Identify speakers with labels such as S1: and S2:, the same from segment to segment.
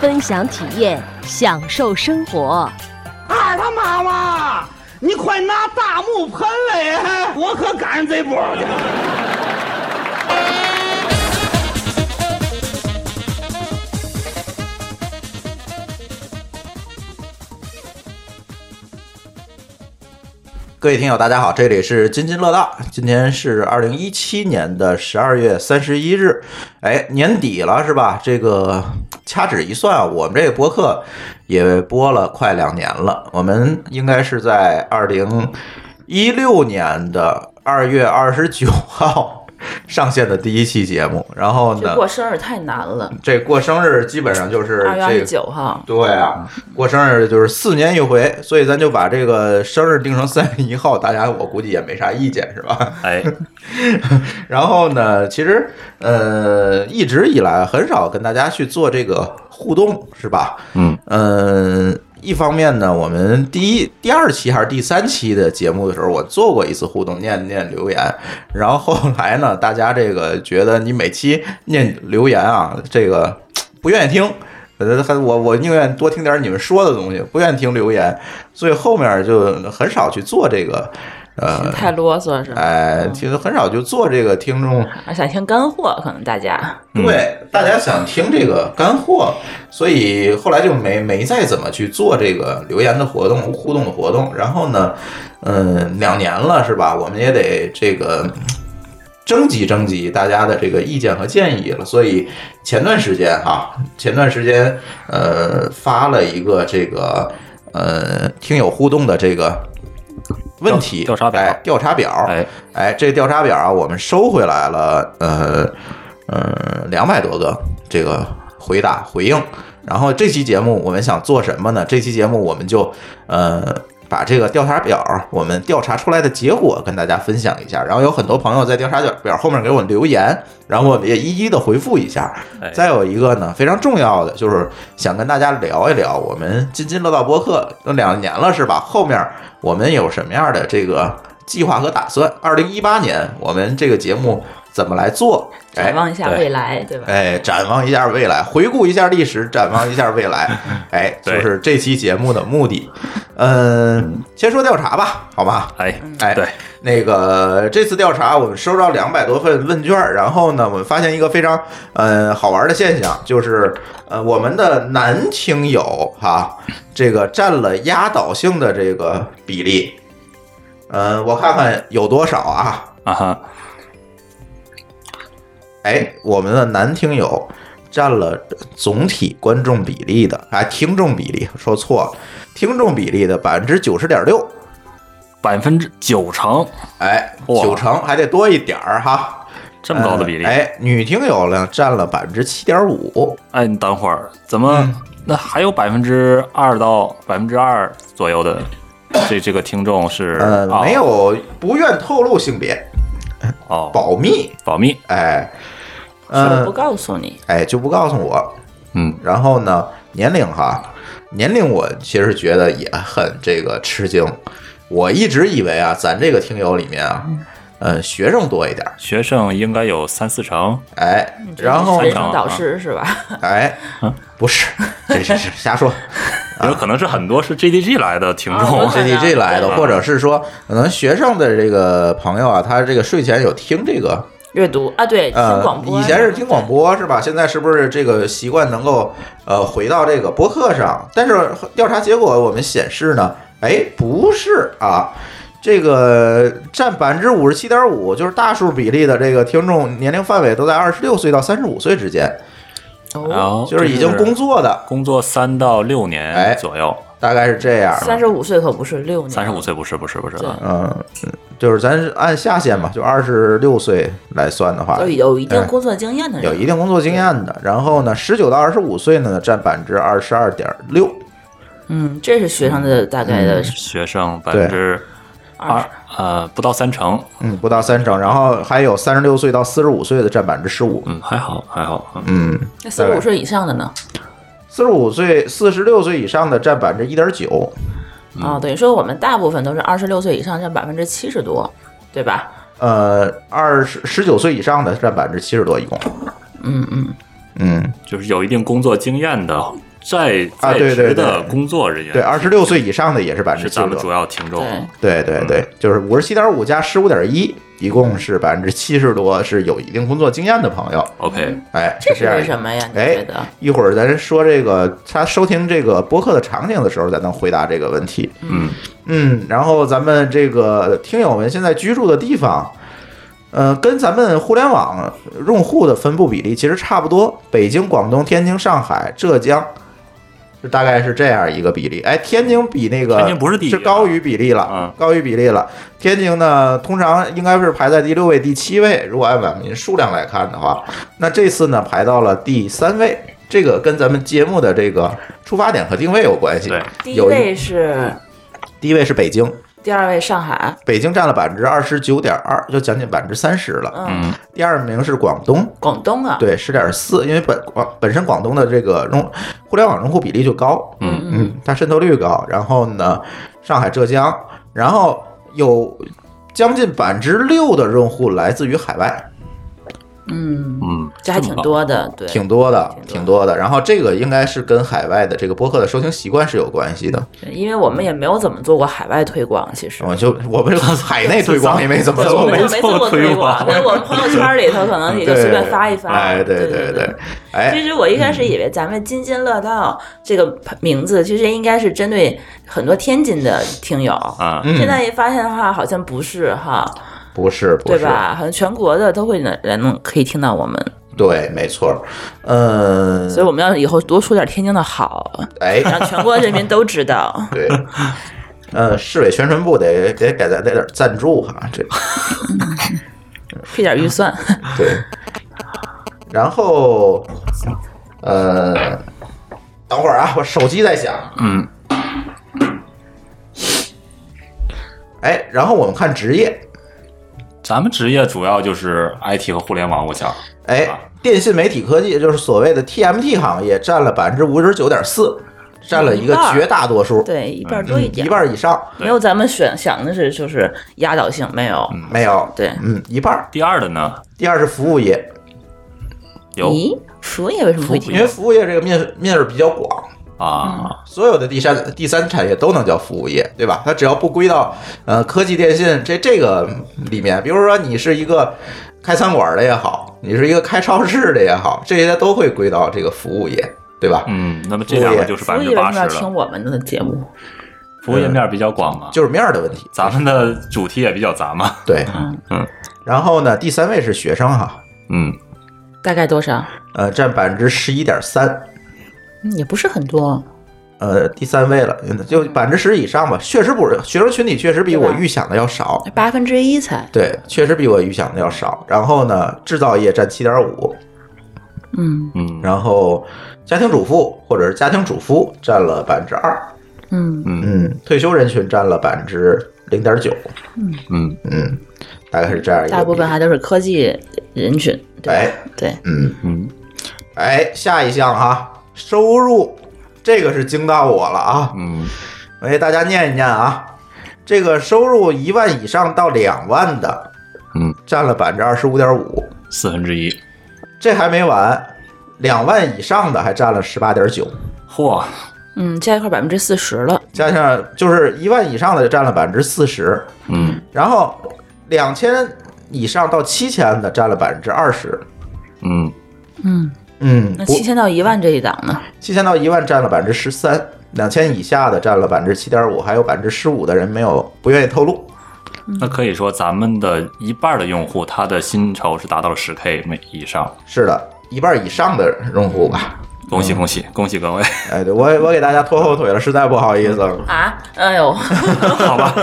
S1: 分享体验，享受生活。
S2: 二他妈妈，你快拿大木盆来，我可赶上这波去了。
S3: 各位听友，大家好，这里是津津乐道。今天是二零一七年的十二月三十一日，哎，年底了是吧？这个掐指一算，我们这个博客也播了快两年了。我们应该是在二零一六年的二月二十九号上线的第一期节目。然后
S4: 这
S3: 呢，
S4: 过生日太难了，
S3: 这过生日基本上就是
S4: 二月二
S3: 这
S4: 十
S3: 个
S4: 九号。
S3: 对啊，过生日就是四年一回，所以咱就把这个生日定成三月一号，大家我估计也没啥意见，是吧？
S5: 哎，
S3: 然后呢，其实呃，一直以来很少跟大家去做这个互动，是吧？
S5: 嗯，
S3: 呃，一方面呢，我们第一、第二期还是第三期的节目的时候，我做过一次互动，念念留言。然后后来呢，大家这个觉得你每期念留言啊，这个不愿意听。呃，还我我宁愿多听点你们说的东西，不愿意听留言，所以后面就很少去做这个，呃，
S4: 太啰嗦是吧？
S3: 哎，
S4: 嗯
S3: 其实很少就做这个听众
S4: 而想听干货，可能大
S3: 哎
S4: 家
S6: 嗯
S3: 对，大家想听这个干货，所以后来就没没再怎么去做这个留言的活动、互动的活动。然后呢，嗯，两年了是吧？我们也得这个嗯征集征集大家的这个意见和建议了。所以前段时间哈、前段时间呃发了一个这个呃听友互动的这个。问题
S6: 调调查表
S3: 哎调查表，
S6: 哎，
S3: 哎，这调查表啊，我们收回来了，呃，呃，两百多个这个回答回应。然后这期节目我们想做什么呢？这期节目我们就呃把这个调查表我们调查出来的结果跟大家分享一下。然后有很多朋友在调查表后面给我们留言，然后我们也一一的回复一下。
S6: 哎
S3: 再有一个呢，非常重要的就是想跟大家聊一聊，我们津津乐道播客都两年了是吧？后面我们有什么样的这个计划和打算？二零一八年我们这个节目怎么来做？哎
S4: 展，望一下
S6: 对
S4: 未来，对吧？
S3: 哎，展望一下未来，回顾一下历史，展望一下未来，哎，就
S6: 对
S3: 是这期节目的目的。嗯，先说调查吧，好吧？
S6: 哎，
S3: 哎，
S6: 对，
S3: 那个这次调查我们收到两百多份问卷，然后呢，我们发现一个非常呃好玩的现象，就是呃我们的男听友哈，这个占了压倒性的这个比例。嗯、我看看有多少啊？
S6: 啊哈，
S3: 哎，我们的男听友占了总体观众比例的，哎，听众比例说错了，听众比例的百分之九十点六，
S6: 百分之九成
S3: 哎，
S6: 哇
S3: 九成还得多一点儿哈，
S6: 这么高的比例，
S3: 呃哎，女听友呢占了百分之七点五，
S6: 哎，你等会儿怎么、
S2: 嗯
S6: 那还有百分之二到百分之二左 右的这这个听众是
S3: 呃，
S6: 啊
S3: 没有不愿透露性别，
S6: 哦
S3: 保密，
S6: 保密，
S3: 哎，
S4: 说
S3: 嗯、
S4: 了不告诉你，
S3: 哎，就不告诉我。
S6: 嗯，
S3: 然后呢，年龄哈，年龄我其实觉得也很这个吃惊。我一直以为啊，咱这个听友里面啊，嗯，学生多一点儿，
S6: 学生应该有三四成，
S3: 哎，然后
S4: 人
S3: 呢，
S4: 生导师是吧？
S3: 哎，
S4: 啊
S3: 不是，这是是瞎说，
S2: 啊
S6: 有可能是很多是 GDG 来的听
S4: 啊
S6: 众，
S4: 我
S3: G D G 来的，
S6: 对
S3: 或者是说，可能学生的这个朋友啊，他这个睡前有听这个
S4: 阅读啊，对，听
S3: 呃
S4: 广，播，哦
S3: 以前是听广播是吧？现在是不是这个习惯能够呃回到这个播客上？但是调查结果我们显示呢，哎，不是啊，这个占百分之五十七点五，就是大数比例的这个听众年龄范围都在二十六岁到三十五岁之间，
S4: 哦，
S6: 然后
S3: 就是已经工作的。
S6: 工作三到六年
S3: 哎
S6: 左右，
S3: 大概是这样。啊
S4: 三十五岁可不是六年，
S6: 三十五岁不是不是不是
S4: 对
S6: 啊，
S3: 嗯，就是咱是按下限吧，就二十六岁来算的话，
S4: 就有一定
S3: 哎
S4: 工作经验的人，
S3: 有一定工作经验的。然后呢，十九到二十五岁呢，占百分之二十二点六，
S4: 嗯，这是学生的大概
S3: 嗯
S4: 的
S6: 学生百分之
S4: 二
S6: 二呃不到三成，
S3: 嗯，不到三成。然后还有三十六岁到四十五岁的占百分之十五，
S6: 嗯还好还好，嗯
S3: 嗯，
S4: 那四十五岁以上的呢？
S3: 四十五岁、四十六岁以上的占百分之一点九，嗯
S4: 啊、等于说我们大部分都是二十六岁以上占百分之七十多，对吧？
S3: 呃，二十十九岁以上的占百分之七十多，一共。
S4: 嗯嗯，
S3: 嗯，
S6: 就是有一定工作经验的在在
S3: 啊对对
S6: 职
S3: 对
S6: 的工作人员，
S3: 对，二十六岁以上的也是百分之
S6: 是
S3: 七十
S6: 咱们主
S3: 多。
S6: 要听众，
S4: 对，
S3: 对对对，就是五十七点五加十五点一，一共是百分之七十多是有一定工作经验的朋友。
S6: OK，
S3: 哎，
S4: 这
S3: 是
S4: 是
S3: 样
S4: 为
S3: 一个
S4: 什么呀？你
S3: 哎
S4: 觉得？
S3: 一会儿咱说这个他收听这个播客的场景的时候，咱能回答这个问题。
S6: 嗯，
S3: 嗯，然后咱们这个听友们现在居住的地方，呃，跟咱们互联网用户的分布比例其实差不多，北京、广东、天津、上海、浙江。就大概是这样一个比例，哎，天津比那个
S6: 天津不是第啊一
S3: 是高于比例了，
S6: 嗯
S3: 高于比例了。天津呢，通常应该是排在第六位、第七位，如果按网民数量来看的话，那这次呢排到了第三位，这个跟咱们节目的这个出发点和定位有关系。啊
S6: 对
S4: 第一
S3: 有
S4: 位是，
S3: 第一位是北京，
S4: 第二位上海，
S3: 北京占了百分之二十九点二，就将近百分之三十了。
S4: 嗯，
S6: 嗯
S3: 第二名是广东，
S4: 广东啊，
S3: 对，十点四，因为本广本身广东的这个用互联网用户比例就高，
S6: 嗯
S3: 嗯，它渗透率高。然后呢，上海、浙江，然后有将近百分之六的用户来自于海外，
S4: 嗯，
S6: 嗯，
S4: 这还挺多的，对，
S3: 挺多的，挺
S4: 挺
S3: 多的。然后这个应该是跟海外的这个播客的收听习惯是有关系的。
S4: 对因为我们也没有怎么做过海外推广，其实
S3: 我就我们海内推广也没哦怎么
S4: 对
S3: 做
S4: 我
S3: 过
S4: 们。没做过 推广，
S6: 没
S4: 那我们朋友圈里头可能也就随便发一发，
S3: 哎，对
S4: 对
S3: 对，哎，
S4: 其实我一开始以为咱们“津津乐道”这个名字，其实应该是针对很多天津的听友。
S6: 啊，
S3: 嗯
S4: 现在一发现的话，好像不是哈，
S3: 不是，不
S4: 对
S3: 是，嗯
S4: 吧？好像全国的都会能能可以听到我们，
S3: 对，没错，嗯，
S4: 所以我们要以后多说点天津 的好，
S3: 哎，
S4: 让全国人民都知道
S3: 。对， 呃，市委宣传部得得给咱来点赞助哈， 这
S4: 配点预算，
S3: 对，然后，呃，等会儿啊，我手机在响，
S6: 嗯，
S3: 哎，然后我们看职业，
S6: 咱们职业主要就是 IT 和互联网，我想，
S3: 哎，电信媒体科技，也就是所谓的 TMT 行业，占了百分之五十九点四，占了一个
S4: 一半儿
S3: 绝大多数，
S4: 对，一半多
S3: 嗯，
S4: 一点
S3: 一，半以上
S4: 没有咱们选想的是就是压倒性没有。
S3: 没有，
S4: 对
S3: 嗯，一半儿。
S6: 第二的呢
S3: 第二是服务业，
S6: 有
S4: 咦，服业为什么会
S6: 服
S4: 听
S6: 务
S3: 因？为服务业这个面面儿比较广，
S6: 啊，
S3: 所有的第三第三产业都能叫服务业，对吧？它只要不归到呃科技电信这这个里面，比如说你是一个呃开餐馆的也好，你是一个开超市的也好，这些都会归到这个服务业，对吧？
S6: 嗯，那么这两个就是
S4: 服
S6: 百
S4: 务
S6: 分
S4: 业
S6: 之
S4: 为什
S6: 八
S4: 么
S6: 十
S4: 要
S6: 了
S4: 听，我们的节目？
S6: 服务页面比较广嘛，
S3: 嗯就是面儿的问题，
S6: 咱们的主题也比较杂 嘛，
S3: 对。
S6: 嗯
S3: 然后呢，第三位是学生哈，
S6: 嗯，
S4: 大概多少？
S3: 呃，占百分之十一点三。
S4: 嗯也不是很多。
S3: 呃，第三位了，就百分之十以上吧，确实不是学生群体，确实比我
S4: 对吧啊
S3: 预想的要少。
S4: 八分之一才，
S3: 对，确实比我预想的要少。然后呢，制造业占七点五，
S4: 嗯
S6: 嗯
S3: 然后家庭主妇或者是家庭主夫占了百分之二，
S4: 嗯
S6: 嗯
S3: 嗯，退休人群占了百分之零点九，
S6: 嗯，
S3: 嗯，大概是这样一个比例。
S4: 大部分还都是科技人群，对吧
S3: 哎
S4: 对，
S3: 嗯
S6: 嗯，
S3: 哎，下一项哈，收入，这个是惊到我了啊！
S6: 嗯，
S3: 我给大家念一念啊，这个收入一万以上到两万的，
S6: 嗯，
S3: 占了百分之二十五点五，
S6: 四分之一，
S3: 这还没完，两万以上的还占了十八点九。
S6: 嚯，
S4: 嗯，加一块百分之四十了，
S3: 加上就是一万以上的占了百分之四十，
S6: 嗯
S3: 然后两千以上到七千的占了百分之二十，
S6: 嗯
S4: 嗯，
S3: 嗯
S4: 那
S3: 不
S4: 七千到一万这一档呢？
S3: 七千到一万占了百分之十三，两千以下的占了百分之七点五，还有百分之十五的人没有不愿意透露。
S4: 嗯
S6: 那可以说咱们的一半的用户，他的薪酬是达到了十 K 每以上，
S3: 是的，一半以上的用户吧，
S6: 恭喜恭喜恭喜各位！
S3: 哎，对我我给大家拖后腿了，实在不好意思了。
S4: 啊，哎呦，好吧。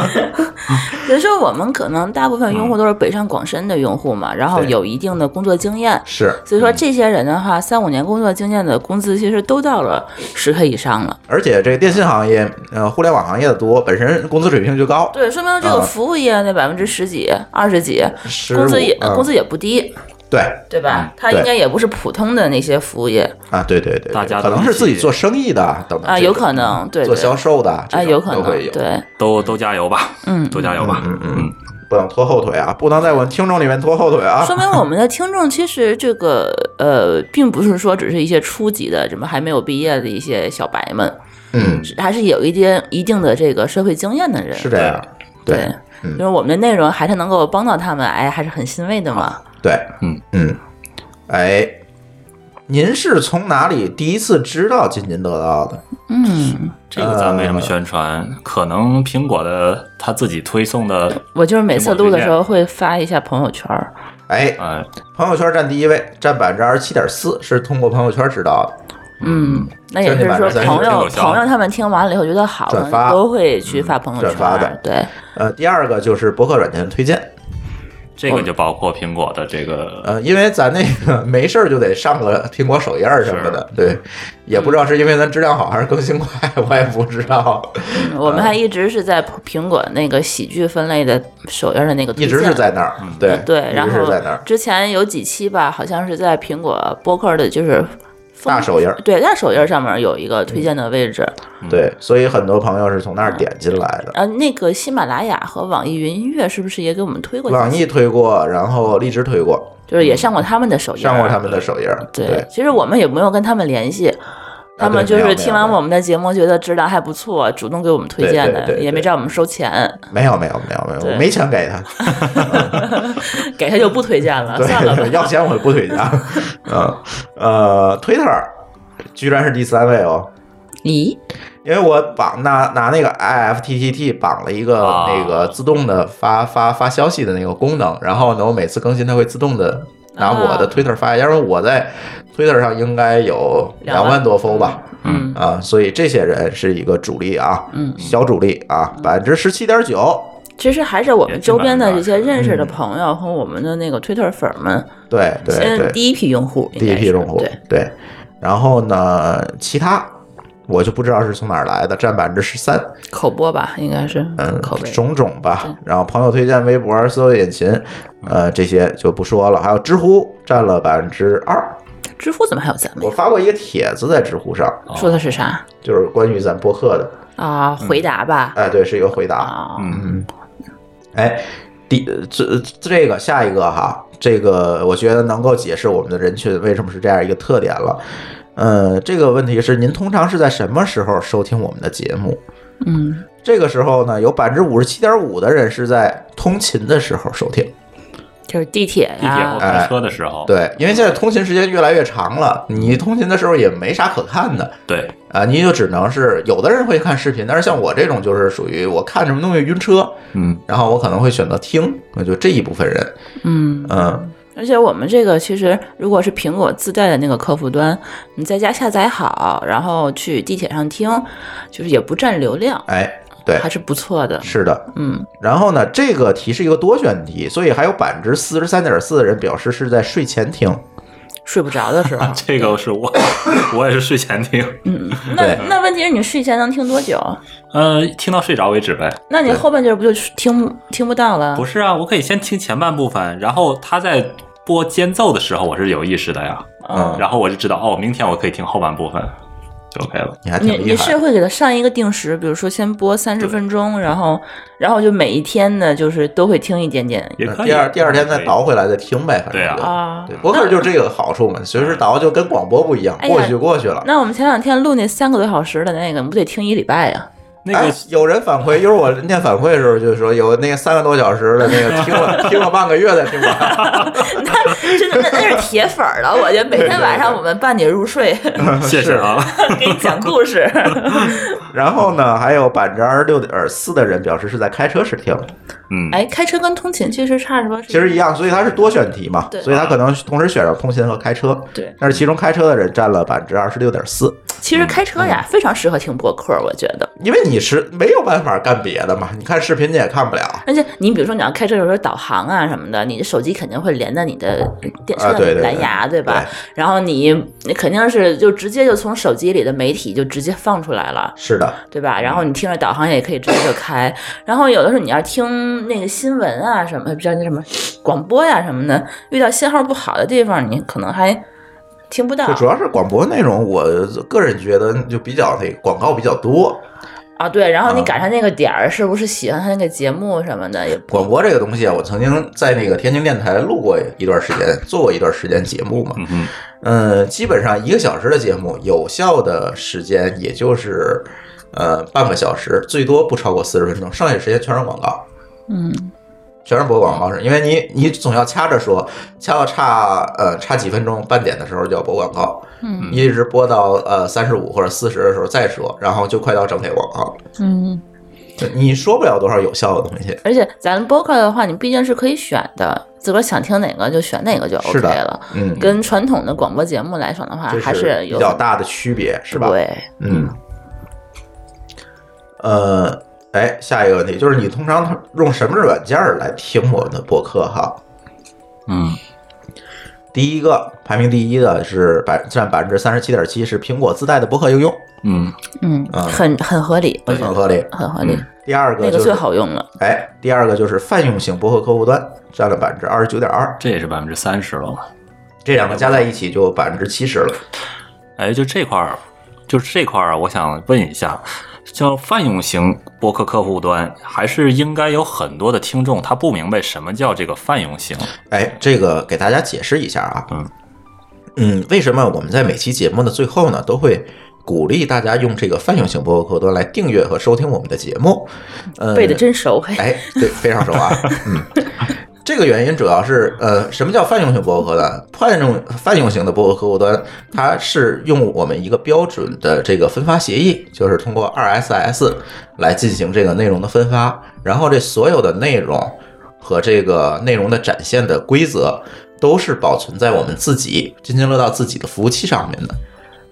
S4: 所以说，我们可能大部分用户都是北上广深的用户嘛，然后
S3: 对
S4: 有一定的工作经验，
S3: 是，
S4: 所以说这些人的话，三五年工作经验的工资其实都到了十 K 以上了。
S3: 而且这个电信行业，呃，互联网行业的多，本身工资水平就高，
S4: 对，说明这
S3: 啊
S4: 个服务业那百分之十几、二十几，
S3: 十
S4: 工资也
S3: 五嗯
S4: 工资也不低，
S3: 对
S4: 对吧？它
S3: 对
S4: 应该也不是普通的那些服务业
S3: 啊，对对对，
S6: 大家
S3: 可
S6: 都
S3: 能
S6: 一
S3: 是
S6: 起
S3: 自己做生意的，等等
S4: 啊，
S3: 这
S4: 有
S3: 种
S4: 可能，对
S3: 做销
S4: 对，
S3: 售的，这
S4: 啊，
S3: 种
S4: 有可
S3: 都会
S4: 能，
S3: 有，
S4: 对，
S6: 都都加油吧，
S4: 嗯，
S6: 都加油吧。
S3: 嗯嗯嗯，不能拖后腿啊，不能在我们听众里面拖后腿啊。
S4: 说明我们的听众其实这个呃，并不是说只是一些初级的，什么还没有毕业的一些小白们，
S3: 嗯，
S4: 还是有一些一定的这个社会经验的人。
S3: 是这样，对
S4: 对，嗯因为我们的内容还是能够帮到他们，哎，还是很欣慰的嘛。
S3: 对，
S6: 嗯
S3: 嗯，哎，您是从哪里第一次知道津津乐道的？
S4: 嗯，
S6: 这个咱没什么
S3: 呃
S6: 宣传，可能苹果的他自己推送的，
S4: 我就是每次录的时候会发一下朋友圈儿，
S3: 哎，
S6: 呃，
S3: 朋友圈占第一位，占百分之二十七点四，是通过朋友圈知道的。
S4: 嗯，那也是说
S3: 这你
S4: 朋
S3: 把
S6: 这
S4: 友
S6: 个消息
S4: 朋友他们听完了以后觉得好，
S3: 转发
S4: 都会去发朋友圈儿，
S3: 转发的
S4: 对。
S3: 呃，第二个就是博客软件的推荐，
S6: 这个就包括苹果的这个，
S3: 哦呃，因为咱那个没事儿就得上个苹果首页儿什么的，对，也不知道是因为咱质量好还是更新快，我也不知道，
S4: 我们还一直是在苹果那个喜剧分类的首页的那个推
S3: 一
S4: 荐，
S3: 直是在那儿，对
S4: 对，
S3: 一
S4: 然
S3: 直是
S4: 后
S3: 在那儿，
S4: 之前有几期吧，好像是在苹果播客的，就是封
S3: 大首页儿，
S4: 对大首页上面有一个推荐的位置，
S3: 对，所以很多朋友是从那儿点进来的。
S4: 呃，那个喜马拉雅和网易云音乐是不是也给我们推过几期？
S3: 网易推过，然后荔枝推过，
S4: 就是也上过他们的首页，啊
S3: 上过他们的首页儿。
S4: 对，其实我们也没有跟他们联系，他们
S3: 啊对
S4: 就
S3: 没有没
S4: 是听
S3: 有
S4: 完
S3: 没有
S4: 我们的节目，觉得质量还不错，主动给我们推
S3: 对
S4: 荐
S3: 对
S4: 的，
S3: 对对
S4: 也没找我们收钱，
S3: 没有没有没有没有，
S4: 对
S3: 我没钱 给他，
S4: 给他就不推荐了，算 了
S3: 对，
S4: 吧。
S3: 要钱我就不推荐。 嗯呃，Twitter 居然是第三位哦，
S4: 咦，
S3: 因为我绑拿拿那个 IFTTT 绑了一个
S6: 啊
S3: 那个自动的发发发消息的那个功能，然后呢，我每次更新它会自动的拿我的
S4: 啊
S3: Twitter 发，因为我在 Twitter 上应该有
S4: 两
S3: 两
S4: 万
S3: 万多 follow 吧，
S4: 嗯
S3: 啊，所以这些人是一个主力啊，
S4: 嗯，
S3: 小主力啊，百分之十七点九，
S4: 其实还是我们
S6: 也基
S4: 周
S6: 本
S4: 边的
S6: 上
S4: 这些认识的
S3: 嗯
S4: 朋友和我们的那个 Twitter 粉儿们，
S3: 对对
S4: 先
S3: 对，
S4: 第一批用户应
S3: 第
S4: 该
S3: 一
S4: 是，
S3: 批用户
S4: 对，
S3: 对，然后呢，其他我就不知道是从哪儿来的，占百分之十三，
S4: 口播吧，应该是，
S3: 嗯
S4: 口碑，
S3: 种种
S4: 对嗯
S3: 吧。然后朋友推荐、微博、搜索引擎，呃，这些就不说了。还有知乎占了百分之二，
S4: 知乎怎么还有咱们
S3: 我？发过一个帖子在知乎上，
S4: 说的是啥
S3: 就是关于咱播客的，
S4: 啊？回答吧，
S3: 哎，对，是一个回答，
S4: 啊，
S6: 嗯，
S3: 哎，第这这个下一个哈，这个我觉得能够解释我们的人群为什么是这样一个特点了。呃，这个问题是您通常是在什么时候收听我们的节目？
S4: 嗯，
S3: 这个时候呢，有百分之五十七点五的人是在通勤的时候收听。
S4: 就是地铁
S6: 地铁或
S4: 呀，
S6: 开车的时候，
S3: 啊哎对，因为现在通勤时间越来越长了，你通勤的时候也没啥可看的
S6: 对，
S3: 啊，你就只能是有的人会看视频，但是像我这种就是属于我看什么东西晕车，
S6: 嗯，，
S3: 然后我可能会选择听，那就这一部分人，
S4: 嗯，
S3: 嗯，
S4: 而且我们这个其实，如果是苹果自带的那个客户端，你在家下载好，然后去地铁上听，就是也不占流量，
S3: 哎，对
S4: 还，是不错的。
S3: 是的。
S4: 嗯，
S3: 然后呢，这个题是一个多选题，所以还有百分之四十三点四的人表示是在睡前听。
S4: 睡不着 的时候
S6: 这个是我我也是睡前听，
S4: 嗯，那
S3: 对
S4: 那问题是你睡前能听多久？
S6: 呃，听到睡着为止呗。
S4: 那你后半截儿不就听听不到了？
S6: 不是啊，我可以先听前半部分，然后他在播间奏的时候，我是有意识的呀，
S3: 嗯，
S6: 然后我就知道哦，明天我可以听后半部分，就 OK 了。
S3: 你还挺
S4: 你
S3: 厉
S4: 你
S3: 害
S4: 是
S3: 的。
S4: 会给它上一个定时，比如说先播三十
S6: 对
S4: 分钟，然后然后就每一天呢，就是都会听一点点
S6: 也可以。
S3: 呃第二第二天再
S6: 可以
S3: 倒回来再听呗，反正
S6: 对啊嗯
S3: 就
S4: 啊。
S3: 对，博客就这个好处嘛，随时倒就跟广播不一样，
S4: 哎呀
S3: 过去就过去了。
S4: 那我们前两天录那三个多小时的那个，你不得听一礼拜呀、
S6: 那个
S3: 哎有人反馈，一会儿我念反馈的时候就说有那个三个多小时的那个听了听了半个月才听完，
S4: 那真的那那是铁粉儿了，我觉得每天晚上我们伴你入睡，
S6: 谢谢 啊，
S4: 给你讲故事。
S3: 然后呢，还有百分之二十六点四的人表示是在开车时听，
S6: 嗯，
S4: 哎，开车跟通勤其实差什么？
S3: 其实一样，所以它是多选题嘛
S4: 对，
S3: 所以他可能同时选上通勤和开车，
S4: 对，
S3: 但是其中开车的人占了百分之二十六点四，
S4: 其实开车
S3: 嗯
S4: 呀、非常适合听播客，我觉得。
S3: 因为你是没有办法干别的嘛，你看视频你也看不了，
S4: 而且你比如说你要开车的时候导航啊什么的，你的手机肯定会连到你的电
S3: 啊
S4: 车
S3: 对
S4: 的
S3: 对
S4: 蓝牙，
S3: 对
S4: 吧？然后你你肯定是就直接就从手机里的媒体就直接放出来了。
S3: 是的，
S4: 对吧？然后你听着导航也可以直接就开，然后有的时候你要听那个新闻啊什么，比较那什么广播呀、什么的，遇到信号不好的地方，你可能还听不到
S3: 就主要是广播内容，我个人觉得就比较那个广告比较多。
S4: 啊。对，然后你
S3: 啊
S4: 赶上那个点儿，是不是喜欢他那个节目什么的？也不
S3: 广播这个东西啊，我曾经在那个天津电台录过一段时间，做过一段时间节目嘛。
S6: 嗯哼，
S3: 嗯，基本上一个小时的节目，有效的时间也就是呃半个小时，最多不超过四十分钟，剩下时间全是广告。
S4: 嗯，
S3: 全是播广告声，因为你你总要掐着说，掐到差呃差几分钟半点的时候就要播广告，
S4: 嗯，
S3: 一直播到呃三十五或者四十的时候再说，然后就快到整体广告，
S4: 嗯。
S3: 就你说不了多少有效的东西。
S4: 而且咱播客的话，你毕竟是可以选的，自个儿想听哪个就选哪个就 OK
S3: 是的
S4: 了。
S3: 嗯，
S4: 跟传统的广播节目来说的话，
S3: 这
S4: 还
S3: 是比
S4: 有
S3: 较大的区别，是吧？
S4: 对，
S3: 嗯，呃，哎，下一个问题就是你通常用什么软件儿来听我们的播客哈？
S6: 嗯，
S3: 第一个排名第一的是百占百分之三十七点七，是苹果自带的播客应用，
S6: 嗯，
S4: 嗯，
S3: 嗯
S4: 很很合理，我觉
S3: 很
S4: 得
S3: 合理。
S4: 很合理，
S3: 第二个
S4: 那个
S3: 就
S4: 最
S3: 是
S4: 好用了。
S3: 哎，第二个就是泛用型播客客户端占了百分之二十九点二，
S6: 这也是百分之三十了嘛。
S3: 这两个加在一起就百分之七十了。
S6: 哎，就这块儿，就是这块儿啊，我想问一下，像泛用型播客客户端，还是应该有很多的听众他不明白什么叫这个泛用型。
S3: 哎，这个给大家解释一下啊。
S6: 嗯
S3: 嗯为什么我们在每期节目的最后呢，都会鼓励大家用这个泛用型播客客户端来订阅和收听我们的节目？呃，
S4: 背的真熟，嘿，
S3: 哎，对，非常熟啊。嗯，这个原因主要是呃，什么叫泛用型播客客户端？泛用泛用型的播客客户端，它是用我们一个标准的这个分发协议，就是通过 RSS 来进行这个内容的分发，然后这所有的内容和这个内容的展现的规则。都是保存在我们自己津津乐道自己的服务器上面的，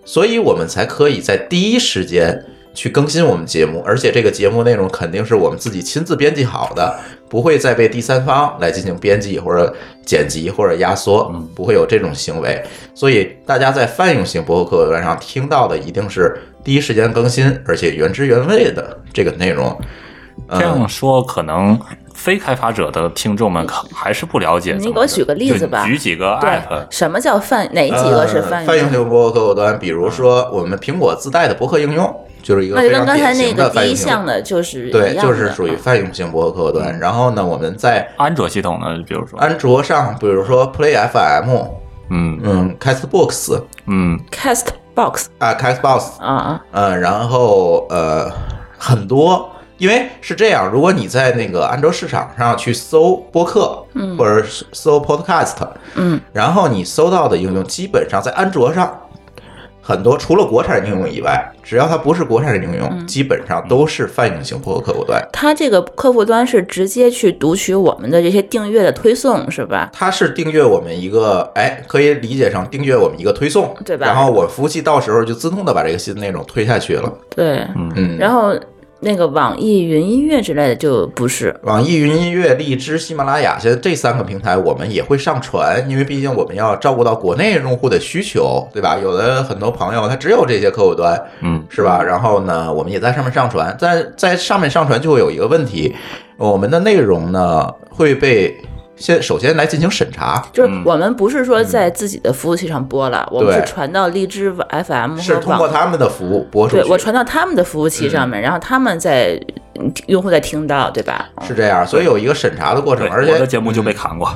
S3: 所以我们才可以在第一时间去更新我们节目，而且这个节目内容肯定是我们自己亲自编辑好的，不会再被第三方来进行编辑或者剪辑或者压缩，不会有这种行为。所以大家在泛用型博客客户端上听到的一定是第一时间更新，而且原汁原味的这个内容。呃
S6: 这样说，可能非开发者的听众们可还是不了解。
S4: 你
S6: 怎么
S4: 给我举个例子
S6: 就
S4: 吧
S6: 举几个
S4: 对
S6: app，。
S4: 什么叫泛？哪几个是泛
S3: 呃嗯泛用型博客客户端，比如说我们苹果自带的博客应用，就是一个
S4: 那就
S3: 非
S4: 跟
S3: 常
S4: 刚才
S3: 典
S4: 那
S3: 型
S4: 个
S3: 的泛
S4: 第一
S3: 用型
S4: 项的就是
S3: 对，
S4: 一样
S3: 就是
S4: 的
S3: 属于泛用型博客客户端。然后呢，我们在
S6: 安卓系统呢，比如说，
S3: 安卓上，比如说 Play FM，
S6: 嗯
S3: 嗯，Castbox
S6: 嗯
S4: Cast Box
S3: 啊，Castbox，
S4: 啊啊，
S3: 嗯，然后呃，很多，因为是这样，如果你在那个安卓市场上去搜播客，嗯，或者是搜 Podcast，
S4: 嗯，
S3: 然后你搜到的应用，基本上在安卓上。很多除了国产应用以外，只要它不是国产应用，基本上都是泛用型播客客户端。
S4: 它这个客户端是直接去读取我们的这些订阅的推送，是吧？
S3: 它是订阅我们一个，哎，可以理解成订阅我们一个推送，
S4: 对吧
S3: 然后我服务器到时候就自动的把这个新的内容推下去了。
S4: 对，
S3: 嗯，
S4: 然后那个网易云音乐之类的就不是，
S3: 网易云音乐、荔枝、喜马拉雅，现在这三个平台我们也会上传，因为毕竟我们要照顾到国内用户的需求，对吧？有的很多朋友他只有这些客户端，
S6: 嗯，
S3: 是吧？然后呢，我们也在上面上传，在在上面上传就会有一个问题，我们的内容呢会被先首先来进行审查，
S4: 就是我们不是说在自己的服务器上播了，我们是传到荔枝 FM
S3: 嗯是
S4: 和
S3: 通过
S4: 网。
S3: 他们的服务播出
S4: 对
S3: 去。嗯
S4: 我传到他们的服务器上面，然后他们在嗯用户在听到，对吧？
S3: 是这样，所以有一个审查的过程，
S6: 对，
S3: 而嗯
S6: 我的
S3: 且
S6: 节目就被砍过，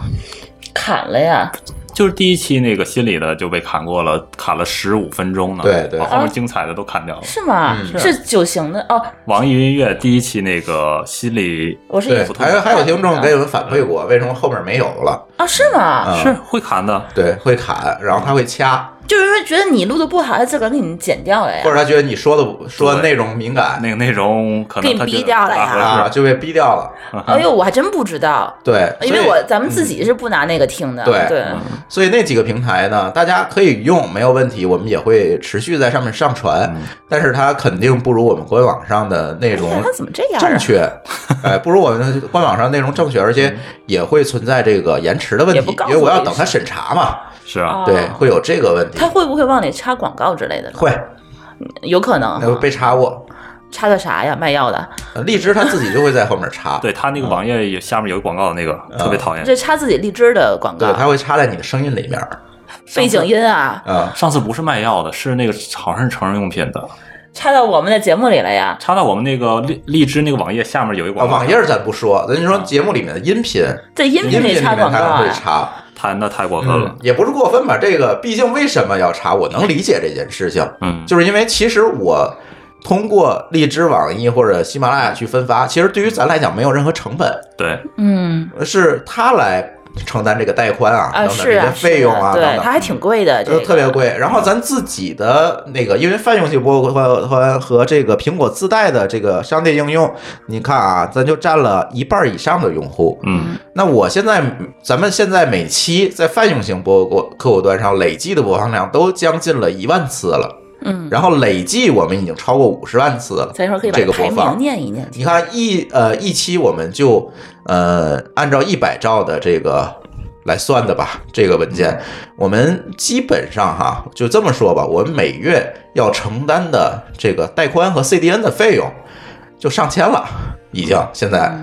S4: 砍了呀，
S6: 就是第一期那个心理的就被砍过了，砍了十五分钟呢，
S3: 对对
S6: 把
S4: 呃
S6: 后面精彩的都砍掉了。
S4: 是吗？
S3: 嗯
S4: 是九型的哦，
S6: 网易云音乐第一期那个心理
S4: 我是
S3: 对，
S6: 普通
S3: 还有还有听
S6: 嗯
S3: 众给
S4: 啊
S3: 我们反馈过，为什么后面没有了？
S4: 啊是吗？
S3: 嗯
S6: 是会砍的，
S3: 对，会砍，然后他会掐，
S4: 就是说觉得你录的不好，他自个儿给你剪掉了呀
S3: 或。者他觉得你说的不说的
S6: 对
S3: 内容敏感
S6: 那个内容可
S4: 给
S6: 能
S4: 你
S6: 他觉得
S4: 逼掉了呀
S6: 不大合
S3: 啊，
S6: 适。
S3: 就被逼掉了。
S4: 哎呦，我还真不知道，
S3: 对，啊所
S4: 因为
S3: 以
S4: 我咱们自己是不拿那个听的。
S3: 对
S4: 对，
S3: 所以那几个平台呢，大家可以用，没有问题，我们也会持续在上面上传，
S6: 嗯
S3: 但是它肯定不如我们官网上的内 容
S4: 哎呀他怎么这样啊
S3: 正确， 哎，不如我们官网上内容正确，而
S6: 嗯
S3: 且也会存在这个延迟的问
S4: 也
S3: 题
S4: 不告，
S3: 因
S4: 诉
S3: 为我要
S4: 你
S3: 等它审查嘛，
S6: 是啊，
S4: 哦
S3: 对，会有这个问题
S4: 他，会不会往里插广告之类的呢？
S3: 会，
S4: 有可能
S3: 那会
S4: 哈。
S3: 被查过，
S4: 插的啥呀？卖药的？
S3: 呃荔枝它自己就会在后面查，
S6: 对他那个网页也下面有个广告，那个
S3: 嗯
S6: 特别讨厌。
S4: 这插自己荔枝的广
S3: 对，
S4: 告，
S3: 它会插在你的声音里面儿，
S4: 背景音啊，
S3: 啊，
S6: 上次不是卖药的，是那个好像是成人用品的，
S4: 插到我们的节目里了呀。
S6: 插到我们那个荔荔枝那个网页下面有一个
S3: 啊
S6: 广告。
S3: 网页儿咱不说，咱就说节目里面的音频，
S4: 在音
S3: 音频
S4: 里
S3: 里面
S4: 插广告
S3: 它会
S4: 啊，
S3: 查。
S6: 他那太过分
S3: 嗯
S6: 了，，
S3: 也不是过分吧？这个毕竟为什么要查？我能理解这件事情，
S6: 嗯
S3: 就是因为其实我通过荔枝、网易或者喜马拉雅去分发，其实对于咱来讲没有任何成本，
S6: 对，
S4: 嗯
S3: 是他来承担这个带宽啊
S4: 啊
S3: 等等
S4: 是
S3: 这些
S4: 啊，
S3: 费用啊
S4: 是
S3: 等
S4: 对，它
S3: 等。
S4: 还挺贵的，这
S3: 就
S4: 个
S3: 呃特别贵，然后咱自己的那个，因为泛用性播客和和和这个苹果自带的这个商店应用，你看啊，咱就占了一半以上的用户，
S6: 嗯，
S3: 那我现在，咱们现在每期在泛用型播客客户端上累计的播放量都将近了一万次了，
S4: 嗯，
S3: 然后累计我们已经超过五十万次了。
S4: 咱一会儿可以把
S3: 这个
S4: 排
S3: 播
S4: 名
S3: 放，
S4: 念一念。
S3: 你看一呃一期我们就呃按照一百兆的这个来算的吧，这个文件我们基本上哈就这么说吧，我们每月要承担的这个带宽和 CDN 的费用就上千了，已经现在。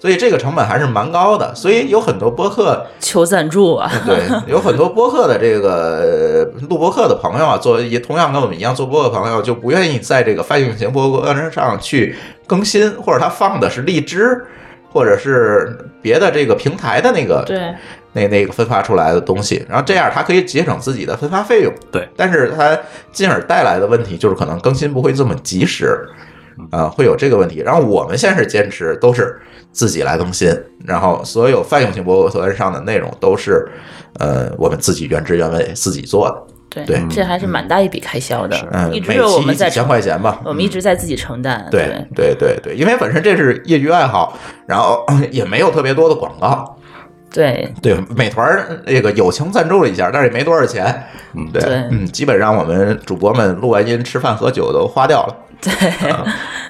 S3: 所以这个成本还是蛮高的，所以有很多播客，
S4: 求赞助啊！
S3: 对，有很多播客的这个呃录播客的朋友啊，做也同样跟我们一样做播客的朋友，就不愿意在这个泛用型播客上去更新，或者他放的是荔枝，或者是别的这个平台的那个
S4: 对，
S3: 那那个分发出来的东西，然后这样他可以节省自己的分发费用，
S6: 对，
S3: 但是他进而带来的问题就是可能更新不会这么及时，啊、会有这个问题。然后我们现在是坚持都是自己来更新，然后所有泛用型博客端上的内容都是，呃，我们自己原汁原味自己做的，
S4: 对，
S3: 对
S4: 这还是蛮大一笔开销的，
S3: 嗯、
S4: 一
S3: 每
S4: 直我
S3: 期
S4: 们在嗯
S3: 几千
S4: 承
S3: 块钱吧，
S4: 我们一直在自己承担。
S3: 对，对对对，因为本身这是业余爱好，然后 也没有特别多的广告，
S4: 对，
S3: 对，美团儿那个友情赞助了一下，但是也没多少钱。
S6: 嗯
S3: 对，
S4: 对
S3: 嗯，基本上我们主播们录完音、吃饭、喝酒都花掉了。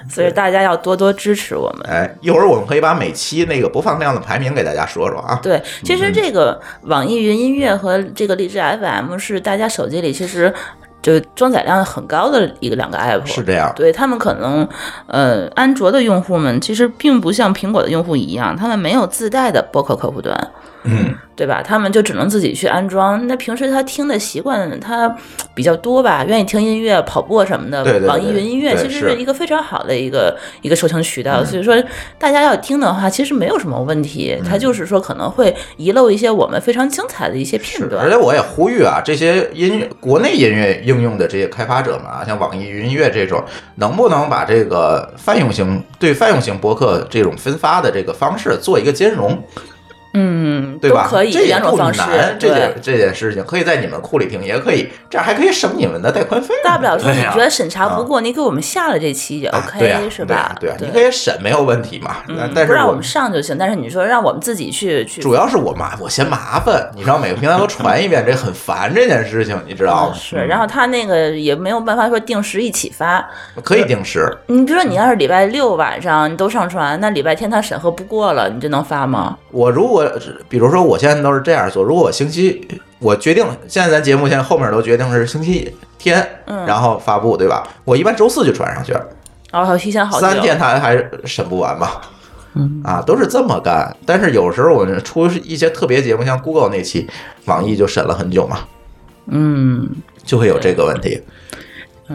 S4: 所以大家要多多支持我们。
S3: 哎，一会儿我们可以把每期那个播放量的排名给大家说说啊。
S4: 对，其实这个网易云音乐和这个荔枝 FM 是大家手机里其实就装载量很高的一个两个 app，
S3: 是这样，
S4: 对他们可能，呃，安卓的用户们其实并不像苹果的用户一样，他们没有自带的播客客户端，
S3: 嗯，
S4: 对吧？他们就只能自己去安装。那平时他听的习惯他比较多吧，愿意听音乐、跑步啊什么的。
S3: 对对对
S4: 网易云音乐
S3: 对
S4: 其实
S3: 是嗯
S4: 是一个非常好的一个一个收听渠道，所以说大家要听的话，其实没有什么问题。它就是说可能会遗漏一些我们非常精彩的一些片
S3: 而
S4: 段
S3: 且。我也呼吁啊，这些音乐国内音乐应用的这些开发者们啊，像网易云音乐这种，能不能把这个泛用型对泛用型博客这种分发的这个方式做一个兼容，
S4: 嗯，
S3: 对
S4: 都
S3: 吧？
S4: 可以
S3: 这也
S4: 两种
S3: 不
S4: 方式
S3: 难，这
S4: 对
S3: 件。这件事情可以在你们库里听，也可以，这样还可以省你们的带宽费用。
S4: 大不了说
S6: 对
S4: 你
S6: 呀
S4: 觉得审查不过，你给我们下了这期也
S3: 啊对
S4: OK、
S3: 呀
S4: 是
S3: 对呀
S4: 吧？嗯
S3: 对呀，你可以审没有问题嘛。但但
S4: 不
S3: 是
S4: 让我
S3: 我
S4: 们上就行，但是你说让我们自己去去，
S3: 主要是我麻，我嫌麻烦，你让每个平台都传一遍，这很烦这件事情，你知道吗？
S4: 嗯啊是，然后他那个也没有办法说定时一起发。
S3: 可以定时，
S4: 你比如说你要是礼拜六晚上你都上传，那礼拜天他审核不过了，你这能发吗？
S3: 我如果比如说我现在都是这样做，如果我星期我决定现在咱节目现在后面都决定是星期天，
S4: 嗯
S3: 然后发布对吧？我一般周四就传上去，
S4: 然哦后提前好久，
S3: 三天它还审不完吧？啊，都是这么干。但是有时候我们出一些特别节目，像 Google 那期，网易就审了很久嘛，
S4: 嗯，
S3: 就会有这个问题。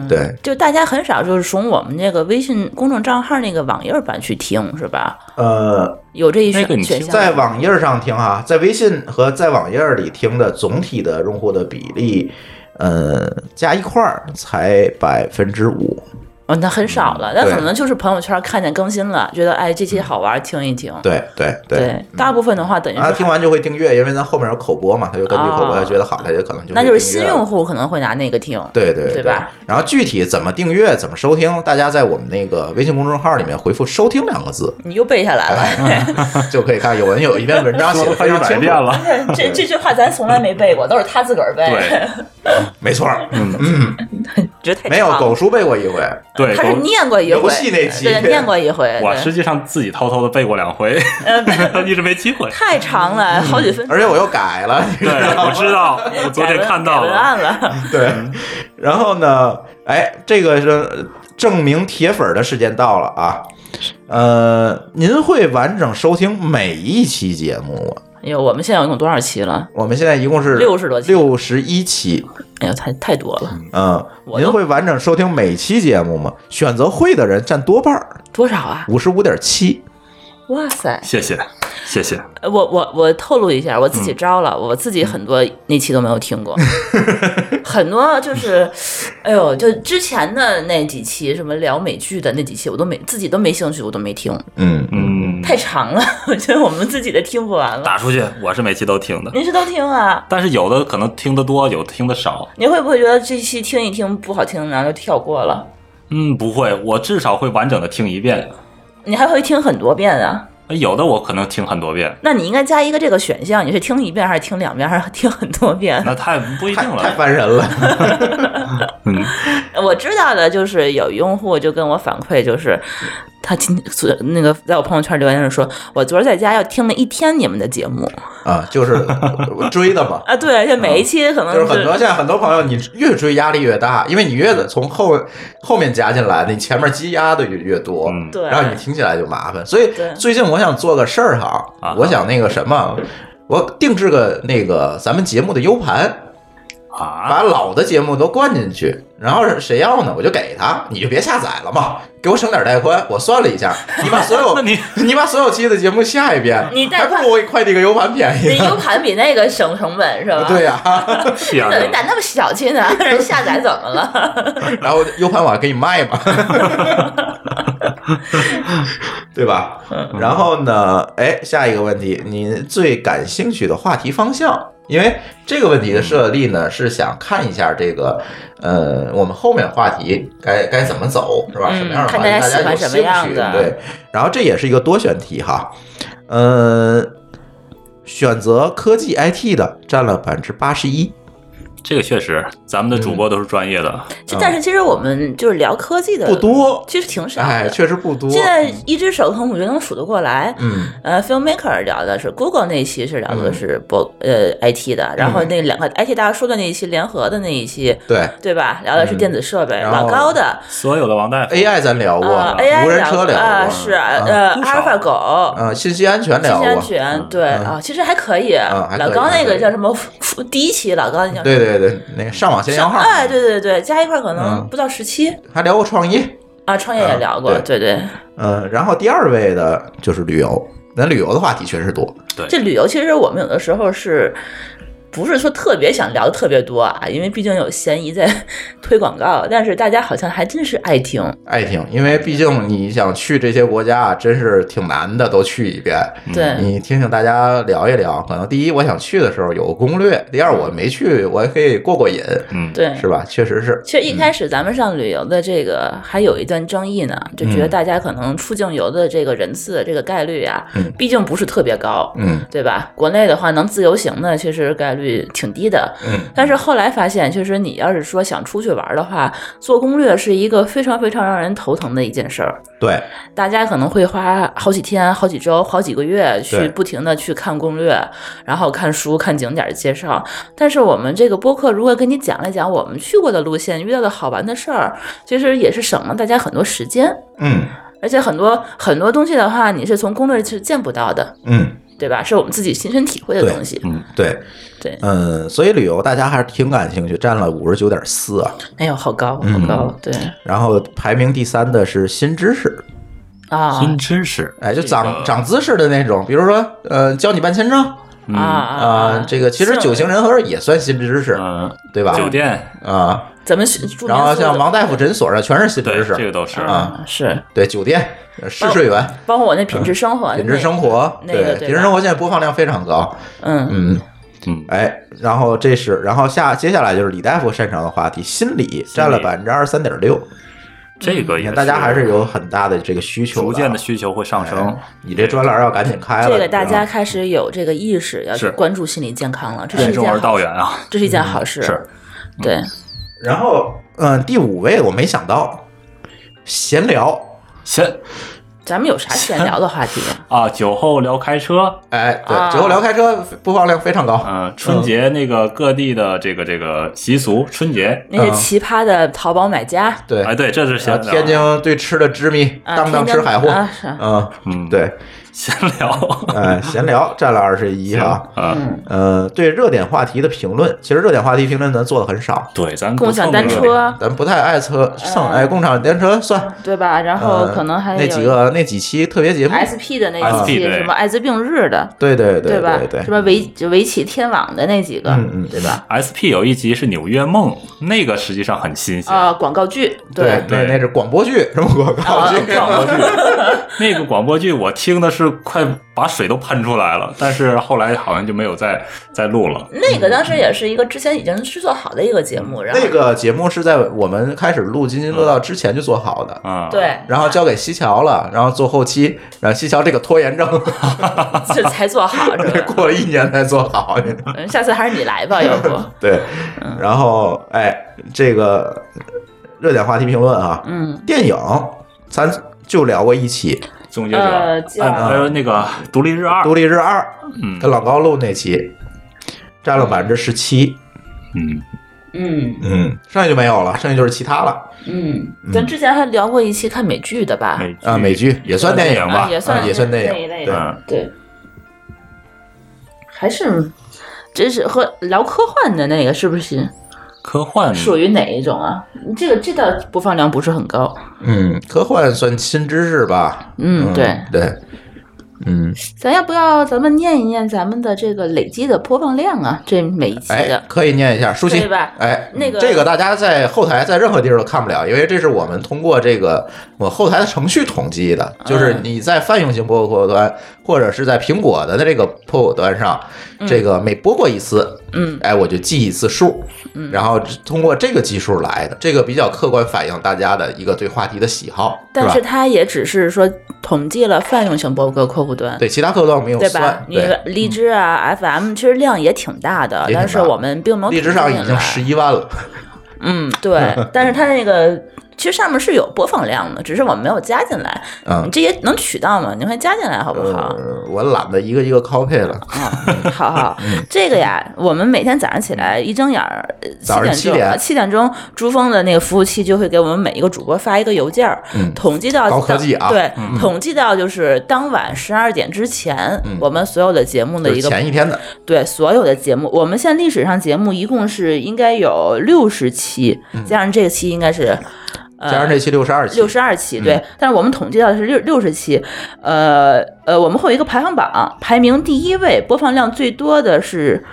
S3: 对，
S4: 就大家很少就是从我们这个微信公众账号那个网页版去听，是吧？
S3: 呃，
S4: 有这一
S6: 那个
S4: 选
S6: 你
S4: 选
S6: 听
S4: 项。
S3: 在网页上听哈，在微信和在网页里听的总体的用户的比例，呃，加一块儿才百分之五。
S4: 哦，那很少了，那
S3: 对嗯
S4: 可能就是朋友圈看见更新了，觉得哎这期好玩，听一听。
S3: 对对对，
S4: 大部分的话等于
S3: 然后
S4: 是
S3: 听完就会订阅，因为咱后面有口播嘛，他就根据口播，
S4: 哦
S3: 他觉得好，他就可能就
S4: 那
S3: 会
S4: 就是
S3: 订
S4: 新
S3: 阅了
S4: 用户可能会拿那个听。
S3: 对对
S4: 对吧？
S3: 然后具体怎么订阅、怎么收听，大家在我们那个微信公众号里面回复“收听”两个字，哎
S4: 你又背下来 了，
S3: 就可以看有人有一篇文章写的
S6: 说
S3: 非
S6: 一
S3: 常
S6: 百
S3: 清楚
S6: 遍， 了。
S4: 这这句话咱从来没背过，都是他自个儿背
S6: 对
S3: 没错儿，
S6: 嗯
S3: 嗯
S4: 觉得太
S3: 没有
S4: 长了
S3: 狗叔背过一回，
S6: 对，
S4: 他是
S6: 狗
S4: 念过一回，
S3: 游戏那期
S4: 对，念过一回，
S6: 我
S4: 对嗯
S6: 实际上自己偷偷的背过两回， 一直没机会。
S4: 太长
S3: 嗯
S4: 了，好几分钟。
S3: 而且我又改了， 你知
S6: 对，
S3: 道吗
S6: 我知道，
S3: 嗯
S6: 我昨天看到
S4: 改文
S6: 了。
S4: 案了，
S3: 对，
S6: 嗯
S3: 然后呢，哎，这个是证明铁粉儿的时间到了啊。呃，您会完整收听每一期节目吗？
S4: 哎呦，我们现在有多少期了？
S3: 我们现在一共是
S4: 60多期
S3: 六十一期。
S4: 哎呦，太太多了，
S3: 嗯，
S4: 我都
S3: 您会完整收听每期节目吗？选择会的人占多半儿，
S4: 多少啊？
S3: 五十五点七。
S4: 哇塞！
S6: 谢谢，谢谢。
S4: 我我我透露一下，我自己招了，我自己很多那期都没有听过，很多就是，哎呦，就之前的那几期什么聊美剧的那几期，我都没自己都没兴趣，我都没听，
S3: 嗯，
S6: 嗯，
S4: 太长了， 我觉得我们自己的听不完了。
S6: 打出去，我是每期都听的，
S4: 您是都听啊？
S6: 但是有的可能听得多，有的听得少。
S4: 你会不会觉得这期听一听不好听，然后就跳过了？
S6: 嗯，不会，我至少会完整的听一遍。
S4: 你还会听很多遍啊？
S6: 有的我可能听很多遍，
S4: 那你应该加一个这个选项，你是听一遍还是听两遍，还是听很多遍？
S6: 那太不一
S3: 太
S6: 定
S3: 太
S6: 了。
S3: 烦 人了。
S6: 嗯，
S4: 我知道的就是有用户就跟我反馈，就是他今昨那个在我朋友圈留言是说，我昨儿在家要听了一天你们的节目
S3: 啊，就是追的 嘛。
S4: 啊，对，就每一期可能
S3: 嗯就是很多现在很多朋友，你越追压力越大，因为
S6: 嗯
S3: 你越从后后面加进来的，你前面积压的越越多，
S6: 嗯
S4: 对
S3: 然后你听起来就麻烦。所以
S4: 对
S3: 最近我想做个事儿哈
S6: 啊，
S3: 我想那个什么，我定制个那个咱们节目的 U 盘，
S6: 啊，
S3: 把老的节目都灌进去，然后谁要呢，我就给他，你就别下载了嘛，给我省点带宽。我算了一下，你把所有
S6: 那你
S3: 你把所有期的节目下一遍，
S4: 你带
S3: 还
S4: 宽
S3: 不如我给快递个 U 盘便
S4: 那
S3: 宜呢。
S4: U 盘比那个省成本是吧？
S3: 对 呀、
S6: 天
S4: 怎么
S6: 哪
S4: 打！那么小气 呢？人下载怎么
S3: 嗯
S4: 了？
S3: 然后 U 盘我还可以卖嘛，对吧？
S4: 嗯
S3: 然后呢，哎，下一个问题，你最感兴趣的话题方向？因为这个问题的设立呢，是想看一下这个，呃，我们后面话题该该怎么走，是吧？
S4: 嗯
S3: 什么样的话
S4: 看
S3: 题
S4: 大家喜
S3: 家
S4: 欢
S3: 有
S4: 什么
S3: 兴
S4: 样
S3: 趣？
S4: 的
S3: 对，然后这也是一个多选题哈，呃，选择科技 IT 的占了百分之八十一，
S6: 这个确实，咱们的主播都是专业的。
S4: 就但是其实我们就是聊科技的
S3: 不多
S4: 其实挺少的。
S3: 哎，确实不多。
S4: 呃现在一只手可能我觉得能数得过来。
S3: 嗯，
S4: 呃，filmmaker 聊的是 Google 那一期是聊的是博、呃 IT 的，然
S3: 嗯
S4: 后那两个 IT 大叔的那一期联合的那一期，
S3: 对，
S4: 对吧？聊的是电子设备，
S3: 嗯然
S4: 老
S3: 后
S4: 高的
S6: 所有的王大夫
S3: AI 咱聊过，
S4: 呃 AI
S3: 无人车
S4: 聊
S3: 过，
S4: 啊、是呃
S6: 不
S4: 阿
S6: 少
S4: 尔法狗。
S3: 呃信息安全
S4: 信
S3: 聊
S4: 息
S3: 过，
S4: 安全，对啊、其实还可以。
S3: 嗯还可以
S4: 老高那
S3: 还可
S4: 个
S3: 以
S4: 叫什么？第一期老高那叫
S3: 对对对，那个上网先摇号，
S4: 哎，对对对，加一块儿可能
S3: 嗯
S4: 不到十七、
S3: 还聊过创业，
S4: 啊。创业也聊过，
S3: 嗯
S4: 对对。
S3: 嗯、然后第二位的就是旅游，咱旅游的话题确实多，
S6: 对
S4: 这旅游其实我们有的时候是。不是说特别想聊的特别多啊，因为毕竟有嫌疑在 推广告，但是大家好像还真是爱听。
S3: 爱听，因为毕竟你想去这些国家啊，真是挺难的，都去一遍。
S4: 对，
S3: 你听听大家聊一聊，可能第一我想去的时候有个攻略，第二我没去，我也可以过过瘾，
S6: 嗯，
S4: 对，
S3: 是吧？嗯确实是，
S4: 其实一开始咱们上旅游的这个还有一段争议呢，就觉得大家可能出境游的这个人次这个概率啊，
S3: 嗯
S4: 毕竟不是特别高，
S3: 嗯
S4: 对吧？国内的话能自由行的其实概率挺低的，
S3: 嗯，
S4: 但是后来发现，其实你要是说想出去玩的话，做攻略是一个非常非常让人头疼的一件事儿。
S3: 对，
S4: 大家可能会花好几天、好几周、好几个月去
S3: 对
S4: 不停的去看攻略，然后看书、看景点儿介绍。但是我们这个播客如果跟你讲了讲我们去过的路线、遇到的好玩的事儿，其实也是省了大家很多时间。
S3: 嗯
S4: 而且很多很多东西的话，你是从攻略是见不到的。
S3: 嗯
S4: 对吧？是我们自己亲身体会的
S3: 对
S4: 东西。
S6: 嗯，
S3: 对，
S4: 对，
S3: 嗯，所以旅游大家还是挺感兴趣，占了五十九点四啊。
S4: 哎呦，好高，好高，对
S3: 然后排名第三的是新知识，
S4: 啊
S6: 新知识，
S3: 哎，就
S6: 这
S3: 长、
S6: 个
S3: 长知识的那种，比如说，呃，教你办签证
S6: 嗯
S4: 啊
S3: 啊、
S4: 啊！
S3: 这个其实
S4: 像
S3: 九型人和也算新知识，
S6: 嗯，
S3: 对吧？
S6: 酒店，
S3: 啊，
S4: 咱们是住民
S3: 然后
S4: 宿
S3: 像
S4: 的
S3: 王大夫诊所上全是新
S6: 对，
S3: 知
S6: 这个
S3: 识，
S6: 都是
S3: 啊
S4: 嗯是，
S3: 对，酒店、呃试睡员、
S4: 包括我呃那品质生活，
S3: 品质生，活，
S4: 那个对吧
S3: 品质生活现在播放量非常高，
S4: 嗯，
S3: 嗯，
S6: 嗯，
S3: 哎，然后这是，然后下接下来就是李大夫擅长的话题，心理占了百分之二十三点六，
S6: 这个
S3: 你
S6: 也
S3: 看大家还是有很大的这个需求，
S6: 逐渐的需求会上升
S3: 哎。你这专栏要赶紧开了，
S4: 这个大家
S3: 你知道吗
S4: 开始有这个意识，要去
S6: 是
S4: 关注心理健康了，这是
S6: 任
S4: 一
S6: 重
S4: 件
S6: 而道
S4: 好，
S6: 远 啊，
S4: 这是
S3: 嗯
S4: 一件好事，
S6: 是
S4: 对，
S3: 然后，嗯、第五位我没想到，闲聊，
S6: 先
S4: 咱们有啥闲聊的话 题啊？
S6: 啊，酒后聊开车，
S3: 哎，对，
S4: 啊
S3: 酒后聊开车播放量非常高，
S6: 嗯，春节那个各地的这个这个习俗，春节，
S4: 那些奇葩的淘宝买家，
S3: 嗯对，
S6: 哎，对，这是
S3: 然
S6: 闲
S3: 后
S6: 聊，
S3: 天津对吃的执迷，
S4: 啊
S3: 当当
S4: 天
S3: 吃
S4: 津
S3: 海货，
S4: 啊是啊
S3: 嗯，
S6: 嗯，，
S3: 对，
S6: 闲聊，
S3: 哎，闲聊占了二十 一啊，
S6: 嗯，
S3: 呃，对热点话题的评论，其实热点话题评论咱做的很少，
S6: 对，咱不
S4: 共享
S6: 蹭
S4: 单
S6: 热点，
S4: 车，
S3: 咱不太爱车，上哎，共享电车算，
S4: 对吧？啊然后
S3: 呃
S4: 可能还有
S3: 那几个那几期特别节目，
S4: SP 的那
S6: SP
S4: 几期，
S6: 对
S4: 什么艾滋病日的，
S3: 对对
S4: 吧？
S3: 对对
S4: 什，么围就围棋天网的那几个，
S3: 嗯嗯
S4: 对吧？
S6: SP 有一集是《纽约梦》，那个实际上很新鲜。
S4: 啊，广告剧，
S3: 嗯对，
S6: 对
S3: 那那是广播剧，什么广
S4: 哦
S3: 告剧？
S6: 广播剧，那个广播剧我听的是快把水都喷出来了，但是后来好像就没有再再录了。
S4: 那个当时也是一个之前已经制作好的一个节目，然后
S3: 那个节目是在我们开始录《津津乐道》之前就做好的，
S6: 啊、嗯，，
S4: 对，
S3: 然后交给西桥了，然后做后期，然后西桥这个拖延症，
S4: 这才 做好，是吧？
S3: 过了一年才做好。
S4: 嗯，下次还是你来吧，要不，
S3: 对，然后哎，这个热点话题评论啊，
S4: 嗯，
S3: 电影咱就聊过一期
S6: 终结者，哎
S4: 呃，叫
S6: 还有那个《独立日二
S3: 《独》，立日二》，
S6: 嗯
S3: 跟老高录那期，占了百分之十七，
S6: 嗯，
S4: 嗯
S3: 嗯，剩下就没有了，剩下就是其他了
S4: 嗯，咱之前还聊过一期看美剧的吧？
S6: 美剧
S3: 啊，美剧也算电影
S6: 吧嗯
S4: 啊，
S3: 吧，
S4: 也
S3: 啊
S4: 算
S3: 也算
S4: 那
S3: 电
S4: 那一类
S3: 影，对，
S4: 的，对，还是。真是和聊科幻的那个是不是
S3: 嗯
S6: 科幻
S4: 属于哪一种啊？这个这倒播放量不是很高。
S3: 嗯，科幻算新知识吧，
S4: 嗯，对，
S3: 对，嗯，
S4: 咱要不要咱们念一念咱们的这个累积的播放量啊？这每一期
S3: 哎
S4: 的，，
S3: 可以念一下，舒心
S4: 对吧
S3: 哎，
S4: 那个
S3: 这个大家在后台在任何地儿都看不了，因为这是我们通过这个我后台的程序统计的，就是
S4: 嗯
S3: 你在泛用型播客客户端或者是在苹果的这个播客端上，这个每播过一次，
S4: 嗯，
S3: 哎，我就记一次数，然后通过这个基数来的，这个比较客观反映大家的一个对话题的喜好，是
S4: 但
S3: 吧
S4: 是？它也只是说统计了泛用型博客客户端，
S3: 对，其他客户端我们没有
S4: 对吧
S3: 算？，
S4: 你
S3: 对，嗯
S4: 荔枝啊、FM 其实量也挺大的，
S3: 也挺大
S4: 但是我们并没有
S3: 荔枝上已经十
S4: 一，
S3: 一万了，
S4: 嗯， 对，但是它那个其实上面是有播放量的，只是我们没有加进来。
S3: 嗯
S4: 你。这也能取到吗？你快加进来好不好？
S3: 呃，我懒得一个一个 copy 了。呃
S4: 啊，好好，
S3: 嗯
S4: 这个呀，我们每天早上起来一睁眼儿，呃
S3: 早上
S4: 七
S3: 7点
S4: 钟，七点钟，珠峰的那个服务器就会给我们每一个主播发一个邮件儿，
S3: 嗯
S4: 统计到
S3: 高科技啊
S4: 对，统计到就是当晚十二点之前，我们所有的节目的
S3: 嗯就
S4: 一
S3: 是
S4: 个
S3: 前一天的，
S4: 对所有的节目，我们现在历史上节目一共是应该有六十期，加上这个期应该是。呃
S3: 嗯加上这期六十二期，
S4: 六十二期，
S3: 嗯
S4: 对，但是我们统计到的是六六十期，呃呃，我们会有一个排行榜，排名第一位，播放量最多的是，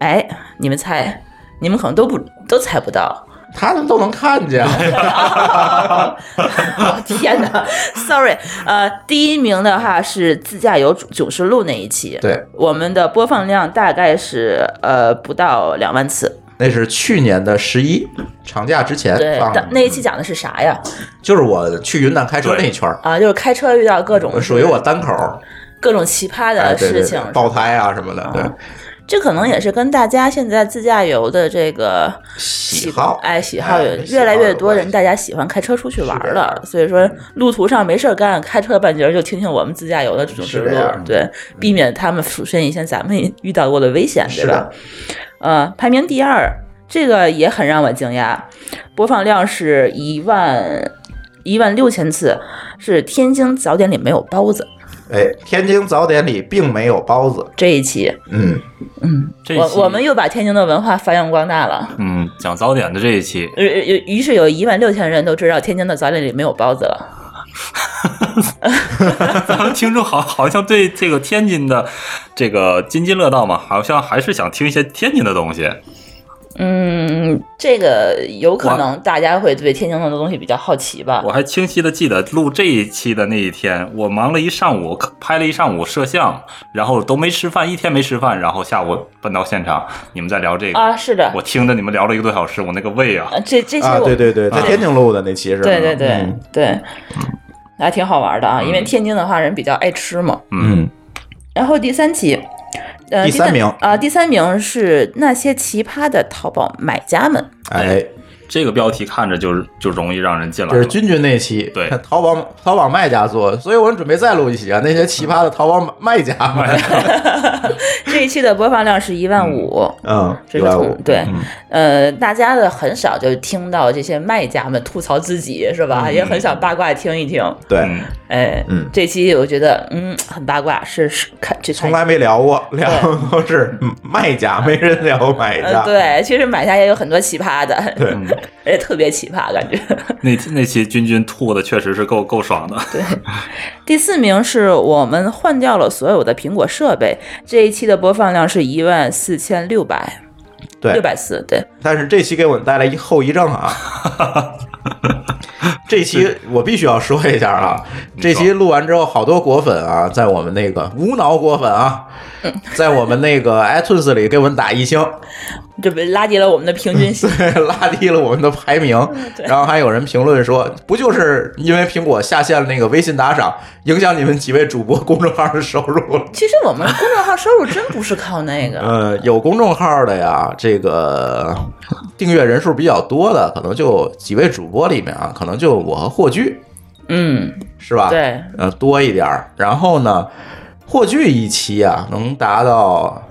S4: 哎，你们猜，你们可能都不都猜不到，
S3: 他们都能看见。
S4: 哦、天哪，sorry，呃，第一名的话是自驾游九九十路那一期，
S3: 对，
S4: 我们的播放量大概是呃不到两万次，
S3: 那是去年的十一长假之前
S4: 对，
S3: 放
S4: 但
S3: 的，
S4: 那一期讲的是啥呀？
S3: 就是我去云南开车那一圈儿，
S4: 啊，就是开车遇到各种
S3: 呃属于我单口儿
S4: 各种奇葩
S3: 哎，
S4: 的
S3: 对
S4: 事
S3: 对
S4: 情，哦
S3: 对，爆胎啊什么的，对，
S4: 这可能也是跟大家现在自驾游的这个
S3: 喜好
S4: 哎，喜好有
S3: 哎
S4: 越来越
S3: 喜好
S4: 多
S3: 有关
S4: 人，
S3: 系
S4: 大家喜欢开车出去玩
S3: 是这嗯
S4: 了
S3: 样，
S4: 所以说路途上没事儿干，开车半截儿就听听我们自驾游的这种
S3: 是嗯这
S4: 之路
S3: 样，
S4: 对，避免他们出现一些咱们遇到过的危险，对
S3: 是
S4: 吧
S3: 的？，
S4: 呃，排名第二，这个也很让我惊讶，播放量是一万一万六千次，是天津早点里没有包子。
S3: 哎，天津早点里并没有包子。
S4: 这一期，
S3: 嗯，
S4: 嗯，
S6: 这一期
S4: 我我们又把天津的文化发扬光大了。
S6: 嗯，讲早点的这一期，
S4: 呃于于是有一万六千人都知道天津的早点里没有包子了。
S6: 咱们听众好好像对这个天津的这个津津乐道嘛，好像还是想听一些天津的东西。
S4: 嗯，这个有可
S6: 我
S4: 能大家会对天津的东西比较好奇吧
S6: 我。还清晰的记得录这一期的那一天，我忙了一上午，拍了一上午摄像，然后都没吃饭，一天没吃饭，然后下午奔到现场，你们在聊这个，
S4: 啊，是的
S6: 我，听着你们聊了一个多小时，我那个胃啊，
S4: 呃这这些
S3: 啊，
S4: 我、
S3: 对
S4: 嗯
S3: 对对，在天津录的那期是吧？
S4: 对对对、
S3: 嗯
S4: 对，还挺好玩的啊，因为天津的话人比较爱吃嘛。
S6: 嗯，
S4: 然后第三期，呃，
S3: 第三名
S4: 啊、第三名是那些奇葩的淘宝买家们。
S3: 哎，
S6: 这个标题看着就是就容易让人进来
S3: 这
S6: 了
S3: 是。君君那期，
S6: 对
S3: 淘宝淘宝卖家做，所以我们准备再录一期啊，那些奇葩的淘宝卖家 们，
S4: 这一期的播放量是一万五、
S3: 嗯，
S4: 这
S3: 一
S4: 个
S3: 百
S4: 从
S3: 五，
S4: 对，呃，大家的很少就听到这些卖家们吐槽自己是吧？也很想八卦听一听。
S3: 对，
S6: 嗯，
S4: 哎，
S3: 嗯
S4: 这期我觉得嗯很八卦，是是看去看
S3: 从来没聊过，聊的都是嗯卖家，没人聊过买
S4: 呃
S3: 家，，
S4: 对，其实买家也有很多奇葩的，
S3: 对
S6: 嗯
S4: 而且特别奇葩感觉。
S6: 那那期君君吐的确实是够够爽的，
S4: 第四名是我们换掉了所有的苹果设备，这一期的播放量是一万四千六百六
S3: 对，
S4: 百四，对，
S3: 但是这期给我们带来一后遗症啊。这期我必须要说一下啊，这期录完之后，好多果粉啊，在我们那个无脑果粉啊，
S4: 嗯
S3: 在我们那个 iTunes 里给我们打一星，
S4: 这不拉低了我们的平
S3: 嗯
S4: 均线。
S3: 拉低了我们的排名。
S4: 嗯
S3: 然后还有人评论说，不就是因为苹果下线了那个微信打赏，影响你们几位主播公众号的收入了？
S4: 其实我们公众号收入真不是靠那个，
S3: 呃，有公众号的呀，这个订阅人数比较多的，可能就几位主播里面啊，可能就我和霍炬
S4: 嗯，
S3: 是吧？，
S4: 对，
S3: 呃，多一点儿。然后呢，霍炬一期啊，能达到。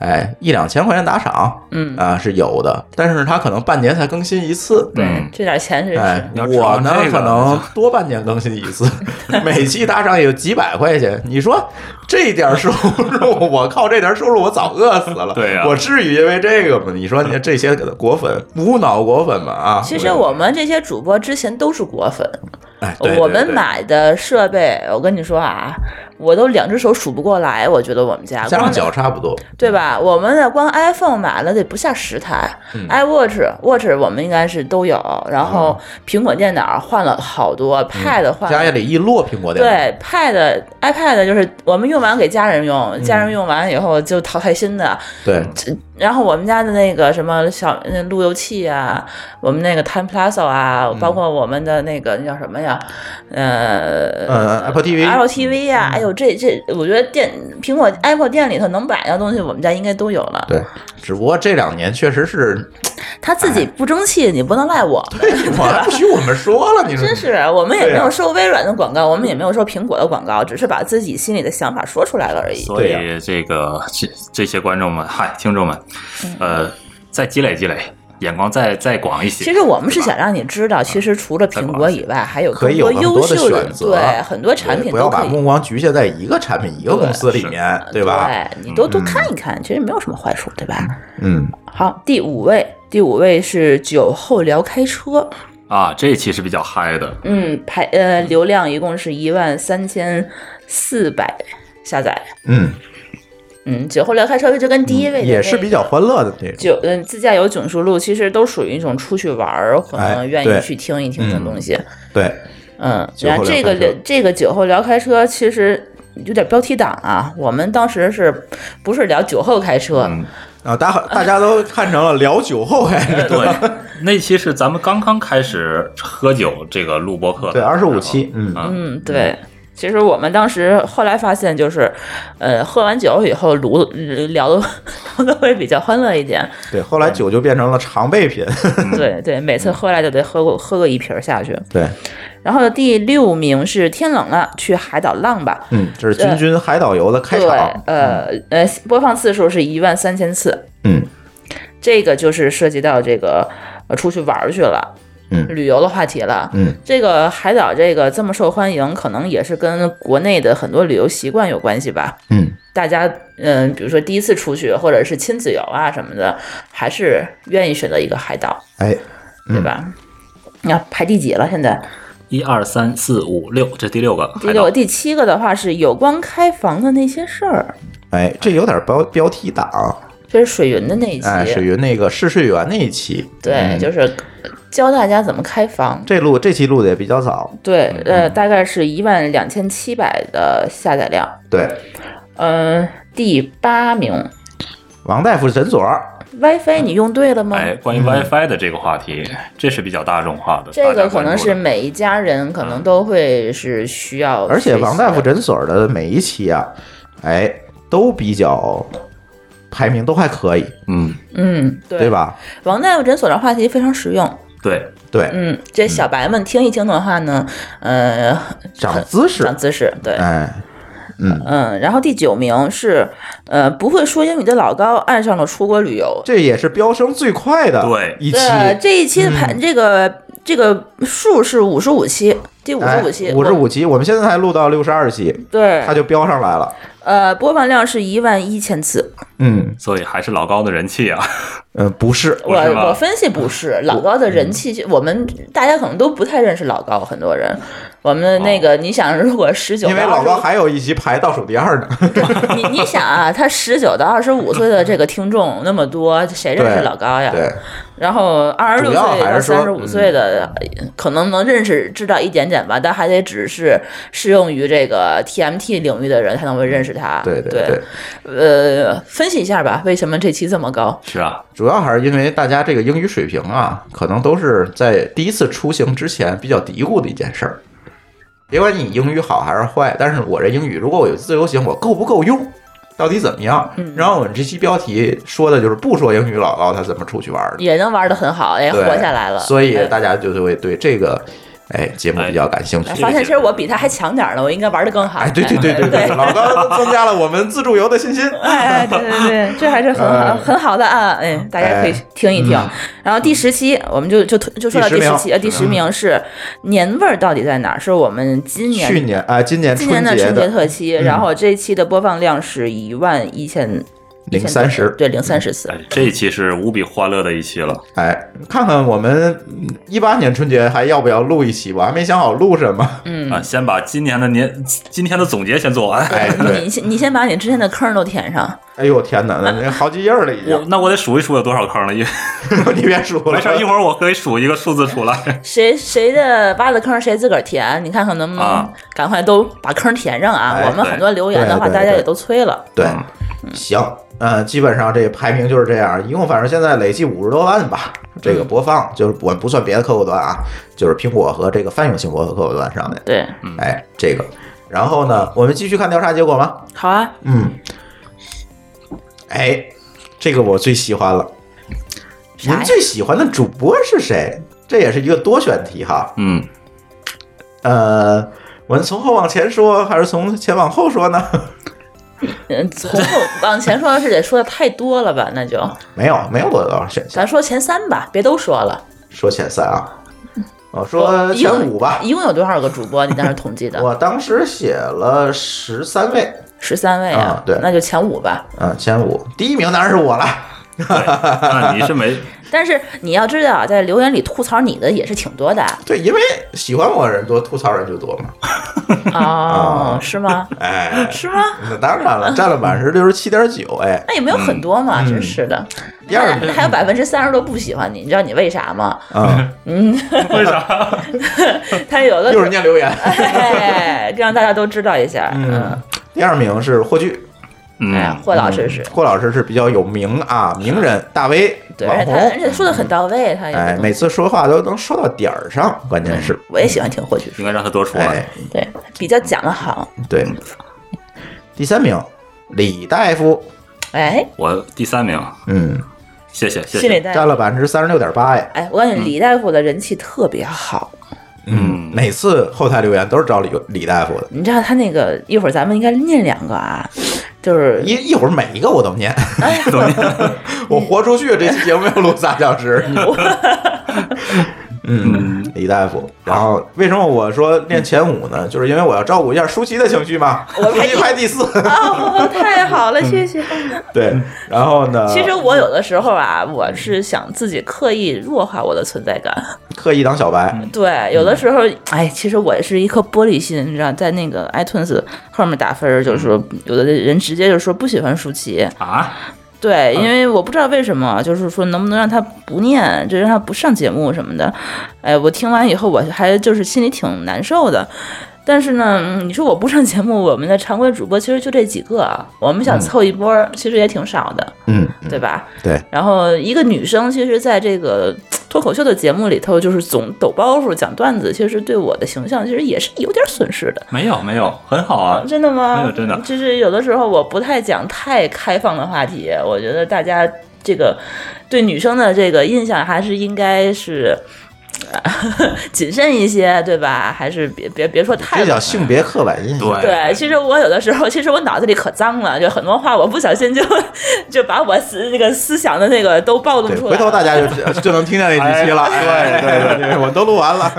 S3: 哎，一两千块钱打赏，
S4: 嗯
S3: 啊、是有的，但是他可能半年才更新一次，
S4: 对，
S6: 嗯
S4: 这点钱是、
S3: 哎，
S6: 要指望
S3: 我呢
S6: 这个
S3: 可能 多半年更新一 次，每期打赏也就几百块钱。你说这点收入，我靠，这点收入我早饿死了。
S6: 对呀啊
S3: 我至于因为这个吗？你说你这些果粉，无脑果粉们啊，
S4: 其实我们这些主播之前都是果粉，
S3: 哎，对
S4: 我们。买的设备，我跟你说啊，我都两只手数不过来。我觉得我们家
S3: 对对加上
S4: 光
S3: 脚差不多，
S4: 对吧？我们的光 iPhone 买了得不下十台、i
S3: 嗯
S4: w a t c h Watch 我们应该是都有，然后苹果电脑换了好多、，Pad
S3: 嗯
S4: 换
S3: 家
S4: 了。
S3: 里一摞苹果电脑，
S4: 对 Pad、iPad 就是我们用完给家人
S3: 嗯
S4: 用，家人用完以后就淘汰新的。
S3: 对
S4: 然后我们家的那个什么小那路由器啊，我们那个 Time Plaza 啊，
S3: 嗯
S4: 包括我们的那个那叫什么呀？
S3: 嗯
S4: 呃
S3: ，Apple
S4: ，Apple
S3: TV，
S4: TV 呀，哎呦，这这，我觉得店苹果 Apple 店里头能摆的东西，我们家应该都有了。
S3: 对，只不过这两年确实是，
S4: 他自
S3: 哎
S4: 己不争气，你不能赖我。
S3: 我还不许我们说了，你说
S4: 真是，我们也
S3: 对啊嗯
S4: 没
S3: 呀
S4: 有收微软的广告，我们也没有收苹果的广告，只是把自己心里的想法说出来了而已。
S6: 所
S3: 对
S6: 以这个这这些观众们，嗨，听众们，
S4: 嗯
S6: 呃，再积累积累，眼光再再广一些。
S4: 其实我们是想让你知道，其实除了苹果以外，还有
S3: 嗯可
S4: 更
S3: 以有更
S4: 优
S3: 多的
S4: 秀
S3: 选择，
S4: 对很多产品
S3: 不要
S4: 都
S3: 把
S4: 可以
S3: 目光局限在一个产品、一个公司里
S6: 是
S3: 面，对吧？
S4: 对你多多看一看，其实没有什么坏处，对吧？
S3: 嗯，
S4: 好，第五位，第五位是酒后聊开车，
S6: 啊，这一期是比较嗨 的，
S4: 嗯，排呃流量一共是一万三千四百下载，
S3: 嗯，
S4: 嗯，酒后聊开车就跟第一位的
S3: 也是
S4: 那
S3: 比较欢乐的那种。
S4: 酒嗯自驾游、囧叔路，其实都属于一种出去玩儿，可
S3: 哎
S4: 能愿
S3: 对
S4: 意去听一听的
S3: 嗯
S4: 东西。
S3: 对，
S4: 嗯，
S3: 酒
S4: 然后
S3: 后聊
S4: 这
S3: 开
S4: 个
S3: 车
S4: 聊这个酒后聊开车，其实有点标题党啊。我们当时是不是聊酒后开车？
S6: 嗯，
S3: 啊，大家大家都看成了聊酒后开始
S6: 对，那期是咱们刚刚开始喝酒这个录播课，
S3: 对，二十五期，嗯，
S4: 嗯，对。其实我们当时后来发现，就是，呃，喝完酒以后撸聊的 聊的会比较欢乐一点。
S3: 对，后来酒就变成了常备 品，
S4: 对对，每次喝来就得喝过喝个一瓶儿下去。
S3: 对，
S4: 然后第六名是天冷了，去海岛浪吧。
S3: 嗯，这是君君海岛游的开
S4: 对
S3: 场，，嗯
S4: 呃呃，播放次数是一万三千次，
S3: 嗯，
S4: 这个就是涉及到这个呃出去玩儿去了。
S3: 嗯
S4: 旅游的话题了。
S3: 嗯，
S4: 这个海岛这个这么受欢迎，可能也是跟国内的很多旅游习惯有关系吧。
S3: 嗯，
S4: 大家嗯、比如说第一次出去或者是亲子游啊什么的，还是愿意选择一个海岛，
S3: 哎，
S4: 对吧？那、排第几了？现在
S6: 一二三四五六，这第六个
S4: 第
S6: 海
S4: 六、嗯
S6: 岛。
S4: 第七个的话是有关开房的那些事儿，
S3: 哎，这有点标标题党，
S4: 这是水云的那一期，
S3: 哎，水云那个试睡员那一期，
S4: 对，
S3: 嗯
S4: 就是教大家怎么开房。
S3: 这录这期录的也比较早，
S4: 对，
S3: 嗯
S4: 呃，大概是一万两千七百的下载量，
S3: 对，
S4: 嗯、呃，第八名
S3: 王大夫诊所，嗯
S4: ，WiFi 你用对了吗？
S6: 哎，关于 WiFi 的这个话题，这是比较大众化的，
S4: 这
S6: 大
S4: 个
S6: 家
S4: 可
S6: 关
S4: 能
S6: 注
S4: 是
S6: 的
S4: 每一家人可能都会是需要学习的，
S3: 嗯而且王大夫诊所的每一期啊，哎，都比较排名都还可以，
S6: 嗯，
S4: 嗯，对
S3: 对？吧？
S4: 王大夫诊所的话题非常实用，
S6: 对，
S3: 对，
S4: 嗯，这小白们听一听的话呢，呃，
S3: 长姿势
S4: 长，姿势，对，
S3: 哎，
S4: 嗯，然后第九名是，呃，不会说英语的老高爱上了出国旅游，
S3: 这也是飙升最快的
S6: 对
S3: 一期，嗯
S4: 对，这一期的排、这个这个数是五十五期，第五十五期，
S3: 哎五十
S4: 我
S3: 五期，我们现在才录到六十二期，
S4: 对，
S3: 它就飙上来了。
S4: 呃，播放量是一万一千次。
S3: 嗯
S6: 所以还是老高的人气啊。
S3: 嗯，不是，
S4: 我
S6: 不是吗
S4: 我分析不
S3: 嗯
S4: 是老高的人气，我们大家可能都不太认识老高，很多人。我们那个，你想，如果十九
S3: 哦因为
S4: 到
S3: 老高
S4: 二
S3: 还有一集排倒数第二呢。
S4: 十， 你你想啊，他十九到二十五岁的这个听众那么多，谁认识
S3: 嗯对
S4: 老高呀？
S3: 对，
S4: 然后二十六
S3: 主
S4: 岁
S3: 要还
S4: 到
S3: 是说嗯
S4: 三十五岁的，可能能认识知道一点点吧，但还得只是适用于这个 TMT 领域的人才能会认识他。
S3: 对
S4: 对
S3: 对对，
S4: 呃，分析一下吧，为什么这期这么高？
S6: 是啊，
S3: 主要还是因为大家这个英语水平啊，可能都是在第一次出行之前比较嘀咕的一件事儿。别管你英语好还是坏，但是我这英语，如果我有自由行，我够不够用，到底怎么样？
S4: 嗯
S3: 然后我们这期标题说的就是不说英语老高他怎么出去玩儿的，
S4: 也能玩得很好，哎，
S3: 对
S4: 活下来了。
S3: 所以
S4: 哎
S3: 大家就是会对这个哎节目比较感兴趣
S4: 哎。发现其实我比他还强点儿呢，我应该玩得更好。
S3: 哎，对对对对 对，老高增加了我们自助游的信心。
S4: 哎，对对对，这还是很好、
S3: 呃
S4: 很好的啊，哎，大家可以
S3: 哎
S4: 听一听。然后第十期，我们就就就说到第
S3: 第十
S4: 十
S3: 名
S4: 期，呃，第十名是年味儿到底在哪儿？是我们今年
S3: 去年啊，今年
S4: 今年
S3: 春
S4: 的
S3: 节
S4: 春节
S3: 的嗯
S4: 特辑，然后这一期的播放量是一万一千
S3: 零三十，
S4: 对零三十四。
S6: 哎，这一期是无比欢乐的一期了。
S3: 哎，看看我们一八年春节还要不要录一期？我还没想好录什么。
S4: 嗯
S6: 啊，先把今年的年今天的总结先做完。
S3: 哎，
S4: 你
S3: 对，
S4: 先你先把你之前的坑都填上，
S3: 哎呦天哪，那那好几页了已
S6: 我
S3: 经，
S6: 那我得数一数有多少坑了，因为
S3: 你别数了，
S6: 没事，一会儿我可以数一个数字出来。
S4: 谁谁的挖的坑谁自个儿填，你看看能不能
S6: 啊
S4: 赶快都把坑填上啊！
S3: 哎
S4: 我们
S6: 对
S4: 很多留言的话，
S3: 对对
S4: 大家也
S3: 对
S4: 都催了。
S3: 对，行，嗯，基本上这个排名就是这样，一共反正现在累计五十多万吧。这个播放就是我不算别的客户端啊，就是苹果和这个泛用型播客客户端上的。
S4: 对，
S3: 哎，这个，然后呢，我们继续看调查结果吗？
S4: 好啊，
S3: 嗯，哎，这个我最喜欢了。
S4: 啥
S3: 您
S4: 呀？
S3: 最喜欢的主播是谁？这也是一个多选题哈。
S6: 嗯，
S3: 呃，我们从后往前说，还是从前往后说呢？
S4: 嗯，从后往前说是得说的太多了吧？那就
S3: 没有，没有多少选项。
S4: 咱说前三吧，别都说了。
S3: 说前三 啊，我说
S4: 一共
S3: 呃前五吧。
S4: 一共有多少个主播？你当时统计的？
S3: 我当时写了十三位，
S4: 十三位
S3: 啊对
S4: 那就前五吧。
S3: 嗯，前五第一名当然是我了。
S6: 对， 那你是 没
S4: 但是你要知道啊，在留言里吐槽你的也是挺 多的
S3: 对，因为喜欢我的人多，吐槽人就多嘛。啊
S4: 哦，是吗？
S3: 哎，
S4: 是吗？
S3: 那当然了，占了百分之六十七点九。哎，
S4: 那也没有很多嘛，真是的。
S3: 嗯第二
S4: 那还有百分之三十多不喜欢你，你知道你为啥吗？
S3: 嗯，
S6: 为啥？
S4: 他有
S3: 又是
S4: 个，
S3: 人家留言。
S4: 哎，让大家都知道一下。嗯，
S3: 第二名是霍炬，
S4: 哎，
S6: 嗯，
S4: 霍老师是，
S3: 霍老师是比较有名啊，名人大 V
S4: 对，而
S3: 网
S4: 且他
S3: 红
S4: 而。且说的很到位，他也嗯
S3: 哎，每次说话都能说到点儿上，关键是，
S4: 我也喜欢听霍炬说
S6: 应，该让他多啊出来。
S3: 哎，
S4: 对，比较讲的好。
S3: 对。第三名，李大夫，
S4: 哎，
S6: 我第三名，
S3: 嗯，
S6: 谢谢嗯谢
S4: 心理
S6: 谢。
S4: 大
S3: 占
S4: 夫，
S3: 了百分之三十六点八，哎，
S4: 哎，我感觉李大夫的人气特别好。
S6: 嗯
S3: 每次后台留言都是找李李大夫的，
S4: 你知道他那个一会儿咱们应该念两个啊，就是哎
S3: 一一会儿每一个我都念， 我活出去这期节目要录仨小时，嗯，李大夫。然后为什么我说练前五呢？就是因为我要照顾一下舒淇的情绪嘛。
S4: 我
S3: 舒淇排第四，
S4: 哦，太好
S6: 嗯
S4: 了，谢谢。
S6: 啊
S3: 对。然后呢，
S4: 其实我有的时候啊，我是想自己刻意弱化我的存在感。
S3: 刻意当小白，
S4: 对，有的时
S6: 嗯
S4: 候，哎，其实我也是一颗玻璃心，你知道，在那个 iTunes 后面打分儿，就是说有的人直接就说不喜欢舒淇，
S6: 啊，
S4: 对，
S3: 嗯
S4: 因为我不知道为什么，啊就是说能不能让他不念，就让他不上节目什么的。哎，我听完以后，我还就是心里挺难受的。但是呢，嗯你说我不上节目，我们的常规主播其实就这几个啊，我们想凑一波儿，其实也挺少的，
S3: 嗯，
S4: 对吧？
S3: 对。
S4: 然后一个女生，其实在这个嘖脱口秀的节目里头，就是总抖包袱、讲段子，其实对我的形象其实也是有点损失的。
S6: 没有没有，很好 啊，
S4: 真的吗？
S6: 没有真的
S4: 就是有的时候我不太讲太开放的话题，我觉得大家这个对女生的这个印象还是应该是。呃谨慎一些，对吧？还是别别别说太
S3: 这叫性别刻板印象。
S6: 对
S4: 对，其实我有的时候，其实我脑子里可脏了，就很多话我不小心就 就把我思那个思想的那个都暴露
S3: 对，
S4: 出来了。
S3: 回头大家 就就能听见那几期了。哎对对对对，我都录完了。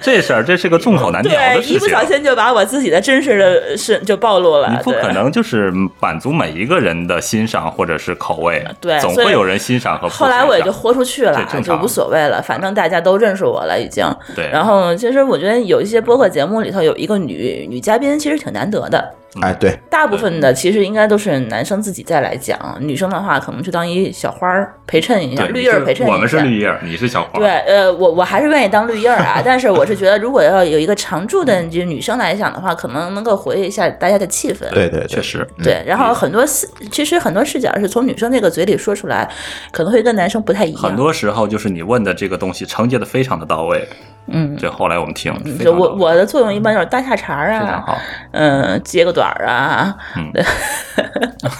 S6: 这事儿这是个众口难调
S4: 对
S6: 的
S4: 一
S6: 事
S4: 不
S6: 情。啊
S4: 小心就把我自己的真实的是就暴露了。
S6: 你不
S4: 对
S6: 可能就是满足每一个人的欣赏或者是口味，
S4: 对
S6: 总
S4: 所以
S6: 会有人欣赏和不欣
S4: 后
S6: 赏。
S4: 来我也就豁出去了
S6: 这，正
S4: 就
S6: 常
S4: 无所谓了，反正大家都认识我了已经。
S6: 对
S4: 然后其实我觉得有一些播客节目里头有一个女女嘉宾，其实挺难得的。
S3: 哎，对，
S4: 大部分的其实应该都是男生自己再来讲，女生的话可能去当一小花儿陪衬一下，
S6: 对
S4: 绿
S6: 你
S4: 叶儿
S6: 是
S4: 陪衬一下。
S6: 我们是绿叶儿，你是小黄。
S4: 对，呃，我我还是愿意当绿叶儿 啊，但是我是觉得，如果要有一个常驻的这女生来讲的话，可能能够活跃一下大家的气氛。
S3: 对对对，
S6: 确实，
S4: 对，然后很多视，其实很多视角是从女生这个嘴里说出来，可能会跟男生不太一样。
S6: 很多时候就是你问的这个东西承接的非常的到位。
S4: 嗯，
S6: 这后来我们听，非
S4: 就
S6: 常
S4: 我
S6: 到位
S4: 我的作用一般就是搭下茬儿
S6: 非常
S4: 啊，
S6: 好，
S4: 嗯，接个短儿啊，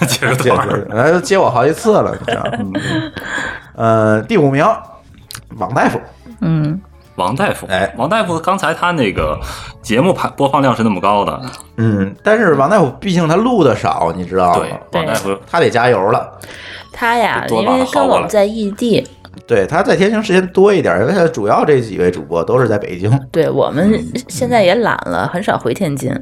S6: 接着
S3: 接
S6: 段儿。
S3: 来都哎接我好几次了，你知 道吗？嗯呃，第五名，王大夫，
S4: 嗯，
S6: 王大夫，
S3: 哎
S6: 王大夫刚才他那个节目排播放量是那么高的，
S3: 嗯，但是王大夫毕竟他录的少，你知道吗
S6: 对？，呃王大夫
S3: 他得加油了。
S4: 他呀，
S6: 多
S4: 因
S6: 把
S4: 为
S6: 好过
S4: 跟我
S6: 来
S4: 们在异地，
S3: 对，他在天津时间多一点，因为他主要这几位主播都是在北京。
S4: 对我们现在也懒了，很少回天津。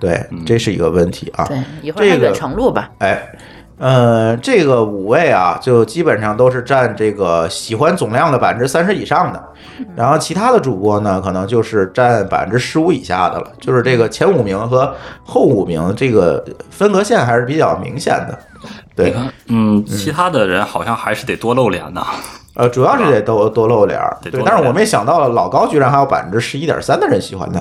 S3: 对，这是一个问题啊。
S4: 对，一会儿看
S3: 这个
S4: 远程路吧。
S3: 哎，呃，这个五位啊，就基本上都是占这个喜欢总量的百分之三十以上的，然后其他的主播呢，可能就是占百分之十五以下的了。就是这个前五名和后五名这个分隔线还是比较明显的。对，
S6: 嗯，其他的人好像还是得多露脸呐。
S3: 呃，主要是得多多露脸儿，
S6: 得
S3: 对。
S6: 多
S3: 但
S6: 露
S3: 是我
S6: 脸
S3: 没想到老高居然还有百分之十一点三的人喜欢他，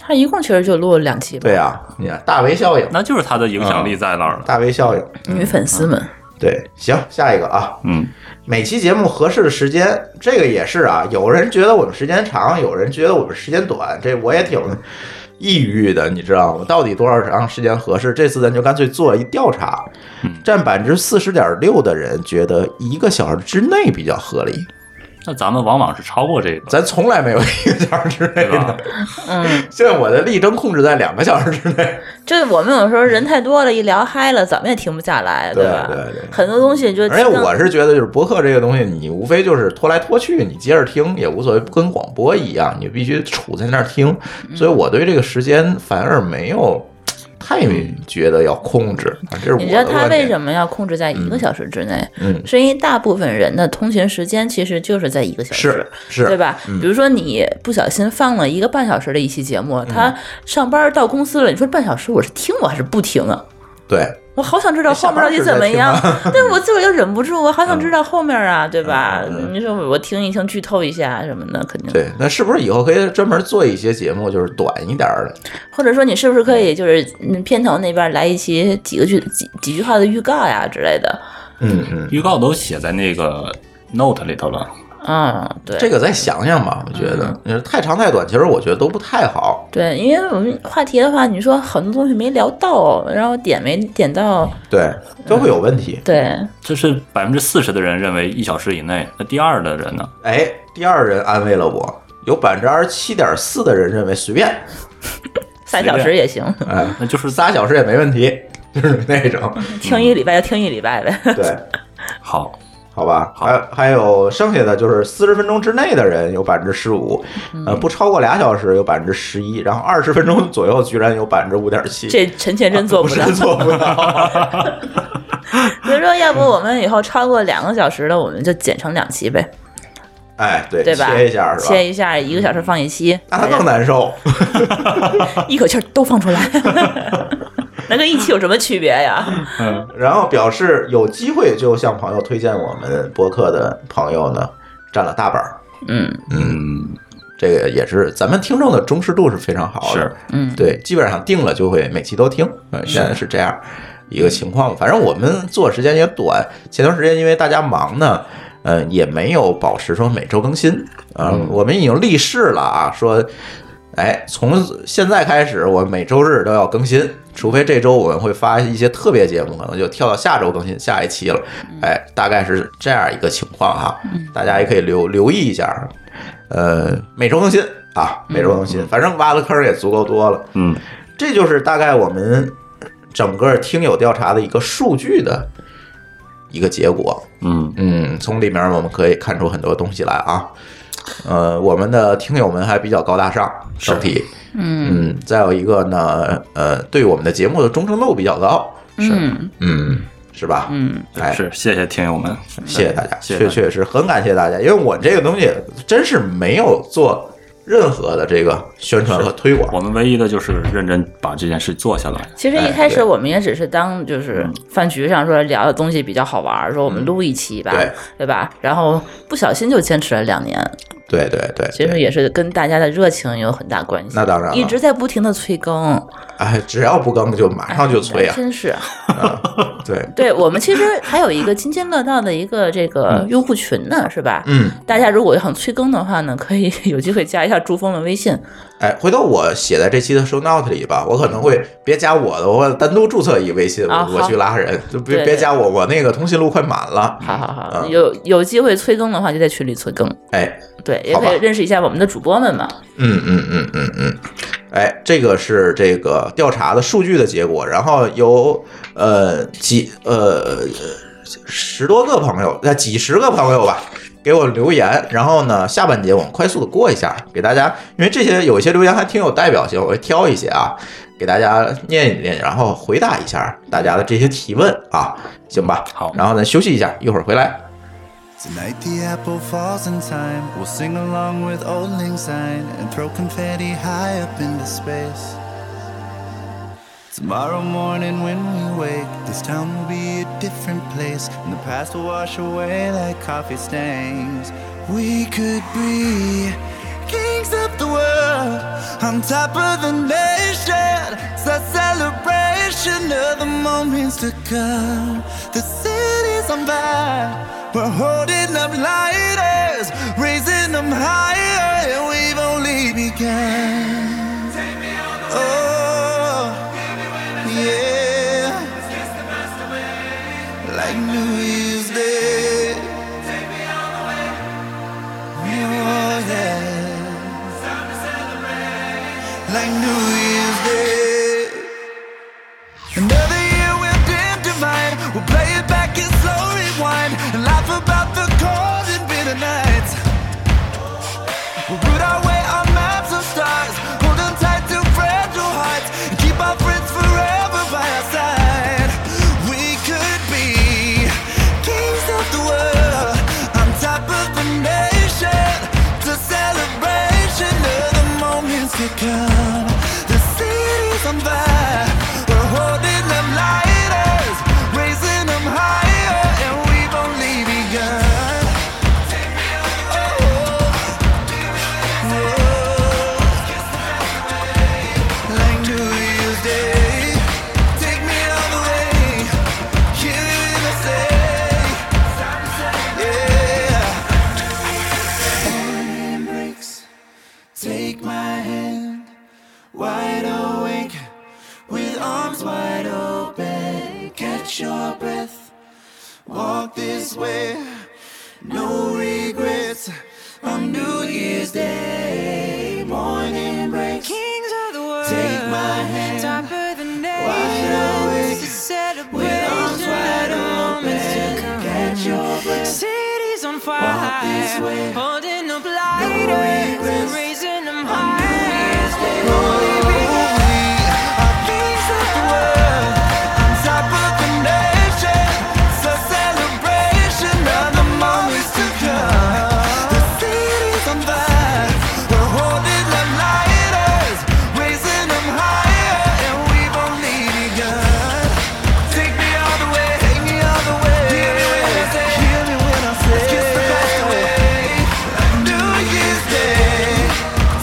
S4: 他一共其实就录了两期吧。
S3: 对啊，你看大 V 效应，
S6: 那就是他的影响力在那儿了。
S3: 大 V 效应，
S4: 女粉丝
S3: 嗯
S4: 们，
S3: 对，行，下一个啊，
S6: 嗯，
S3: 每期节目合适的时间，这个也是啊，有人觉得我们时间长，有人觉得我们时间短，这我也挺抑郁的，你知道吗？到底多少长时间合适？这次咱就干脆做一调查，
S6: 嗯
S3: 占百分之四十点六的人觉得一个小时之内比较合理，
S6: 那咱们往往是超过这个，
S3: 咱从来没有一个小时之内
S6: 对吧
S3: 的，？
S4: 嗯，
S3: 现在我的力争控制在两个小时之 内。
S4: 这我们有时候人太多了，一聊嗨了，怎么也停不下来，
S3: 对
S4: 吧？
S3: 对对
S4: 很多东西就
S3: 而且
S4: 刚
S3: 我是觉得，就是博客这个东西，你无非就是拖来拖去，你接着听也无所谓，跟广播一样，你必须杵在那儿听。
S4: 嗯
S3: 所以我对这个时间反而没有太觉得要控制，啊这是我
S4: 嗯你知道
S3: 的
S4: 他
S3: 观
S4: 为
S3: 点。
S4: 什么要控制在一个小时之内？
S3: 嗯
S4: 是因为大部分人的通勤时间其实就是在一个小时，
S3: 是是嗯
S4: 对吧？比如说你不小心放了一个半小时的一期节目，
S3: 嗯
S4: 他上班到公司了，你说半小时我是听我还是不听啊？
S3: 对，
S4: 我好想知
S3: 哎
S4: 道后面到底怎么样
S3: 下，
S4: 但我自个儿又忍不住，我好想知道后面啊，对吧？
S3: 嗯
S4: 你说我听一听，剧透一下什么的，肯定。
S3: 对，那是不是以后可以专门做一些节目，就是短一点儿的？
S4: 或者说你是不是可以就是嗯片头那边来一期几个句几几句话的预告呀之类的？
S3: 嗯嗯，
S6: 预告都写在那个 note 里头了。
S4: 嗯，对。
S3: 这个再想想吧，我觉
S4: 嗯
S3: 得你说太长太短，其实我觉得都不太好。
S4: 对，因为我们话题的话，你说很多东西没聊到，然后点没点到，
S3: 对，都会有问题。
S4: 对，
S6: 这是百分之四十的人认为一小时以内，那第二的人呢？
S3: 哎，第二人安慰了我，有百分之二十七点四的人认为随便。
S4: 三小时也行，
S3: 哎，
S6: 那就是
S3: 仨小 时也没问题，就是那种。
S4: 听一礼拜就听一礼拜呗。
S3: 对，
S6: 好，
S3: 好吧？
S6: 好
S3: 还还有剩下的就是四十分钟之内的人有百分之十五，
S4: 嗯
S3: 呃，不超过俩小时有百分之十一，然后二十分钟左右居然有百分之五点七，
S4: 这陈前真做
S3: 不
S4: 不到
S3: 是。做不 到。
S4: 所以说，要不我们以后超过两个小时的，我们就剪成两期呗，
S3: 哎，对，
S4: 对吧？
S3: 切一下是吧？
S4: 切一下，一个小时放一期，
S3: 那他更难受。
S4: 一口气儿都放出来， 那跟一期有什么区别呀？
S3: 然后表示有机会就向朋友推荐我们播客的朋友呢，占了大半儿。
S4: 嗯，
S6: 嗯，
S3: 这个也是咱们听众的忠实度是非常好的，
S6: 是，
S4: 嗯
S3: 对，基本上定了就会每期都听，嗯，现在是这样一个情况。反正我们做时间也短，前段时间因为大家忙呢，呃，也没有保持说每周更新，啊、我们已经立誓了啊，说，哎，从现在开始，我每周日都要更新，除非这周我们会发一些特别节目，可能就跳到下周更新下一期了，哎，大概是这样一个情况哈，大家也可以留留意一下，呃，每周更新啊，每周更新，反正挖的坑儿也足够多了。
S6: 嗯，
S3: 这就是大概我们整个听友调查的一个数据的一个结果。
S6: 嗯，
S3: 嗯，从里面我们可以看出很多东西来啊。呃，我们的听友们还比较高大上，整体，
S4: 嗯
S3: 嗯，再有一个呢，呃，对我们的节目的忠诚度比较高，
S4: 嗯
S3: 嗯，是吧？
S4: 嗯，
S3: 哎，
S6: 是，谢谢听友们，
S3: 谢谢大家，
S6: 谢谢
S3: 确
S6: 大家
S3: 确实很感谢大家，因为我这个东西真是没有做任何的这个宣传和推广
S6: 我，们唯一的就是认真把这件事做下来。
S4: 其实
S3: 哎
S4: 一开始
S3: 对
S4: 我们也只是当就是饭局上说聊的东西比较好玩儿，说我们录一期吧，
S3: 对
S4: 对吧？然后不小心就坚持了两年，
S3: 对对对，
S4: 其实
S3: 对
S4: 也是跟大家的热情有很大关系。
S3: 那当然了
S4: 一直在不停的催更，
S3: 哎，只要不更就马上就催啊，
S4: 真是。
S3: 对，
S4: 对我们其实还有一个津津乐道的一个这个用户群呢，是吧？
S3: 嗯，
S4: 大家如果想催更的话呢，可以 有机会加一下朱峰的微信。
S3: 哎，回头我写在这期的 show note 里吧，我可能会别加我的，我单独注册一微信，
S4: 嗯啊
S3: 我我
S4: 好
S3: 去拉人，就别
S4: 对
S3: 别
S4: 对
S3: 加我，我那个通讯录快满了，
S4: 好好好，
S3: 嗯
S4: 有有机会催更的话，就在群里催更。
S3: 哎，
S4: 对，也
S3: 好吧
S4: 可以认识一下我们的主播们嘛。
S3: 嗯嗯嗯嗯嗯，哎，这个是这个调查的数据的结果，然后有呃几呃十多个朋友，那几十个朋友吧。给我留言，然后呢，下半节我们快速的过一下，给大家，因为这些有一些留言还挺有代表性，我会挑一些啊，给大家念一念，然后回答一下大家的这些提问啊，行吧？
S6: 好
S3: 然后咱休息一下，一会儿回来。
S7: Tonight the apple falls in time. We'll sing along with old Ling Syne and throw confetti high up into space. Tomorrow morning when we wake, this town will be a different place, and the past will wash away like coffee stains. We could be kings of the world, on top of the nation. It's a celebration of the moments to come. The city's on fire, we're holding up lighters, raising them higher, and we've only begun. Oh. Yeah. Like New Year's Day. Oh, yeah. Like New Year's Day. Another year we're dim divine. We'll play it back in slow rewind and laugh about the cold and bitter nights. We'll root our way on maps of stars, hold on tight to fragile hearts, and keep our friends forever by our side. We could be kings of the world, on top of the nation, the celebration of the moments to come. The city's on fire, we're holding them lighters, raising them higher, and we've only begun. Oh. Like New Year's Day, take me all the way. Here in the yeah. Take my hand, wide awake, with arms wide open. Catch your breath, walk this way, no regrets. On New Year's Day, morning breaks.
S8: Kings of the world.
S7: Take my hand.
S8: Top of the
S7: awake,
S8: nation. It's a celebration
S7: arms wide
S8: of moments to come.
S7: Catch your breath.
S8: City fire, holding up lighters, raising them higher. Only because
S7: Take me all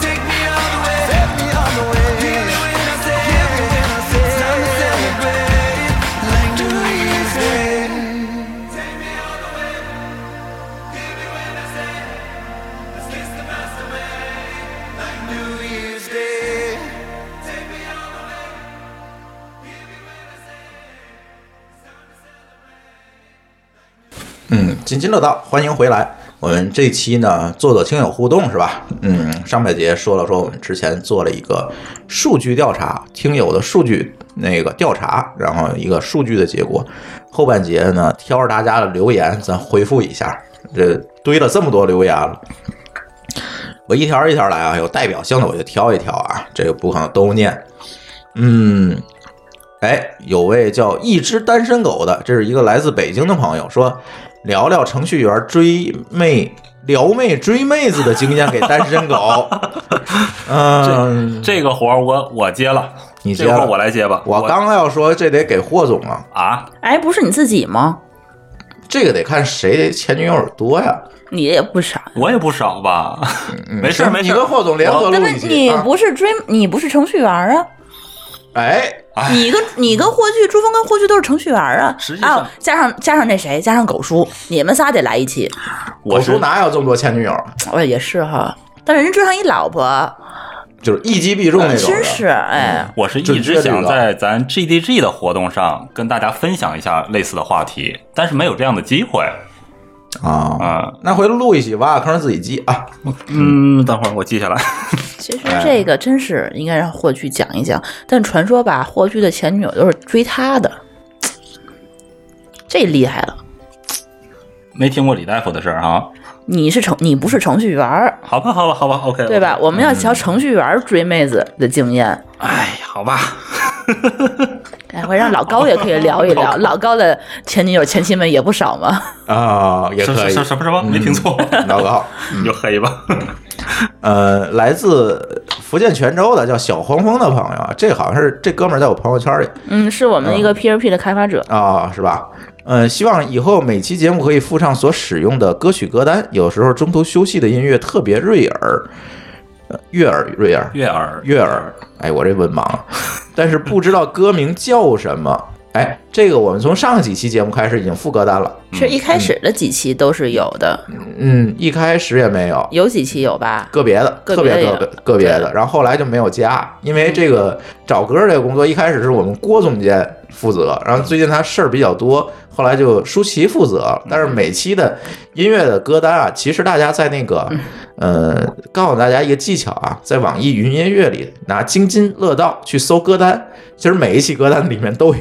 S7: the way, take me all the way. Give me when I say, give me when I say. It's time to celebrate like New Year's Day. Take me all the way, give me when I say. Let's kiss the past away like New Year's Day. Take me all the way, give me when I say. It's time to celebrate.
S3: 嗯，津津乐道，欢迎回来。我们这期呢，做做听友互动是吧？嗯，上半节说了说我们之前做了一个数据调查，听友的数据那个调查，然后一个数据的结果。后半节呢，挑着大家的留言，咱回复一下。这堆了这么多留言了，我一条一条来啊，有代表性的我就挑一挑啊，这个不可能都念。嗯，哎，有位叫一只单身狗的，这是一个来自北京的朋友说，聊聊程序员追妹、撩妹、追妹子的经验给单 身狗。嗯，
S6: 这个活儿我我接了，
S3: 你接
S6: 这个活
S3: 了
S6: 儿我来接吧。
S3: 我刚要说这得给霍总啊，
S6: 啊，
S4: 哎，不是你自己吗？
S3: 这个得看谁前女友多呀。
S4: 你也不傻，
S6: 我也不少吧， 没事儿没事
S3: 嗯行
S6: 儿，
S3: 你跟霍总联合
S4: 但
S3: 录一期
S4: 是你
S3: 啊。
S4: 不是追，你不是程序员啊？
S3: 哎，
S4: 你跟你跟霍炬、朱峰跟霍炬都是程序员啊
S6: 实际，上
S4: 啊，加上加上那谁，加上狗叔，你们仨得来一期。
S6: 我
S3: 狗叔
S6: 是
S3: 哪有这么多前女友？啊
S4: 哎，也是哈，但是人追上一老婆，
S3: 就是一击必中那种的。
S4: 真是哎，
S6: 我是一
S3: 准确
S6: 直
S3: 率
S6: 想
S3: 高
S6: 在咱 GDG 的活动上跟大家分享一下类似的话题，但是没有这样的机会
S3: 啊，
S6: 啊。
S3: 那回头录一期，挖个坑自己记啊。
S6: 嗯，等会儿我记下来。
S4: 其实这个真是应该让霍炬讲一讲。但传说吧，霍炬的前女友都是追他的，这厉害了。
S6: 没听过李大夫的事儿哈？
S4: 你是程，你不是程序员儿，
S6: 好吧，好吧，好吧，OK，
S4: 对哎吧？？我嗯们要瞧程序员儿追妹子的经验。
S6: 哎，好吧，
S4: 哎，我让老高也可以聊一 聊，老高的前女友、前妻们也不少嘛。
S3: 啊，也
S6: 什
S3: 可
S6: 什
S3: 以嗯
S6: 什。什么什么？没听错，
S3: 老高，
S6: 你就黑吧。
S3: 呃，来自福建泉州的叫小黄蜂的朋友啊，这好像是这哥们儿在我朋友圈里
S4: 嗯，是我们一个 PRP 的开发者。
S3: 啊、是吧？嗯，希望以后每期节目可以附上所使用的歌曲歌单，有时候中途休息的音乐特别悦耳，呃悦耳悦耳
S6: 悦耳，
S3: 悦耳，哎，我这文盲，但是不知道歌名叫什么。哎，这个我们从上几期节目开始已经副歌单了，
S4: 是一开始的几期都是有的，
S3: 嗯，一开始也没有，
S4: 有几期有吧？
S3: 个别的，
S4: 个
S3: 特
S4: 别
S3: 别
S4: 的
S3: 个
S4: 也
S3: 别个别的，然后后来就没有加，因为这个找歌这个工作一开始是我们郭总监负责，然后最近他事儿比较多，后来就舒淇负责。
S4: 嗯
S3: 但是每期的音乐的歌单啊，其实大家在那个
S4: 嗯
S3: 呃，告诉大家一个技巧啊，在网易云音乐里拿津津乐道去搜歌单，其实每一期歌单里面都有，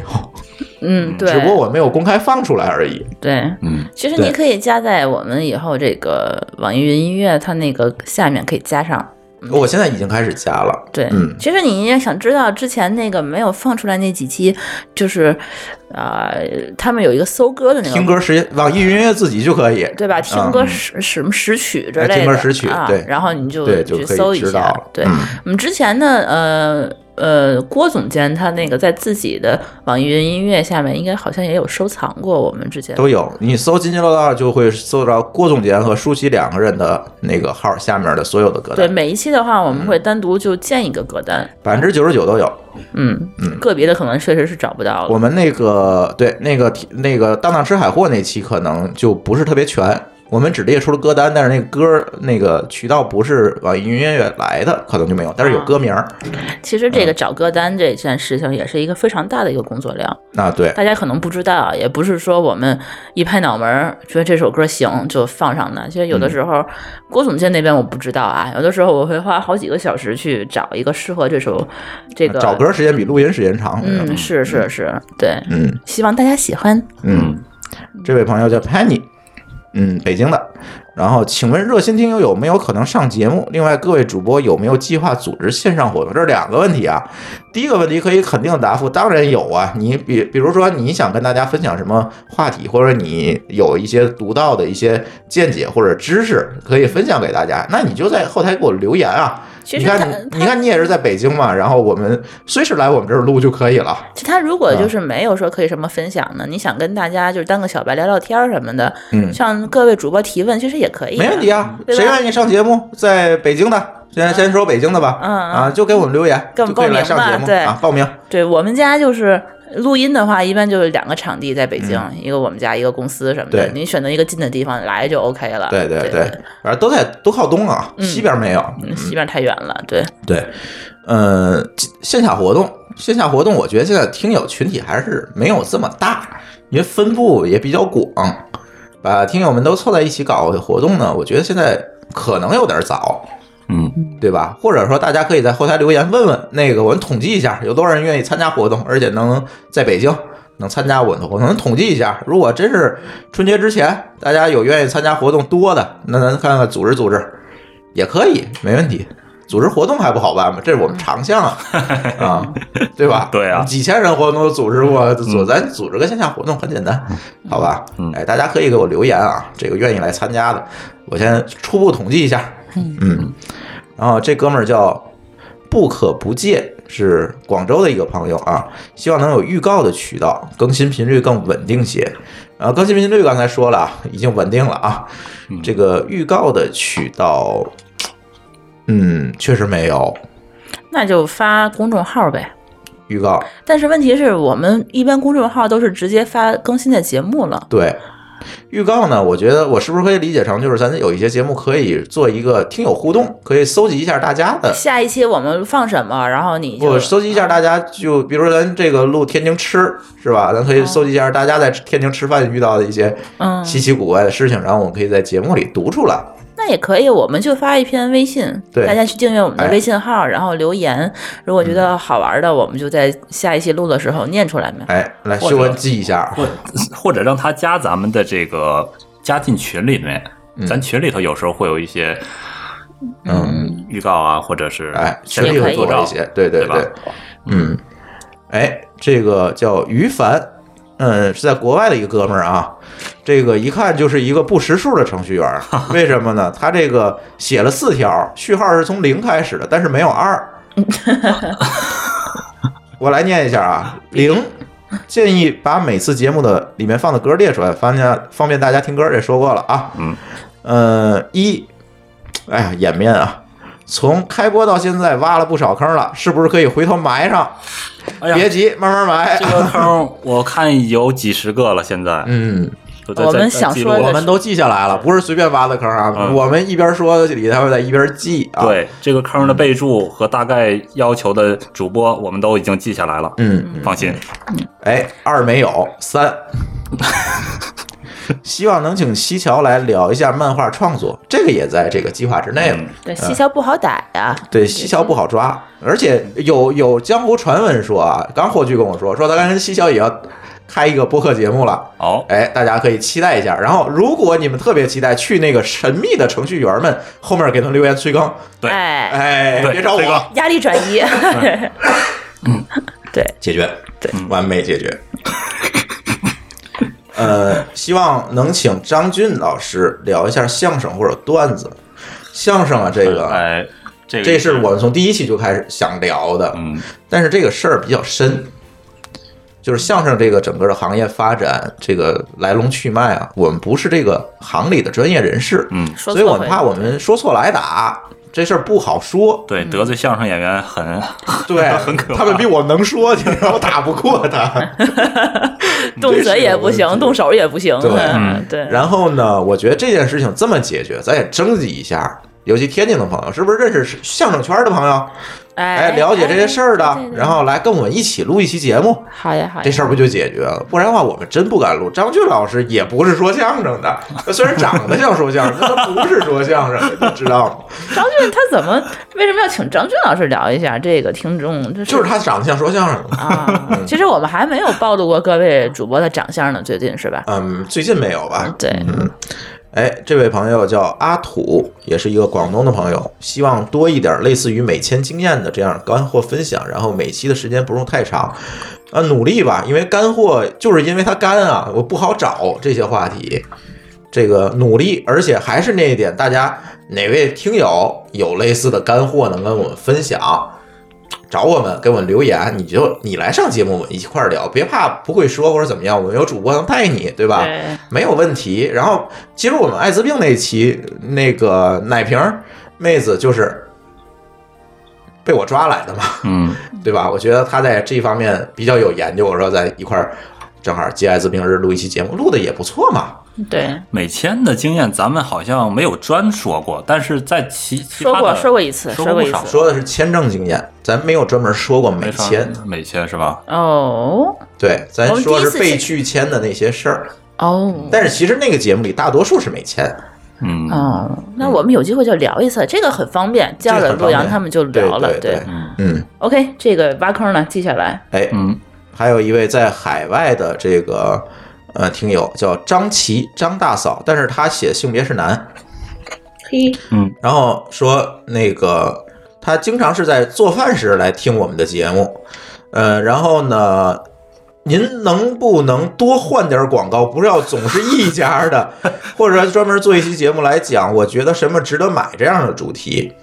S4: 嗯，对。
S3: 只不过我没有公开放出来而已。
S4: 对，
S6: 嗯，
S4: 其实
S3: 对
S4: 你可以加在我们以后这个网易云音乐它那个下面可以加上。
S3: 我现在已经开始加了，
S4: 对，
S3: 嗯
S4: 其实你也想知道之前那个没有放出来那几期，就是，呃，他们有一个搜歌的那个
S3: 听歌时间，网易云音乐自己就可以。
S4: 对吧？听歌
S3: 嗯
S4: 识什么识曲之
S3: 哎
S4: 类的，
S3: 听歌识曲
S4: 啊、
S3: 对
S4: 然后你就
S3: 对就
S4: 去
S3: 可以
S4: 搜一
S3: 知道
S4: 下
S3: 了。
S4: 对，
S3: 嗯
S4: 我们之前呢，呃呃，郭总监他那个在自己的网易云音乐下面，应该好像也有收藏过我们之前
S3: 都有，你搜津津乐道就会搜到郭总监和舒淇两个人的那个号下面的所有的嗯歌
S4: 对
S3: 单，
S4: 每一期的话，我们会单独就建一个歌单，
S3: 百分之九十九都有。
S4: 嗯，个别的可能确实是找不到
S3: 我
S4: 了。
S3: 们那个对那个那个当当吃海货那期可能就不是特别全，我们只列出了歌单，但是那个歌那个渠道不是网易云音乐来的，可能就没有，但
S4: 啊
S3: 是有歌名儿。
S4: 其实
S3: 嗯
S4: 这个找歌单这件事情也是一个非常大的一个工作量，
S3: 那对，
S4: 大家可能不知道，啊也不是说我们一拍脑门儿觉得这首歌行就放上的。其实有
S3: 嗯
S4: 的时候、郭总监那边我不知道啊，有的时候我会花好几个小时去找一个适合这首这个
S3: 啊找。歌时间比录音时间长。
S4: 嗯，是是是，对，
S3: 嗯
S4: 希望大家喜欢。嗯
S3: 嗯，这位朋友叫 Penny。嗯，北京的。然后，请问热心听友有没有可能上节目？另外，各位主播有没有计划组织线上活动？这是两个问题啊。第一个问题可以肯定地答复，当然有啊。你比比如说，你想跟大家分享什么话题，或者你有一些独到的一些见解或者知识可以分享给大家，那你就在后台给我留言啊。
S4: 其
S3: 你
S4: 实
S3: 看
S4: 他
S3: 你，
S4: 他
S3: 你看你也是在北京嘛，然后我们随时来我们这儿录就可以了。
S4: 其他如果
S3: 啊
S4: 就是没有说可以什么分享呢？你想跟大家就是当个小白聊聊天儿什么的，
S3: 嗯
S4: 向各位主播提问，其实也可以、
S3: 没问题。啊，
S4: 对吧
S3: 谁愿意上节目？在北京的，先先说北京的吧。
S4: 嗯嗯
S3: 啊，就给我们留言，
S4: 给我
S3: 就
S4: 们
S3: 可以来
S4: 报名
S3: 上
S4: 嘛
S3: 节目
S4: 对
S3: 啊，报名。
S4: 对我们家就是录音的话，一般就是两个场地在北京，一个我们家，一个公司什么的。
S3: 嗯对
S4: 你选择一个近的地方来就 OK 了。
S3: 对
S4: 对
S3: 对对，反正都在都靠东啊，
S4: 嗯
S3: 西边没有。
S4: 嗯西边太远了，对，
S3: 对，呃，线下活动，线下活动，我觉得现在听友群体还是没有这么大，因为分布也比较广，把听友们都凑在一起搞活动呢，我觉得现在可能有点早。
S6: 嗯，
S3: 对吧？或者说，大家可以在后台留言问问，那个我们统计一下，有多少人愿意参加活动，而且能在北京能参加我们的活动，能统计一下。如果真是春节之前大家有愿意参加活动多的，那咱看看组织组织，也可以，没问题。组织活动还不好办吗？这是我们长 项啊，啊，对吧？
S6: 对啊
S3: 几千人活动都组织过，组咱组织个线下活动很简单，好吧？
S6: 嗯
S3: 哎，大家可以给我留言啊，这个愿意来参加的，我先初步统计一下，嗯，然后这哥们儿叫不可不戒，是广州的一个朋友啊，希望能有预告的渠道，更新频率更稳定些。然后更新频率刚才说了，啊，已经稳定了啊。这个预告的渠道，嗯，确实没有
S4: 那就发公众号呗。
S3: 预告，
S4: 但是问题是我们一般公众号都是直接发更新的节目了，
S3: 对。预告呢？我觉得我是不是可以理解成，就是咱有一些节目可以做一个听友互动，可以搜集一下大家的
S4: 下一期我们放什么，然后你就
S3: 我搜集一下大家，就比如说咱这个录天津吃是吧？咱可以搜集一下大家在天津吃饭遇到的一些
S4: 嗯，
S3: 稀奇古怪的事情，然后我们可以在节目里读出来。
S4: 那也可以，我们就发一篇微信，
S3: 对
S4: 大家去订阅我们的
S3: 哎嗯
S4: 微信号，然后留言。如果觉得好玩的，我们就在下一期录的时候念出来嘛。
S3: 哎，来
S6: 或者
S3: 秀恩记一下，
S6: 或或者让他加咱们的这个加进群里面，咱群里头有时候会有一些
S3: 嗯，
S6: 预告啊，或者是
S3: 哎，
S6: 现场
S3: 群里
S4: 也可
S3: 会
S4: 以
S6: 做
S3: 多
S6: 照
S3: 一些，对
S6: 对吧
S3: 对，嗯，哎，这个叫于凡，嗯，是在国外的一个哥们儿啊，这个一看就是一个不识数的程序员儿，为什么呢？他这个写了四条，序号是从零开始的，但是没有二。我来念一下啊，零。建议把每次节目的里面放的歌列出来，方便方便大家听歌。这说过了啊，
S6: 嗯，
S3: 呃，一，哎呀，颜面啊，从开播到现在挖了不少坑了，是不是可以回头埋上？
S6: 哎呀，
S3: 别急，慢慢埋。
S6: 这个坑我看有几十个了，现在
S3: 嗯，
S6: 都在
S4: 我们
S6: 在
S4: 想
S6: 记录
S4: 说的
S3: 我
S6: 我
S3: 们都记下来了，不是随便挖的坑啊。
S6: 嗯
S3: 我们一边说里头在一边记啊。，
S6: 对这个坑的备注和大概要求的主播，我们都已经记下来了。
S3: 嗯，
S6: 放心，
S3: 哎，二没有， 三。希望能请西桥来聊一下漫画创作，这个也在这个计划之内了。
S6: 嗯
S4: 对，西桥不好啊打呀，
S3: 对，西桥不好抓，而且有有江湖传闻说啊，刚霍炬跟我说，说他跟西桥也要开一个播客节目了。
S6: 好，
S3: 哎，大家可以期待一下。然后，如果你们特别期待去那个神秘的程序员们后面给他留言催更，
S6: 对
S4: 哎，
S3: 哎，
S6: 对
S3: 别找
S6: 催更
S3: 我，
S4: 压力转移。 对，
S3: 解决，
S4: 对，
S6: 嗯
S3: 完美解决。 呃，希望能请张俊老师聊一下相声或者段子。相声啊，这个
S6: 哎，这个
S3: 这是我们从第一期就开始想聊的，
S6: 嗯
S3: 但是这个事儿比较深，就是相声这个整个的行业发展这个来龙去脉啊，我们不是这个行里的专业人士，
S6: 嗯，
S4: 说
S3: 所以
S4: 错
S3: 我
S4: 回
S3: 们怕我们说错了挨打，这事儿不好说。
S6: 对得罪相声演员很
S3: 对，
S6: 很可怕
S3: 他们比我能说，你知道我打不过他。
S4: 动
S3: 这
S4: 嘴
S3: 是
S4: 也
S3: 有
S4: 不
S3: 问
S4: 行
S3: 题，
S4: 动手也不行。
S3: 对
S4: 嗯对，
S3: 然后呢，我觉得这件事情这么解决，咱也征集一下，尤其天津的朋友，是不是认识相声圈的朋友？哎，
S4: 哎，
S3: 了解这些事儿的
S4: 哎对对，对
S3: 然后来跟我们一起录一期节目，
S4: 好呀好呀
S3: 这，事儿不就解决了？不然的话，我们真不敢录。张俊老师也不是说相声 的，他虽然长得像说相声，但他不是说相声的，你知道吗？
S4: 张俊他怎么为什么要请张俊老师聊一下这个听众？这
S3: 就是他长得像说相声的。
S4: 啊，其实我们还没有暴露过各位主播的长相呢，最近是吧？
S3: 嗯，最近没有吧？
S4: 对，
S3: 哎，这位朋友叫阿土，也是一个广东的朋友，希望多一点类似于美签经验的这样干货分享，然后每期的时间不用太长，啊，努力吧，因为干货就是因为它干啊，我不好找这些话题，这个努力，而且还是那一点，大家哪位听友有类似的干货能跟我们分享，找我们给我们留言，你就你来上节目，我们一块儿聊，别怕不会说或者怎么样，我们有主播能带你，对吧？
S4: 对
S3: 没有问题。然后其实我们艾滋病那一期，那个奶瓶儿妹子就是被我抓来的嘛，
S6: 嗯，
S3: 对吧？我觉得她在这方面比较有研究，我说在一块儿正好接艾滋病日录一期节目，录的也不错嘛。
S4: 对，
S6: 美签的经验咱们好像没有专说过，但是在其其
S4: 说
S6: 他
S4: 过
S6: 的
S4: 说过一次，
S6: 说
S4: 说
S6: 过
S4: 过
S6: 不
S4: 一
S6: 少
S4: 次。
S3: 说的是签证经验，咱没有专门说过美
S6: 没
S3: 签，
S6: 错美签是吧？
S4: 哦
S3: 对，咱
S4: 我们
S3: 说
S4: 第一
S3: 是
S4: 次
S3: 被
S4: 去
S3: 拒签的那些事儿。
S4: 哦
S3: 但是其实那个节目里大多数是美签，
S6: 嗯，
S4: 哦，那我们有机会就聊一次，这个很方便，叫
S3: 这个
S4: 了
S3: 很
S4: 陆
S3: 方
S4: 阳
S3: 便
S4: 他们就聊了。
S3: 对对对
S6: 嗯
S3: 嗯，
S4: OK，这个挖坑呢记下来。
S3: 哎，
S6: 嗯，
S3: 还有一位在海外的这个呃听友叫张琪张大嫂，但是他写性别是男，
S9: 嘿，
S3: 然后说那个他经常是在做饭时来听我们的节目，呃，然后呢，您能不能多换点广告，不要总是一家的，或者专门做一期节目来讲，我觉得什么值得买这样的主题。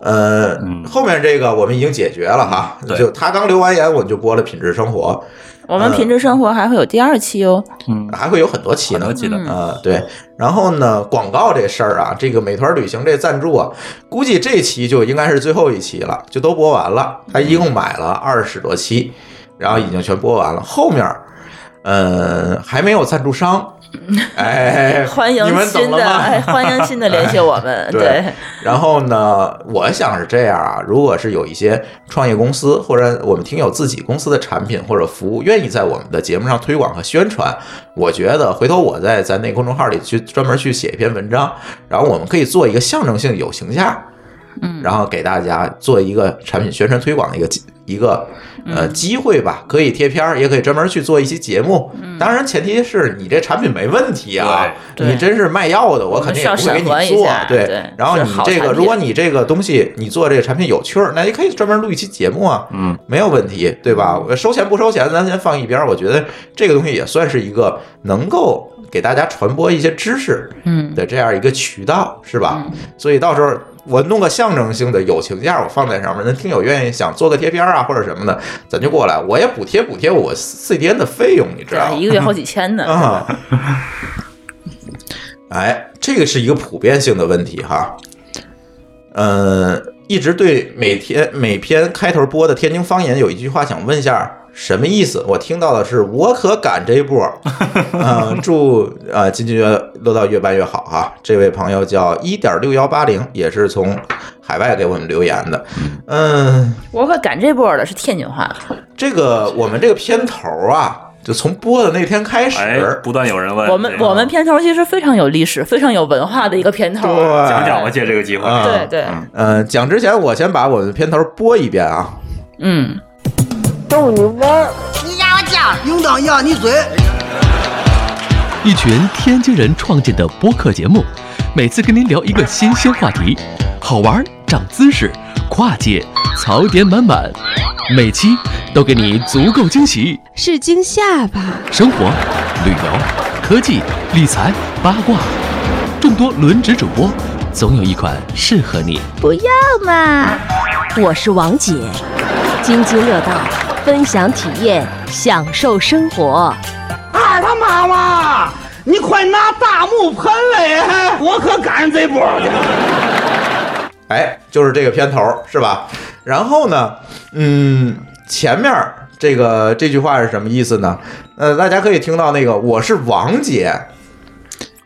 S3: 呃，后面这个我们已经解决了哈，
S6: 对
S3: 就他刚留完言，我们就播了品质生活，
S4: 我们品质生活还会有第二期哦。
S3: 还会有很多期
S6: 很
S3: 呢
S6: 多。记得，
S4: 嗯
S3: 啊，对，然后呢，广告这事儿啊，这个美团旅行这赞助啊，估计这期就应该是最后一期了，就都播完了。他一共买了二十多期，然后已经全播完了。后面儿，呃，还没有赞助 商，哎，
S4: 呃欢迎
S3: 你们
S4: 新
S3: 懂
S4: 的，
S3: 了吗？
S4: 哎，欢迎新的联系我 们。
S3: 对
S4: 对，哎
S3: 然后呢，我想是这样啊，如果是有一些创业公司或者我们听友自己公司的产品或者服务，愿意在我们的节目上推广和宣传，我觉得回头我在咱那公众号里去专门去写一篇文章，然后我们可以做一个象征性有形价，嗯，然后给大家做一个产品宣传推广的一个一个
S4: 嗯
S3: 呃机会吧，可以贴片儿，也可以专门去做一期节目。当然，前提是你这产品没问题啊，
S4: 嗯对对
S3: 你真是卖药的，我
S4: 我
S3: 肯
S4: 们
S3: 定
S4: 需
S3: 也
S4: 要
S3: 不会给
S4: 审核
S3: 你
S4: 一
S3: 做
S4: 下。对
S3: 然后
S4: 是
S3: 你
S4: 好
S3: 这
S4: 产
S3: 个，
S4: 品
S3: 如果你这个东西你做这个产品有趣儿，那也可以专门录一期节目啊，
S6: 嗯，
S3: 没有问题，对吧？我收钱不收钱，咱先放一边儿。我觉得这个东西也算是一个能够给大家传播一些知识，
S4: 嗯，
S3: 的这样一个渠道，是吧？所以到时候我弄个象征性的友情价，我放在上面，那听友愿意想做个贴片啊或者什么的，咱就过来，我也补贴补贴我 CDN 的费用，你知
S4: 对
S3: 道，
S4: 一
S3: 吗？
S4: 个月好几千呢。
S3: 啊， 哎，这个是一个普遍性的问题哈。呃，一直对每天每篇开头播的天津方言有一句话想问一下。什么意思？我听到的是我可赶这 一波儿，嗯、祝啊金金乐道越办越好哈、这位朋友叫一点六幺八零，也是从海外给我们留言的，嗯，
S4: 我可赶这波了，是天津话。
S3: 这个我们这个片头啊，就从播的那天开始，
S6: 哎，不断有人问
S4: 我们
S6: 这个
S4: 我们片头其实非常有历史，非常有文化的一个片头。
S3: 对
S6: 讲讲吧，借这个机会，
S3: 啊
S4: 对对，
S6: 嗯
S3: 呃，讲之前我先把我们的片头播一遍啊。
S4: 嗯，
S2: 应当压你嘴。
S5: 一群天津人创建的播客节目，每次跟您聊一个新鲜话题，好玩、长姿势、跨界、槽点满满，每期都给你足够惊喜。
S9: 是惊吓吧？
S5: 生活、旅游、科技、理财、八卦，众多轮值主播，总有一款适合你。
S1: 不要嘛！我是王姐，津津乐道，分享体验，享受生活。
S2: 二他妈妈，你快拿大木喷来！我可赶上这波去。
S3: 哎，就是这个片头是吧？然后呢，嗯，前面这个这句话是什么意思呢？呃，大家可以听到那个我是王姐，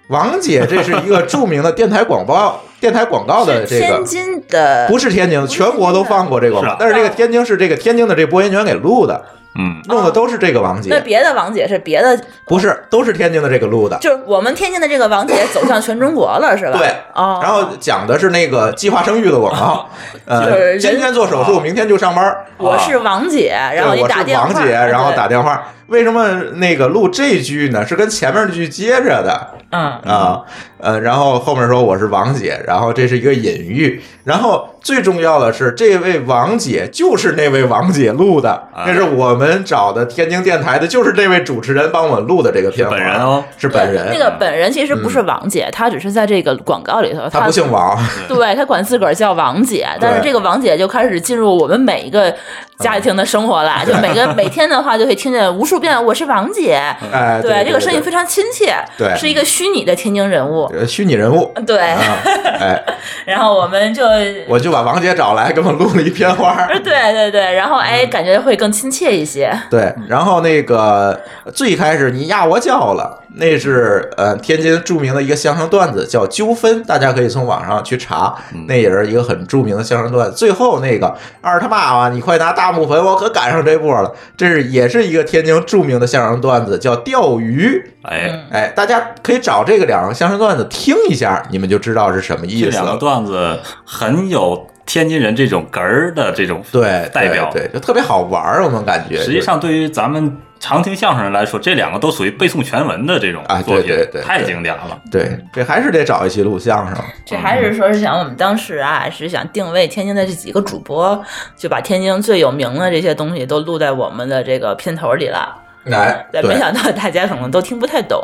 S3: 王姐这是一个著名的电台广 告，电台广告的这个
S4: 天。津的
S3: 不是天津，全国都放过这个广告
S6: 是啊，
S3: 但是这个天津是这个天津的这播音员给录的，
S6: 嗯，
S3: 弄的都是这个王
S4: 哦那
S3: 杰，
S4: 别的王姐是别的，
S3: 不是都是天津的这个路的。
S4: 就是我们天津的这个王姐走向全中国了，是吧？
S3: 对，
S4: 哦，
S3: 然后讲的是那个计划生育的广告，
S4: 就是
S3: 呃，
S4: 人
S3: 今天做手术，明天就上班儿。
S4: 我是王姐，然
S3: 啊
S4: 后
S3: 对
S4: 你
S3: 我
S4: 打
S3: 是
S4: 电话，
S3: 王姐，然后
S4: 对
S3: 打，电话。为什么那个录这句呢？是跟前面那句接着的
S4: 嗯，
S3: 啊，呃，然后后面说我是王姐，然后这是一个隐喻。然后最重要的是，这位王姐就是那位王姐录的，
S6: 啊
S3: 这是我们找的天津电台的，就是这位主持人帮我们录的这个片
S6: 是
S3: 花，
S6: 本人哦，
S3: 是本人，
S4: 那个本人其实不是王姐，她只是在这个广告里头，
S3: 他不姓王，
S4: 对她管自个儿叫王姐，但是这个王姐就开始进入我们每一个
S3: 嗯
S4: 家庭的生活了，就 每个每天的话就会听见无数遍“我是王姐”，
S3: 哎，对，
S4: 这个声音非常亲切，
S3: 对
S4: 是一个虚拟的天津人物，
S3: 常虚拟人物。
S4: 对。
S3: 啊，哎，
S4: 然后我们就， 对
S3: 我就把王姐找来，给我们录了一片花儿。
S4: 对对，然后哎，
S3: 嗯
S4: 感觉会更亲切一些，
S3: 对，然后那个最开始你压我叫了，那是呃天津著名的一个相声段子叫纠纷，大家可以从网上去查，
S6: 嗯
S3: 那也是一个很著名的相声段子。最后那个二他妈啊妈，你快拿大木盆，我可赶上这波了，这是也是一个天津著名的相声段子叫钓鱼。
S4: 嗯
S6: 哎，
S3: 哎，大家可以找这个两个相声段子听一下，你们就知道是什么
S6: 这
S3: 意思
S6: 两个
S3: 了。
S6: 段子很有天津人这种哏儿的这种
S3: 对，
S6: 代表。
S3: 对，对就特别好玩儿，我们感觉。
S6: 实际上，对于咱们常听相声人来说，这两个都属于背诵全文的这种
S3: 啊
S6: 作品，
S3: 对对对对
S6: 太经典了。
S3: 对，这还是得找一期录相声。
S4: 这还
S3: 嗯
S4: 是说是想我们当时啊，是想定位天津的这几个主播，就把天津最有名的这些东西都录在我们的这个片头里了。
S3: 哎，
S4: 对，没想到大家可能都听不太懂。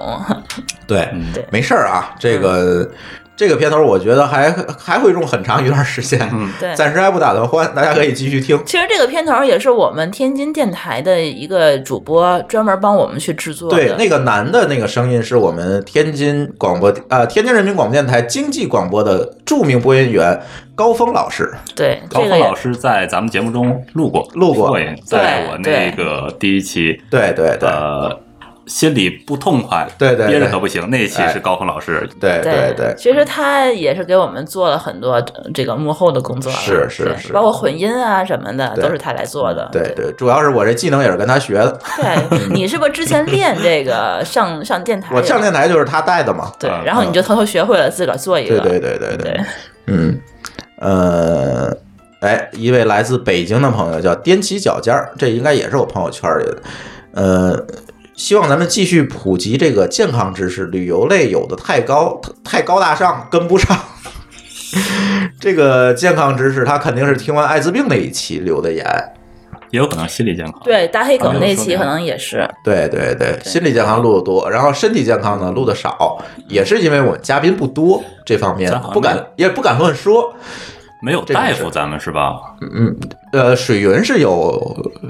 S3: 对，
S6: 嗯
S4: 对
S3: 没事儿啊，这个、这个片头我觉得还还会用很长一段时间，
S6: 嗯
S4: 对，
S3: 暂时还不打算换，大家可以继续听。
S4: 其实这个片头也是我们天津电台的一个主播专门帮我们去制作的。
S3: 对，那个男的那个声音是我们天津广播呃天津人民广播电台经济广播的著名播音员高峰老师，
S4: 对
S6: 高峰
S4: 这个也
S6: 老师在咱们节目中录过，
S3: 录过
S6: 也在我那个第一期，
S3: 对对对、
S6: 呃，心里不痛快，
S3: 对对对哎
S6: 憋着可不行。那一期是高峰老师，
S3: 对对对，
S4: 其实他也是给我们做了很多呃这个幕后的工作了，
S3: 是是
S4: 对
S3: 是
S4: 包括混音啊什么的
S3: 对
S4: 都是他来做的。
S3: 对对，主要是我这技能也是跟他学的，
S4: 对，你是不是之前练这个上 上电台？
S3: 我上电台就是他带的嘛。
S4: 对
S6: 啊，
S4: 然后你就偷偷学会了自个儿做一
S3: 对
S4: 个。
S3: 对对对对，
S4: 对
S3: 嗯，呃，哎，一位来自北京的朋友叫踮起脚尖儿，这应该也是我朋友圈里的。呃，希望咱们继续普及这个健康知识，旅游类有的太高太高大上，跟不上。 这个健康知识，他肯定是听完艾滋病那一期留的言。
S6: 也有可能心理健康。
S4: 对，大黑狗那期
S6: 啊没有说这个
S4: 可能也是，
S3: 对对对，心理健康录的多，然后身体健康呢录的少，也是因为我们嘉宾不多，这方面
S6: 咱好像
S3: 不敢也不敢乱说。
S6: 没有
S3: 这个
S6: 大
S3: 是
S6: 夫，咱们是吧？
S3: 嗯，呃，水云是有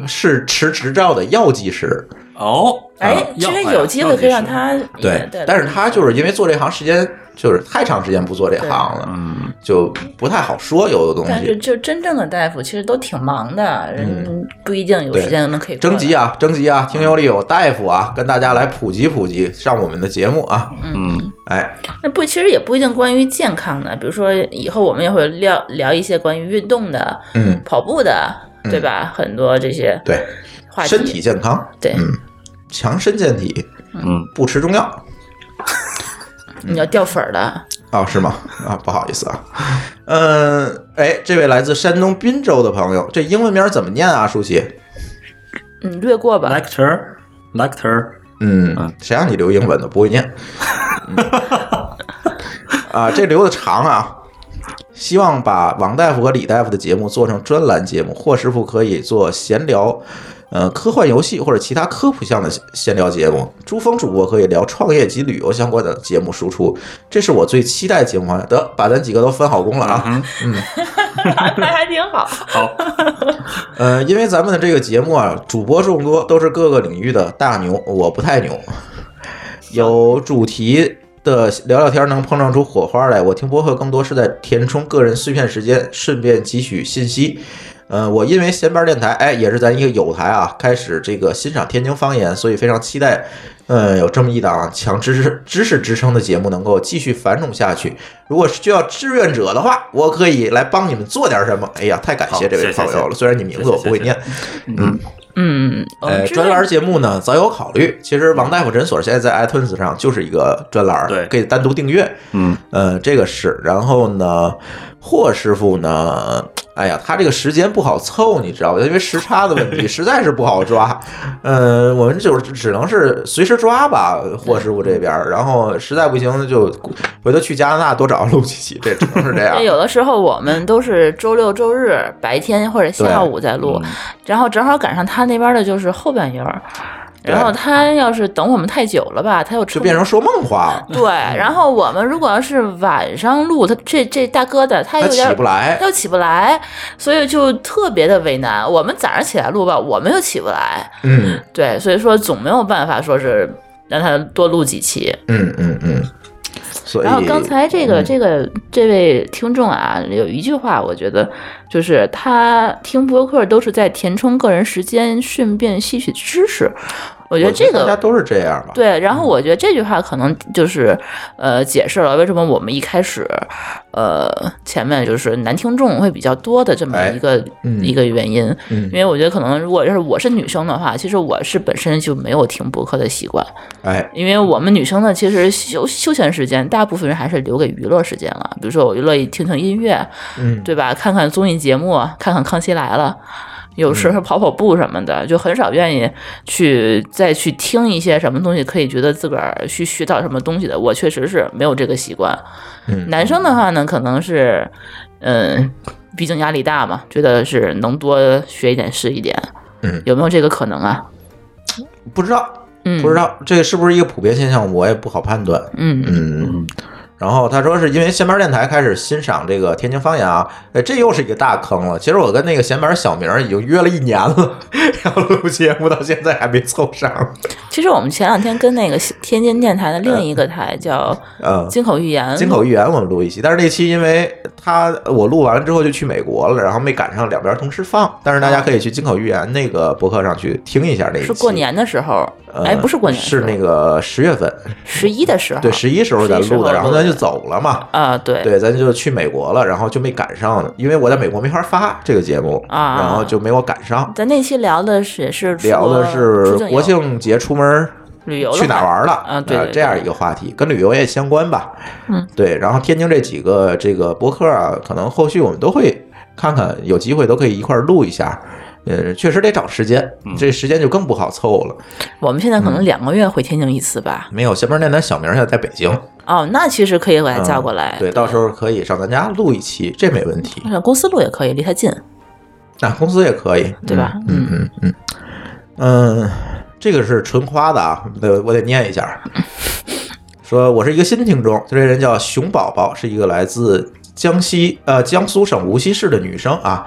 S3: 是持执照的药剂师，
S6: 哦，
S4: 哎
S6: 啊，
S4: 其实
S6: 药
S4: 有机会可以让他也对，
S3: 但是他就是因为做这行时间就是太长时间不做这行了，
S6: 嗯，
S3: 就不太好说有的东
S4: 但是
S3: 西。嗯
S4: 就真正的大夫其实都挺忙的，人不一定有
S3: 对
S4: 时间能可以过
S3: 征集
S4: 来。
S3: 啊，征集啊！听友里有大夫啊，跟大家来普及普及上我们的节目啊！
S6: 嗯，
S3: 哎，
S4: 那不，其实也不一定关于健康的，比如说以后我们也会聊聊一些关于运动的、
S3: 嗯，
S4: 跑步的，对吧？很多这些
S3: 对，
S4: 话题，
S3: 身体健康，
S4: 对，
S3: 嗯强身健体，
S6: 嗯，
S3: 不吃中药
S4: 你要掉粉儿的，
S3: 啊？是吗？啊，不好意思啊。嗯，哎，这位来自山东滨州的朋友，这英文名儿怎么念啊？舒淇，
S4: 嗯，略过吧。
S6: lecture lecture，
S3: 嗯，谁让你留英文的，不会念。嗯啊，这留的长啊。希望把王大夫和李大夫的节目做成专栏节目，霍师傅可以做闲聊，呃，科幻游戏或者其他科普项的闲聊节目。珠峰主播可以聊创业及旅游相关的节目输出，这是我最期待的节目方向。得，把咱几个都分好工了啊。
S4: 那还挺 好。
S6: 好，
S3: 呃，因为咱们的这个节目啊，主播众多，都是各个领域的大牛，我不太牛。 有主题的聊聊天能碰撞出火花来。我听播客更多是在填充个人碎片时间，顺便汲取信息。呃，我因为闲班电台，哎，也是咱一个友台啊，开始这个欣赏天津方言，所以非常期待，嗯，有这么一档强知识知识支撑的节目能够继续繁荣下去。如果需要志愿者的话，我可以来帮你们做点什么。哎呀，太感
S6: 好
S3: 谢这位
S6: 谢谢
S3: 朋友
S6: 谢
S3: 了，
S6: 谢哦
S3: 虽然你名字我不会念，嗯，
S4: 嗯，我们
S3: 呃，
S4: 知道
S3: 专栏节目呢早有考虑。其实王大夫诊所现在在 iTunes 上就是一个专栏，
S6: 对
S3: 可以单独订阅。
S6: 嗯，
S3: 呃，这个是。然后呢，霍师傅呢，哎呀，他这个时间不好凑，你知道吧？因为时差的问 题，实在是不好抓。呃，我们就是只能是随时抓吧，霍师傅这边
S6: 嗯
S3: 儿。然后实在不行就回头去加拿大多找录几期，这只能是这 样
S4: 对，。有的时候我们都是周六周日白天或者下午在录，
S3: 嗯
S4: 然后正好赶上他那边的就是后半夜儿，
S3: 对
S4: 然后他要是等我们太久了吧，他又出
S3: 就变成说梦话 了，
S4: 对，然后我们如果要是晚上录，他这这大哥的
S3: 他
S4: 他哎有点
S3: 起不来。
S4: 又起不来，所以就特别的为难。我们早上起来录吧，我们又起不来，
S3: 嗯
S4: 对，所以说总没有办法说是让他多录几期。
S3: 嗯嗯嗯。所以，嗯
S4: 然后刚才这个这个这位听众啊，有一句话，我觉得就是他听播客都是在填充个人时间，顺便吸取知识。我觉得这
S3: 大家
S4: 个
S3: 都是这样吧？嗯
S4: 对，然后我觉得这句话可能就是呃解释了为什么我们一开始呃前面就是男听众会比较多的这么
S3: 哎
S4: 一个、
S3: 嗯
S4: 一个原因，
S3: 嗯
S4: 因为我觉得可能如果要是我是女生的话，其实我是本身就没有听播客的习惯。
S3: 哎，
S4: 因为我们女生呢，其实休休闲时间，大部分人还是留给娱乐时间了。比如说，我就乐意听听音乐，
S3: 嗯，
S4: 对吧？看看综艺节目，看看《康熙来了》，有时
S3: 嗯
S4: 候跑跑步什么的，就很少愿意去再去听一些什么东西，可以觉得自个儿去学到什么东西的。我确实是没有这个习惯。
S3: 嗯
S4: 男生的话呢，可能是，嗯，毕竟压力大嘛，觉得是能多学一点是一点。
S3: 嗯
S4: 有没有这个可能啊？
S3: 不知道，
S4: 嗯，
S3: 不知道这是不是一个普遍现象，我也不好判断。
S4: 嗯，
S3: 嗯，然后他说是因为闲班电台开始欣赏这个天津方言啊，哎，这又是一个大坑了。其实我跟那个闲班小明已经约了一年了， 要录节目，到现在还没凑上。
S4: 其实我们前两天跟那个天津电台的另一个台叫
S3: 嗯，
S4: 金口玉言，
S3: 呃金口玉言我们录一期，但是那期因为他我录完了之后就去美国了，然后没赶上两边同时放。但是大家可以去金口玉言那个博客上去听一下那一期。
S4: 是过，年的时候，
S3: 呃、
S4: 哎，不是过年，
S3: 是那个十月份，
S4: 十一的时候，
S3: 对，十一时候咱
S4: 11时啊
S3: 录
S4: 候
S3: 的，然后咱
S4: 录
S3: 就
S4: 的
S3: 走了嘛。
S4: 啊，对，
S3: 对，咱就去美国了，然后就没赶上，因为我在美国没法发这个节目，
S4: 啊
S3: 然后就没有赶上。
S4: 咱那期聊的是也是说
S3: 聊的
S4: 出
S3: 是
S4: 境游
S3: 国庆节出门
S4: 旅游的
S3: 去哪
S4: 话
S3: 儿玩了
S4: 啊对
S3: 呃
S4: 对
S3: 这样一个话题，跟旅游也相关吧。
S4: 嗯，
S3: 对。然后天津这几个这个博客啊，可能后续我们都会看看，有机会都可以一块儿录一下。呃，确实得找时间，
S4: 嗯
S3: 这时间就更不好凑了。
S4: 我们现在可
S3: 嗯
S4: 能两个月回天津一次吧。
S3: 没有，下边那台小明现在在北京，
S4: 哦，那其实可以把他叫过来
S3: 嗯，对，到时候可以上咱家录一期，这没问题。
S4: 上公司录也可以，离他近，
S3: 那公司也可以，
S4: 对吧？嗯，
S3: 嗯，嗯嗯，这个是纯夸的啊，我得我得念一下。说我是一个新听众，这人叫熊宝宝，是一个来自江西呃江苏省无锡市的女生啊。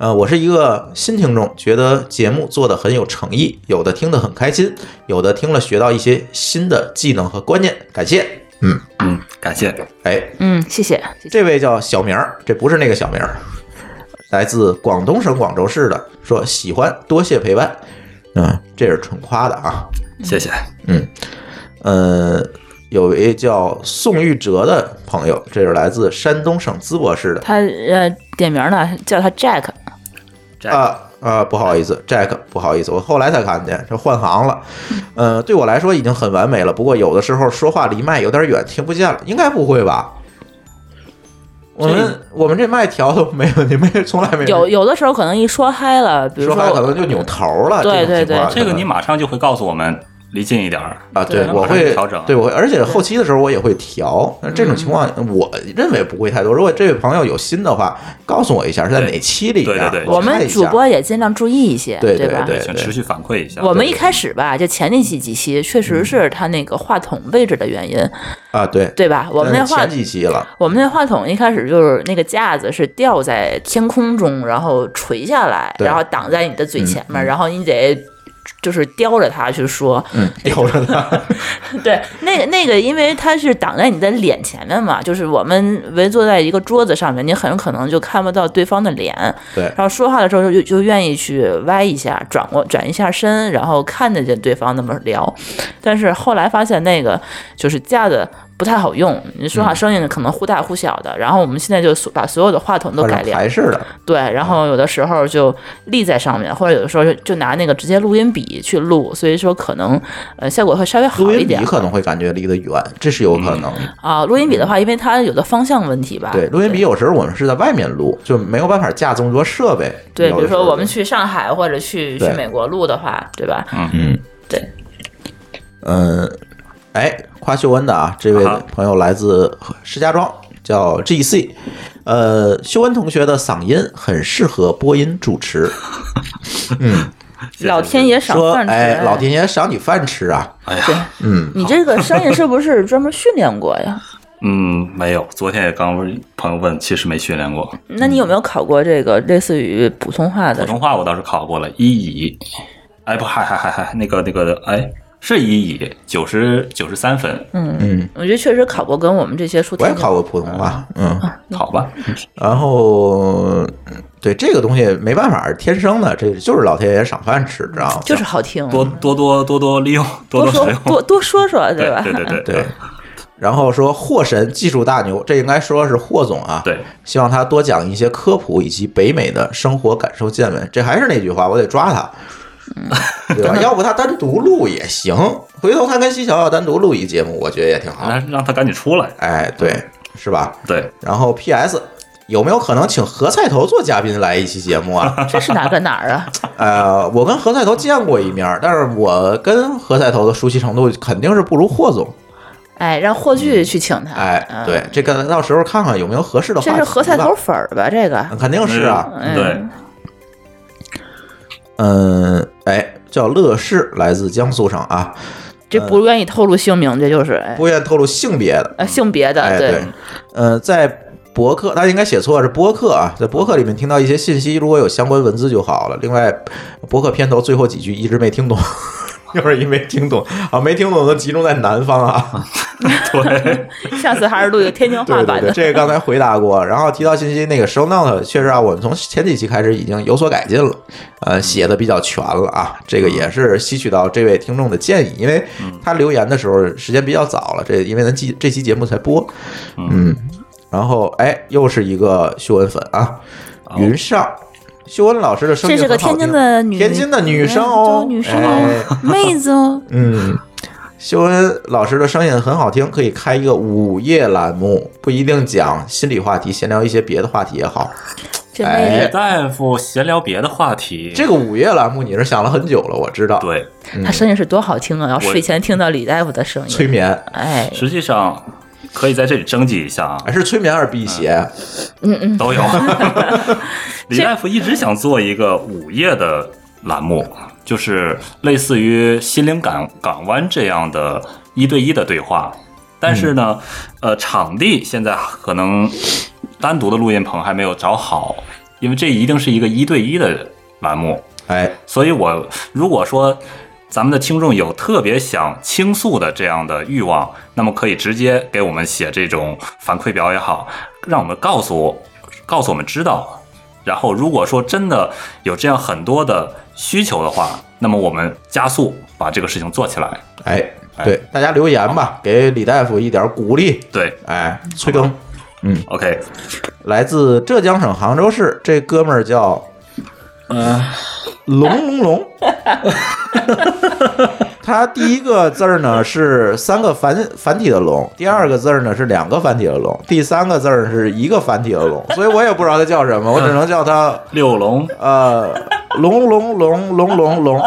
S3: 呃，我是一个新听众，觉得节目做的很有诚意，有的听得很开心，有的听了学到一些新的技能和观念，感谢。嗯，
S6: 嗯，感谢。
S3: 哎，
S4: 嗯，谢谢，谢谢。
S3: 这位叫小明儿，这不是那个小明儿，来自广东省广州市的，说喜欢，多谢陪伴，嗯，这是纯夸的啊。
S6: 谢谢。
S3: 呃，有位叫宋玉哲的朋友，这是来自山东省淄博市的
S4: 他呃点名呢，叫他 Jack，
S6: 这
S3: 啊啊、不好意思，Jack，不好意思，我后来才看见，这换行了。呃，对我来说已经很完美了，不过有的时候说话离麦有点远，听不见了，应该不会吧？我们我们这麦调的没问题，没从来没
S4: 有有的时候可能一说嗨了，比如
S3: 说话可能就扭头了。
S4: 对
S3: 这种情况
S6: 这个
S3: 可能
S6: 你马上就会告诉我们，离近一点儿。
S3: 啊，对
S6: 对
S3: 我
S6: 马上
S3: 会
S6: 就调整嗯
S3: 对我会，而且后期的时候我也会调。那这种情况，我认为不会太多。如果这位朋友有心的话，告诉我一下是在哪期里边啊
S6: 对对对
S4: 我
S3: 看
S4: 们
S3: 一
S4: 主
S3: 下
S4: 播也尽量注意一些，
S3: 对
S4: 吧？
S3: 对
S6: 请
S3: 对
S6: 持续反馈一下。
S4: 我们一开始吧，就前那几几期确
S3: 嗯
S4: 实是他那个话筒位置的原因，
S3: 啊，对，
S4: 对吧？我们那
S3: 嗯
S4: 话
S3: 前几期了，
S4: 我们那话筒一开始就是那个架子是吊在天空中，然后垂下来，
S3: 对嗯
S4: 然后挡在你的嘴前面，然后你得就是叼着它去说。
S3: 嗯，吊着 呢，
S4: 对，那个那个，因为它是挡在你的脸前面嘛，就是我们围坐在一个桌子上面，你很有可能就看不到对方的脸。
S3: 对
S4: 然后说话的时候就就愿意去歪一下，转过转一下身，然后看得见对方那么聊。但是后来发现那个就是架子不太好用，你说话声音可能忽大忽小的。然后我们现在就所把所有的话筒都
S3: 换
S4: 改
S3: 成
S4: 良，
S3: 台式的，
S4: 对，然后有的时候就立在上面，或者有的时候就就拿那个直接录音笔去录，所以说可能呃效果会稍微好
S3: 录
S4: 一
S3: 音笔
S4: 点
S3: 可能会感觉离得远，这是有可能
S6: 嗯
S3: 的。
S4: 啊。录音笔的话，因为它有的方向问题吧，
S3: 对，录音笔有时候我们是在外面录，就没有办法架这么多设备。
S4: 对，
S3: 有
S4: 比
S3: 的
S4: 如说
S3: 时候
S4: 我们去上海或者去去
S3: 对
S4: 美国录的话，对吧？
S3: 嗯，哎，夸秀恩的啊，这位
S6: 好
S3: 朋友来自石家庄，叫 G C。呃，秀恩同学的嗓音很适合播音主 持，
S4: 老天爷赏
S3: 说
S4: 饭吃，
S3: 哎，老天爷赏你饭吃啊！
S6: 哎呀，
S4: 你这个声音是不是专门训练过 呀？
S6: 嗯，没有，昨天也刚朋友问，其实没训练过
S4: 那你有没有考过这个类似于普通话
S6: 普
S4: 的？
S6: 通话，我倒是考过了一乙，哎不，还还还还那个那个哎是一乙九十九十三分，
S4: 我觉得确实考过，跟我们这些书
S3: 我也
S4: 听
S3: 考过普通话，嗯，
S4: 啊
S6: 好吧，
S3: 然后对这个东西没办法，天生的，这就是老天爷赏饭吃，知道吗？
S4: 就是好听，
S6: 多多多多多利用，多多
S4: 多说
S6: 使用，
S4: 多多说说，
S6: 对
S4: 吧？
S6: 对对对
S3: 对。嗯然后说霍神技术大牛，这应该说是霍总啊。
S6: 对，
S3: 希望他多讲一些科普以及北美的生活感受见闻。这还是那句话，我得抓他，
S6: 嗯
S3: 对吧？要不他单独录也行，回头他跟西小要单独录一节目，我觉得也挺好。
S6: 让让他赶紧出来，
S3: 哎，对，是吧？
S6: 对，
S3: 然后 P.S. 有没有可能请何菜头做嘉宾来一期节目啊？
S4: 这是哪个哪儿啊？
S3: 呃，我跟何菜头见过一面儿，但是我跟何菜头的熟悉程度肯定是不如霍总。
S4: 哎，让霍炬去请他。
S3: 哎
S4: 嗯，
S3: 对，，这个到时候看看有没有合适的话题
S4: 这
S3: 吧。
S4: 是何菜头粉儿吧？这个
S3: 嗯，肯定是啊。
S6: 嗯对，
S3: 嗯，哎，叫乐视，来自江苏省啊，
S4: 这不愿意透露姓名，这就是哎
S3: 不愿透露性别的。
S4: 呃性别的，
S3: 哎，对，呃，在博客，他应该写错了，是播客啊，在博客里面听到一些信息，如果有相关文字就好了。另外，博客片头最后几句一直没听懂， 就是因为没听懂啊，没听懂都集中在南方啊。
S4: 下次还是录一个天 津话
S3: 对对
S4: 版
S3: 对，
S4: 的。
S3: 这个刚才回答过。然后提到信息那个 show note，确实啊，我们从前几期开始已经有所改进了，呃，写的比较全了啊。这个也是吸取到这位听众的建议，因为他留言的时候时间比较早了，这因为咱这这期节目才播，嗯。然后哎，又是一个秀恩粉啊，云上。秀恩老师的声音
S4: 这是个
S3: 很好
S4: 天津
S3: 听
S4: 的女
S3: 天津的女生哦，
S4: 女生
S3: 哎
S4: 哦，妹子哦，
S3: 嗯，秀恩老师的声音很好听，可以开一个午夜栏目，不一定讲心理话题，闲聊一些别的话题也好。
S4: 这
S3: 哎
S4: 妹
S6: 别
S4: 子，
S6: 大夫闲聊别的话题，
S3: 这个午夜栏目你是想了很久了，我知道。，
S6: 对，
S4: 她声音是多好听啊！要睡前听到李大夫的声
S3: 催
S4: 音，
S3: 眠，
S4: 哎，
S6: 实际上可以在这里征集一下啊，
S3: 哎是催眠还是辟邪？
S4: 嗯
S6: 都有。李大夫一直想做一个午夜的栏目，就是类似于心灵港港湾这样的一对一的对话，但是呢，呃，场地现在可能单独的录音棚还没有找好，因为这一定是一个一对一的栏目，
S3: 哎，
S6: 所以我如果说。咱们的听众有特别想倾诉的这样的欲望，那么可以直接给我们写这种反馈表也好，让我们告诉告诉我们知道。然后如果说真的有这样很多的需求的话，那么我们加速把这个事情做起来。
S3: 哎，对，大家留言吧，给李大夫一点鼓励，
S6: 对
S3: 哎，催更。
S6: ，OK，
S3: 来自浙江省杭州市，这哥们儿叫，嗯，龙龙龙。他第一个字儿呢是三个繁繁体的龙，第二个字儿呢是两个繁体的龙，第三个字儿是一个繁体的龙，所以我也不知道他叫什么，我只能叫他
S6: 六龙
S3: 呃，龙龙龙龙龙龙，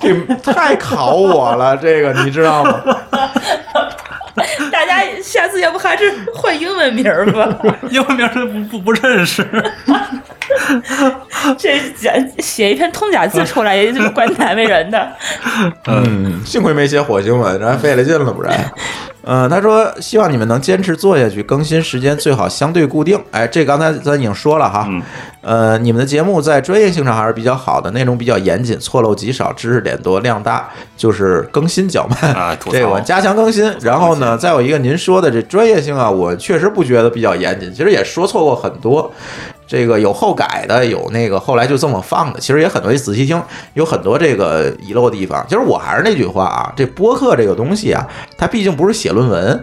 S3: 这太考我了，这个你知道吗？
S4: 大家下次要不还是换英文名儿 吧？
S6: 英文名儿不不不认识，
S4: 这写写一篇通假字出来，也就是怪难为人的。
S3: 嗯，幸亏没写火星文，然后费了劲了，不然。嗯，他说希望你们能坚持做下去，更新时间最好相对固定。哎，这刚才咱已经说了哈，呃，你们的节目在专业性上还是比较好的，内容比较严谨，错漏极少，知识点多，量大，就是更新较慢
S6: 啊吐槽
S3: 对，我加强更新。然后呢，再有一个您说的这专业性啊，我确实不觉得比较严谨，其实也说错过很多。这个有后改的，有那个后来就这么放的。其实也很多，你仔细听，有很多这个遗漏的地方。就是我还是那句话啊，这播客这个东西啊，它毕竟不是写论文，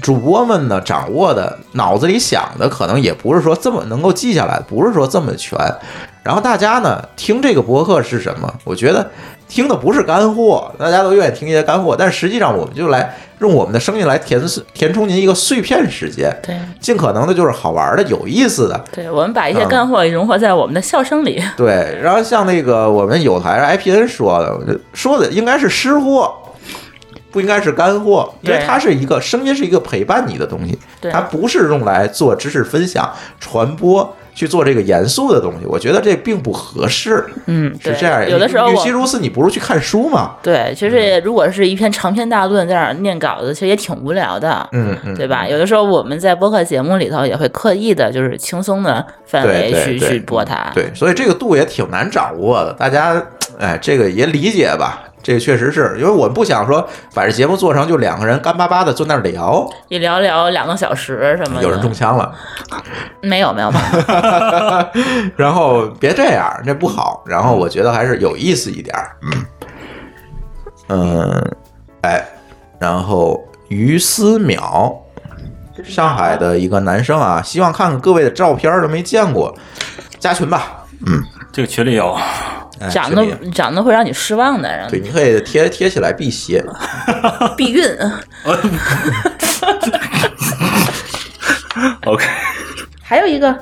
S3: 主播们呢掌握的脑子里想的可能也不是说这么能够记下来，不是说这么全。然后大家呢听这个博客是什么？我觉得听的不是干货，大家都愿意听一些干货，但实际上我们就来用我们的声音来填填充您一个碎片时间，
S4: 对
S3: 尽可能的就是好玩的、有意思的，
S4: 对，我们把一些
S3: 嗯
S4: 干货融合在我们的笑声里。
S3: 对，然后像那个我们有台 IPN 说的，我觉得说的应该是湿货，不应该是干货，因为
S4: 对
S3: 它是一个声音是一个陪伴你的东西，
S4: 对
S3: 它不是用来做知识分享、传播去做这个严肃的东西，我觉得这并不合 适。
S4: 嗯，
S3: 是
S4: 对
S3: 这样，
S4: 有的时候
S3: 与
S4: 我
S3: 其如此，你不如去看书嘛。
S4: 对，其实如果是一篇长篇大论在那儿念稿子，其实也挺无聊的，
S3: 嗯嗯，
S4: 对吧？有的时候我们在播客节目里头也会刻意的，就是轻松的范
S3: 对
S4: 围
S3: 对
S4: 去
S3: 对嗯
S4: 去播它。
S3: 对，所以这个度也挺难掌握的，大家哎，这个也理解吧。这个确实是因为我们不想说把这节目做成就两个人干巴巴的坐那儿聊，
S4: 一聊聊两个小时什么的，
S3: 有人中枪了，
S4: 没有没有没 有，
S3: 然后别这样，这不好。然后我觉得还是有意思一点儿。嗯，嗯，哎，然后于思淼，上海的一个男生啊，希望看看各位的照片儿都没见过，加群吧。
S6: 这个群里有，
S3: 哎
S4: 长
S3: 群里
S4: 得长得会让你失望的，让
S3: 对，你可以贴贴起来辟邪。
S4: 避孕。
S6: OK，
S4: 还有一个，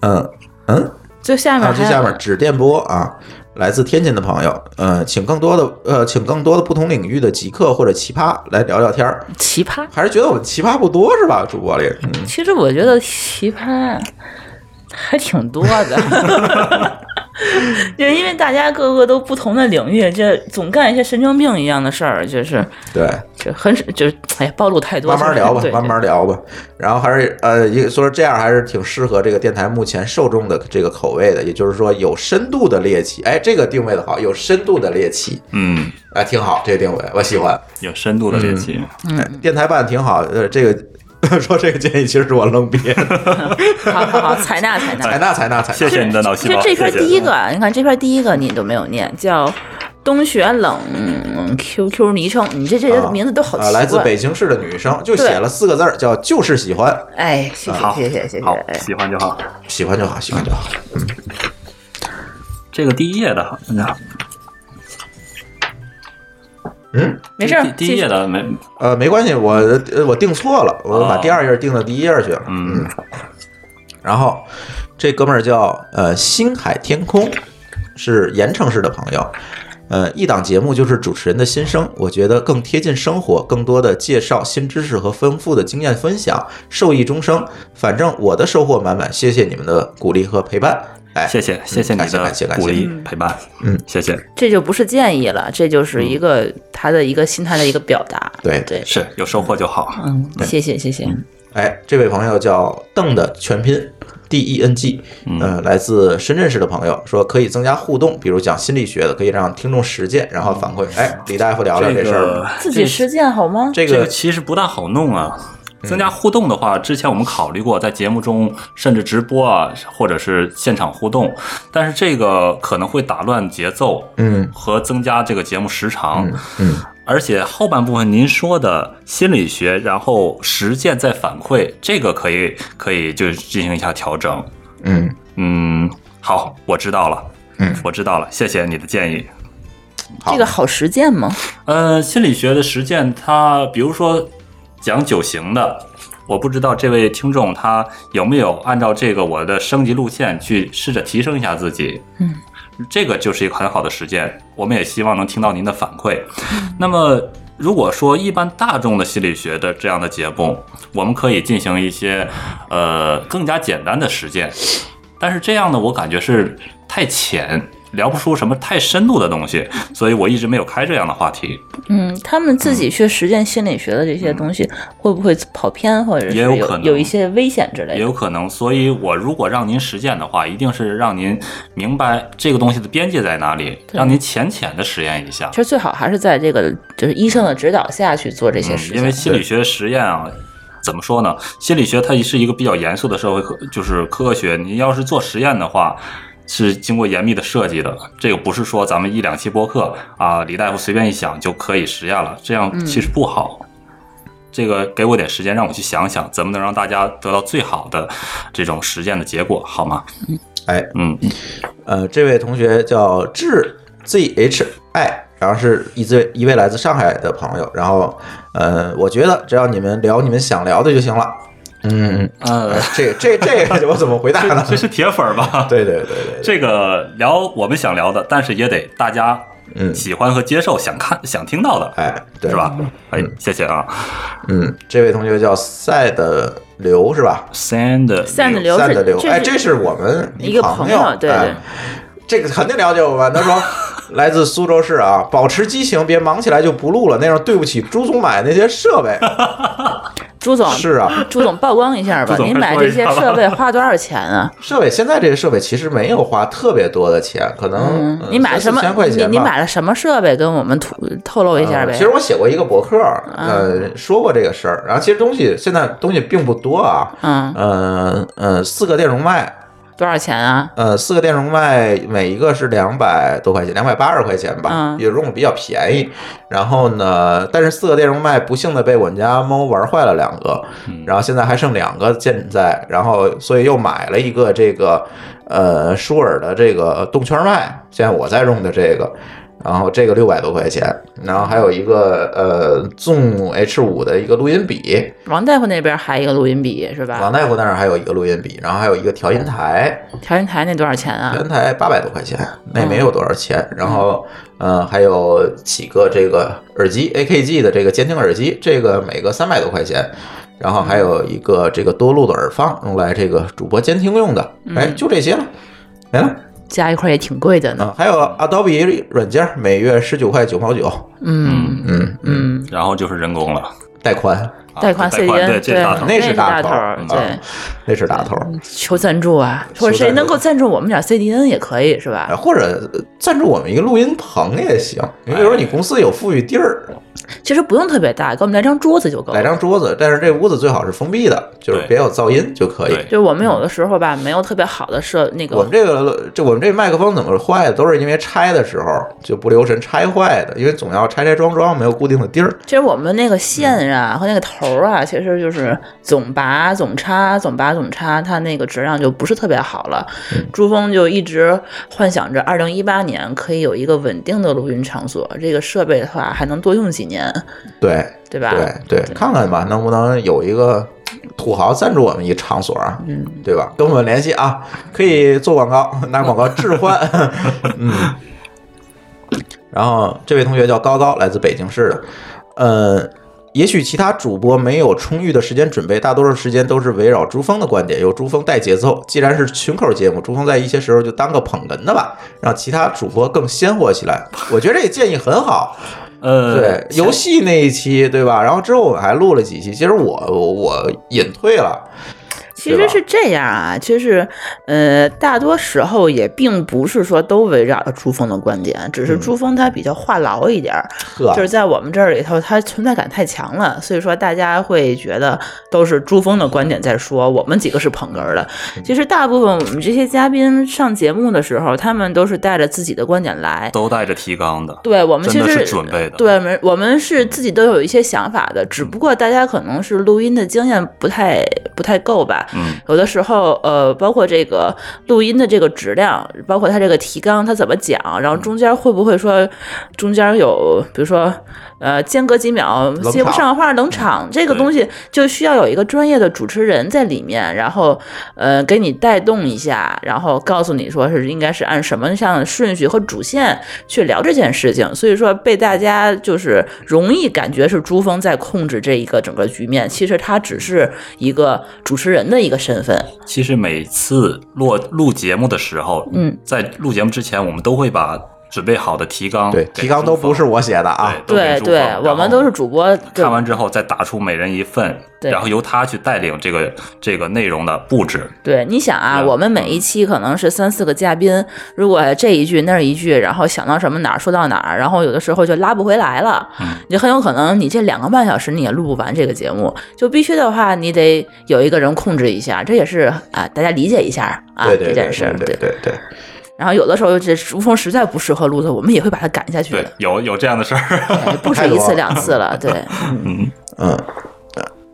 S3: 嗯嗯，
S4: 就下面
S3: 啊，
S4: 还
S3: 这
S4: 有
S3: 下面指电波啊，来自天津的朋友，呃，请更多的呃，请更多的不同领域的极客或者奇葩来聊聊天儿。
S4: 奇葩。
S3: 还是觉得我们奇葩不多是吧，主播里？嗯
S4: 其实我觉得奇葩还挺多 的，就因为大家各个都不同的领域，这总干一些神经病一样的事儿，就是
S3: 对，
S4: 这很就是哎呀，暴露太多，
S3: 慢慢聊吧
S4: 对，
S3: 慢。慢聊吧。然后还是呃，一个说这样还是挺适合这个电台目前受众的这个口味的，也就是说有深度的猎奇，哎，这个定位的好，有深度的猎奇，
S6: 嗯，
S3: 哎，挺好，这个定位我喜欢。
S6: 有深度的练习。
S3: 哎
S6: 嗯
S3: 电台办挺好，呃，这个 说这个建议其实是我愣编，
S4: 好好好，采纳 采
S3: 采
S4: 纳。
S3: 纳采纳采纳。
S6: 谢谢你的脑细
S4: 其实
S6: 胞，
S4: 这篇
S6: 谢谢
S4: 第一个，啊，你看这篇第一个你都没有念，叫冬雪冷 QQ 昵称，你这这些
S3: 啊
S4: 名字都好奇
S3: 啊，
S4: 怪。
S3: 来自北京市的女生就写了四个字儿，叫就是喜欢，
S4: 哎，谢谢
S6: 好，
S4: 谢谢谢谢。
S6: 好，
S4: 哎
S6: 喜欢就好。
S3: 喜欢就好，喜欢就好。
S6: 这个第一页的，
S4: 没事儿，
S6: 第第一
S4: 继续
S6: 页的没，嗯
S3: 呃，没关系，我呃我定错了，我把
S6: 哦
S3: 第二页定到第一页去了。
S6: 嗯，
S3: 然后这哥们儿叫呃星海天空，是盐城市的朋友。呃，一档节目就是主持人的心声，我觉得更贴近生活，更多的介绍新知识和丰富的经验分享，受益终生。反正我的收获满满，谢谢你们的鼓励和陪伴。哎，
S6: 谢谢谢谢
S3: 嗯
S6: 你
S3: 感谢感谢
S6: 的
S3: 感谢
S6: 鼓励陪伴，
S3: 嗯，
S6: 谢谢，
S4: 这就不是建议了，这就是
S6: 嗯
S4: 一个他的一个心态的一个表达。
S3: 对
S4: 对，
S6: 是有收获就好。
S4: 嗯，谢谢谢谢。
S3: 哎，这位朋友叫邓的全拼 D E N G，呃，
S6: 嗯
S3: 来自深圳市的朋友说可以增加互动，比如讲心理学的，可以让听众实践，然后反馈。哎，李大夫聊聊
S6: 嗯这
S3: 事儿吧。
S6: 个
S4: 自己实践好吗？
S3: 这
S6: 这个
S3: 个嗯
S6: 其实不大好弄啊。增加互动的话，之前我们考虑过在节目中，甚至直播啊，或者是现场互动，但是这个可能会打乱节奏，
S3: 嗯
S6: 和增加这个节目时长。
S3: 嗯，
S6: 而且后半部分您说的心理学，然后实践再反馈，这个可以可以就进行一下调整。
S3: 嗯，
S6: 嗯，好，我知道了。
S3: 嗯，
S6: 我知道了，谢谢你的建议。
S3: 好
S4: 这个好实践吗？
S6: 呃，心理学的实践，它比如说讲九型的，我不知道这位听众他有没有按照这个我的升级路线去试着提升一下自己。
S4: 嗯，
S6: 这个就是一个很好的实践，我们也希望能听到您的反馈。那么。如果说一般大众的心理学的这样的节目，我们可以进行一些，呃，更加简单的实践，但是这样呢，我感觉是太浅，聊不出什么太深度的东西，所以我一直没有开这样的话题。
S4: 嗯，他们自己去实践心理学的这些东西，会不会跑偏，或者是
S6: 嗯也有可
S4: 有
S6: 能
S4: 有一些危险之
S6: 也
S4: 类的？
S6: 有可能，所以我如果让您实践的话，一定是让您明白这个东西的边界在哪里，
S4: 对
S6: 让您浅浅的实验一下
S4: 其。实最好还是在这个就是医生的指导下去做这些
S6: 嗯
S4: 事，情。
S6: 因为心理学实验啊，怎么说呢？心理学它是一个比较严肃的社会科，就是科学。你要是做实验的话，是经过严密的设计的。这个不是说咱们一两期播客啊，李大夫随便一想就可以实验了，这样其实不好。这个给我点时间，让我去想想怎么能让大家得到最好的这种实践的结果，好吗？
S3: 哎，
S6: 嗯，
S3: 呃，这位同学叫志 Z H I，然后是一位一位来自上海的朋友，然后呃，我觉得只要你们聊你们想聊的就行了。嗯，
S6: 呃，
S3: 这这这个我怎么回答 呢？
S6: 这是铁粉儿吧？
S3: 对对对对，
S6: 这个聊我们想聊的，但是也得大家
S3: 嗯
S6: 喜欢和接受、想看、想听到的，
S3: 哎，对
S6: 是？吧？哎，谢谢啊
S3: 嗯，这位同学叫赛的刘是吧？
S6: ，Sand
S4: 散的流
S3: 赛的刘，
S4: 是，
S3: 哎，
S4: 这
S3: 这
S4: 是
S3: 是我们
S4: 一个
S3: 朋
S4: 朋友对
S3: 哎
S4: 对
S3: 这个肯定了解我们。他 说来自苏州市啊，保持激情，别忙起来就不录了，那样对不起朱总买那些设 备。
S4: 朱总，
S3: 是啊，
S4: 朱总曝光一下吧
S6: 朱，总
S4: 您
S6: 快
S4: 买
S6: 说
S4: 这
S6: 一
S4: 些
S6: 下吧
S4: 设备花多少钱啊？
S3: 设备现在这个设备其实没有花特别多的钱，可能、
S4: 嗯
S3: 呃
S4: 你买什么
S3: 嗯千块？
S4: 你
S3: 钱吧。
S4: 你买了什么设备？跟我们吐透露一下
S3: 呃
S4: 呗。啊
S3: 其实我写过一个博客，呃，说过这个事儿。然后其实东西现在东西并不多啊，
S4: 嗯，
S3: 呃呃，四个电容麦，
S4: 多少钱啊？
S3: 呃，四个电容麦每一个是两百多块钱，两百八十块钱吧
S4: 嗯，
S3: 也用比较便宜。然后呢，但是四个电容麦不幸的被我们家猫玩坏了两个，然后现在还剩两个健在，然后所以又买了一个这个呃舒尔的这个动圈麦，现在我在用的这个。然后这个六百多块钱，然后还有一个呃 Zoom H 5的一个录音笔，
S4: 王大夫那边还有一个录音笔是吧
S3: 王？大夫那儿还有一个录音笔，然后还有一个调音台，
S4: 调音台那多少钱啊？
S3: 全台八百多块钱，那也没
S6: 哦
S3: 有多少钱。然后，呃，还有几个这个耳机 AKG 的这个监听耳机，这个每个三百多块钱。然后还有一个这个多路的耳放，用来这个主播监听用的。
S6: 嗯
S3: 哎，就这些了，没了。
S4: 加一块也挺贵的呢。
S3: 嗯，还有 Adobe 软件，每月十九块九毛九。
S4: 嗯
S3: 嗯，
S4: 嗯，
S6: 然后就是人工了，
S3: 带宽，
S6: 啊
S4: 带宽 C
S6: 对，
S4: N
S6: 这大头
S3: 那是
S4: 大
S3: 大头
S4: 头
S3: 嗯
S4: 对，
S3: 那是大头。
S6: 嗯
S4: 求赞助啊，或者谁能够赞助我们点 CDN 也可以是吧？
S3: 哎或者赞助我们一个录音棚也行，比如说你公司有富裕地儿，
S4: 其实不用特别大，给我们来张桌子就够
S3: 来
S4: 了。
S3: 张桌子，但是这屋子最好是封闭的，就是
S6: 哎对
S3: 别有噪音就可以。
S6: 对
S4: 就是我们有的时候吧，没有特别好的设那
S3: 我们
S4: 个，
S3: 这个这我们这麦克风怎么坏的，都是因为拆的时候就不留神拆坏的，因为总要拆拆装装，没有固定的地儿。
S4: 其实我们那个线啊和那个头啊，其实就是总拔、总插、总拔、总插，它那个质量就不是特别好了。朱峰就一直幻想着二零一八年可以有一个稳定的录音场所，这个设备的话还能多用几年，
S3: 对
S4: 对吧？
S3: 对对，看看吧，能不能有一个土豪赞助我们一场所啊？嗯，对吧？跟我们联系啊，可以做广告，拿广告置 换。嗯，然后这位同学叫高高，来自北京市的，呃。也许其他主播没有充裕的时间准备，大多数时间都是围绕朱峰的观点，由朱峰带节奏。既然是群口节目，朱峰在一些时候就当个捧哏的吧，让其他主播更鲜活起来。我觉得这个建议很好，
S6: 呃，
S3: 对，游戏那一期对吧？然后之后我们还录了几期，其实我我我隐退了，
S4: 其
S3: 对
S4: 实
S3: 吧
S4: 是这样啊，就是呃，大多时候也并不是说都围绕着朱峰的观点，只是朱峰他比较话痨一点儿，
S3: 呵，
S4: 就是在我们这里头，他存在感太强了，所以说大家会觉得都是朱峰的观点在说，我们几个是捧哏儿的。其实大部分我们这些嘉宾上节目的时候，他们都是带着自己的观点来，
S6: 都带着提纲的，
S4: 对我们其
S6: 真的
S4: 实
S6: 是准备的，嗯
S4: 对，我们我们是自己都有一些想法的，只不过大家可能是录音的经验不太不太够吧。
S6: 嗯，
S4: 有的时候，呃，包括这个录音的这个质量，包括它这个提纲，它怎么讲，然
S6: 嗯
S4: 后中间会不会说中间有，比如说，呃，间隔几秒
S3: 场
S4: 接不上话冷场，这
S6: 嗯
S4: 个
S6: 对
S4: 东西就需要有一个专业的主持人在里面，然后呃给你带动一下，然后告诉你说是应该是按什么样的顺序和主线去聊这件事情。所以说被大家就是容易感觉是朱峰在控制这一个整个局面，其实他只是一个主持人的一个身份。
S6: 其实每次录录节目的时候，
S4: 嗯，
S6: 在录节目之前，我们都会把准备好的提纲，
S3: 对，提纲都不是我写的啊，
S6: 对
S4: 对对，我们都是主播，对
S6: 看完之后再打出每人一份，
S4: 对
S6: 然后由他去带领这个这个内容的布置，
S4: 对，你想啊，
S6: 嗯
S4: 我们每一期可能是三四个嘉宾，如果这一句那儿一句，然后想到什么哪儿说到哪儿，然后有的时候就拉不回来了，
S3: 嗯
S4: 你就很有可能你这两个半小时你也录不完这个节目，就必须的话你得有一个人控制一下，这也是啊，大家理解一下啊
S3: 对对对
S4: 这件事
S3: 对
S4: 儿，
S3: 对对对，
S4: 然后有的时候这如风实在不适合录的，我们也会把它赶下去
S6: 对
S4: 的，，
S6: 有有这样的事儿，
S4: 哎不止
S3: 太多
S4: 一次
S3: 了
S4: 两次 了，对，
S3: 嗯，呃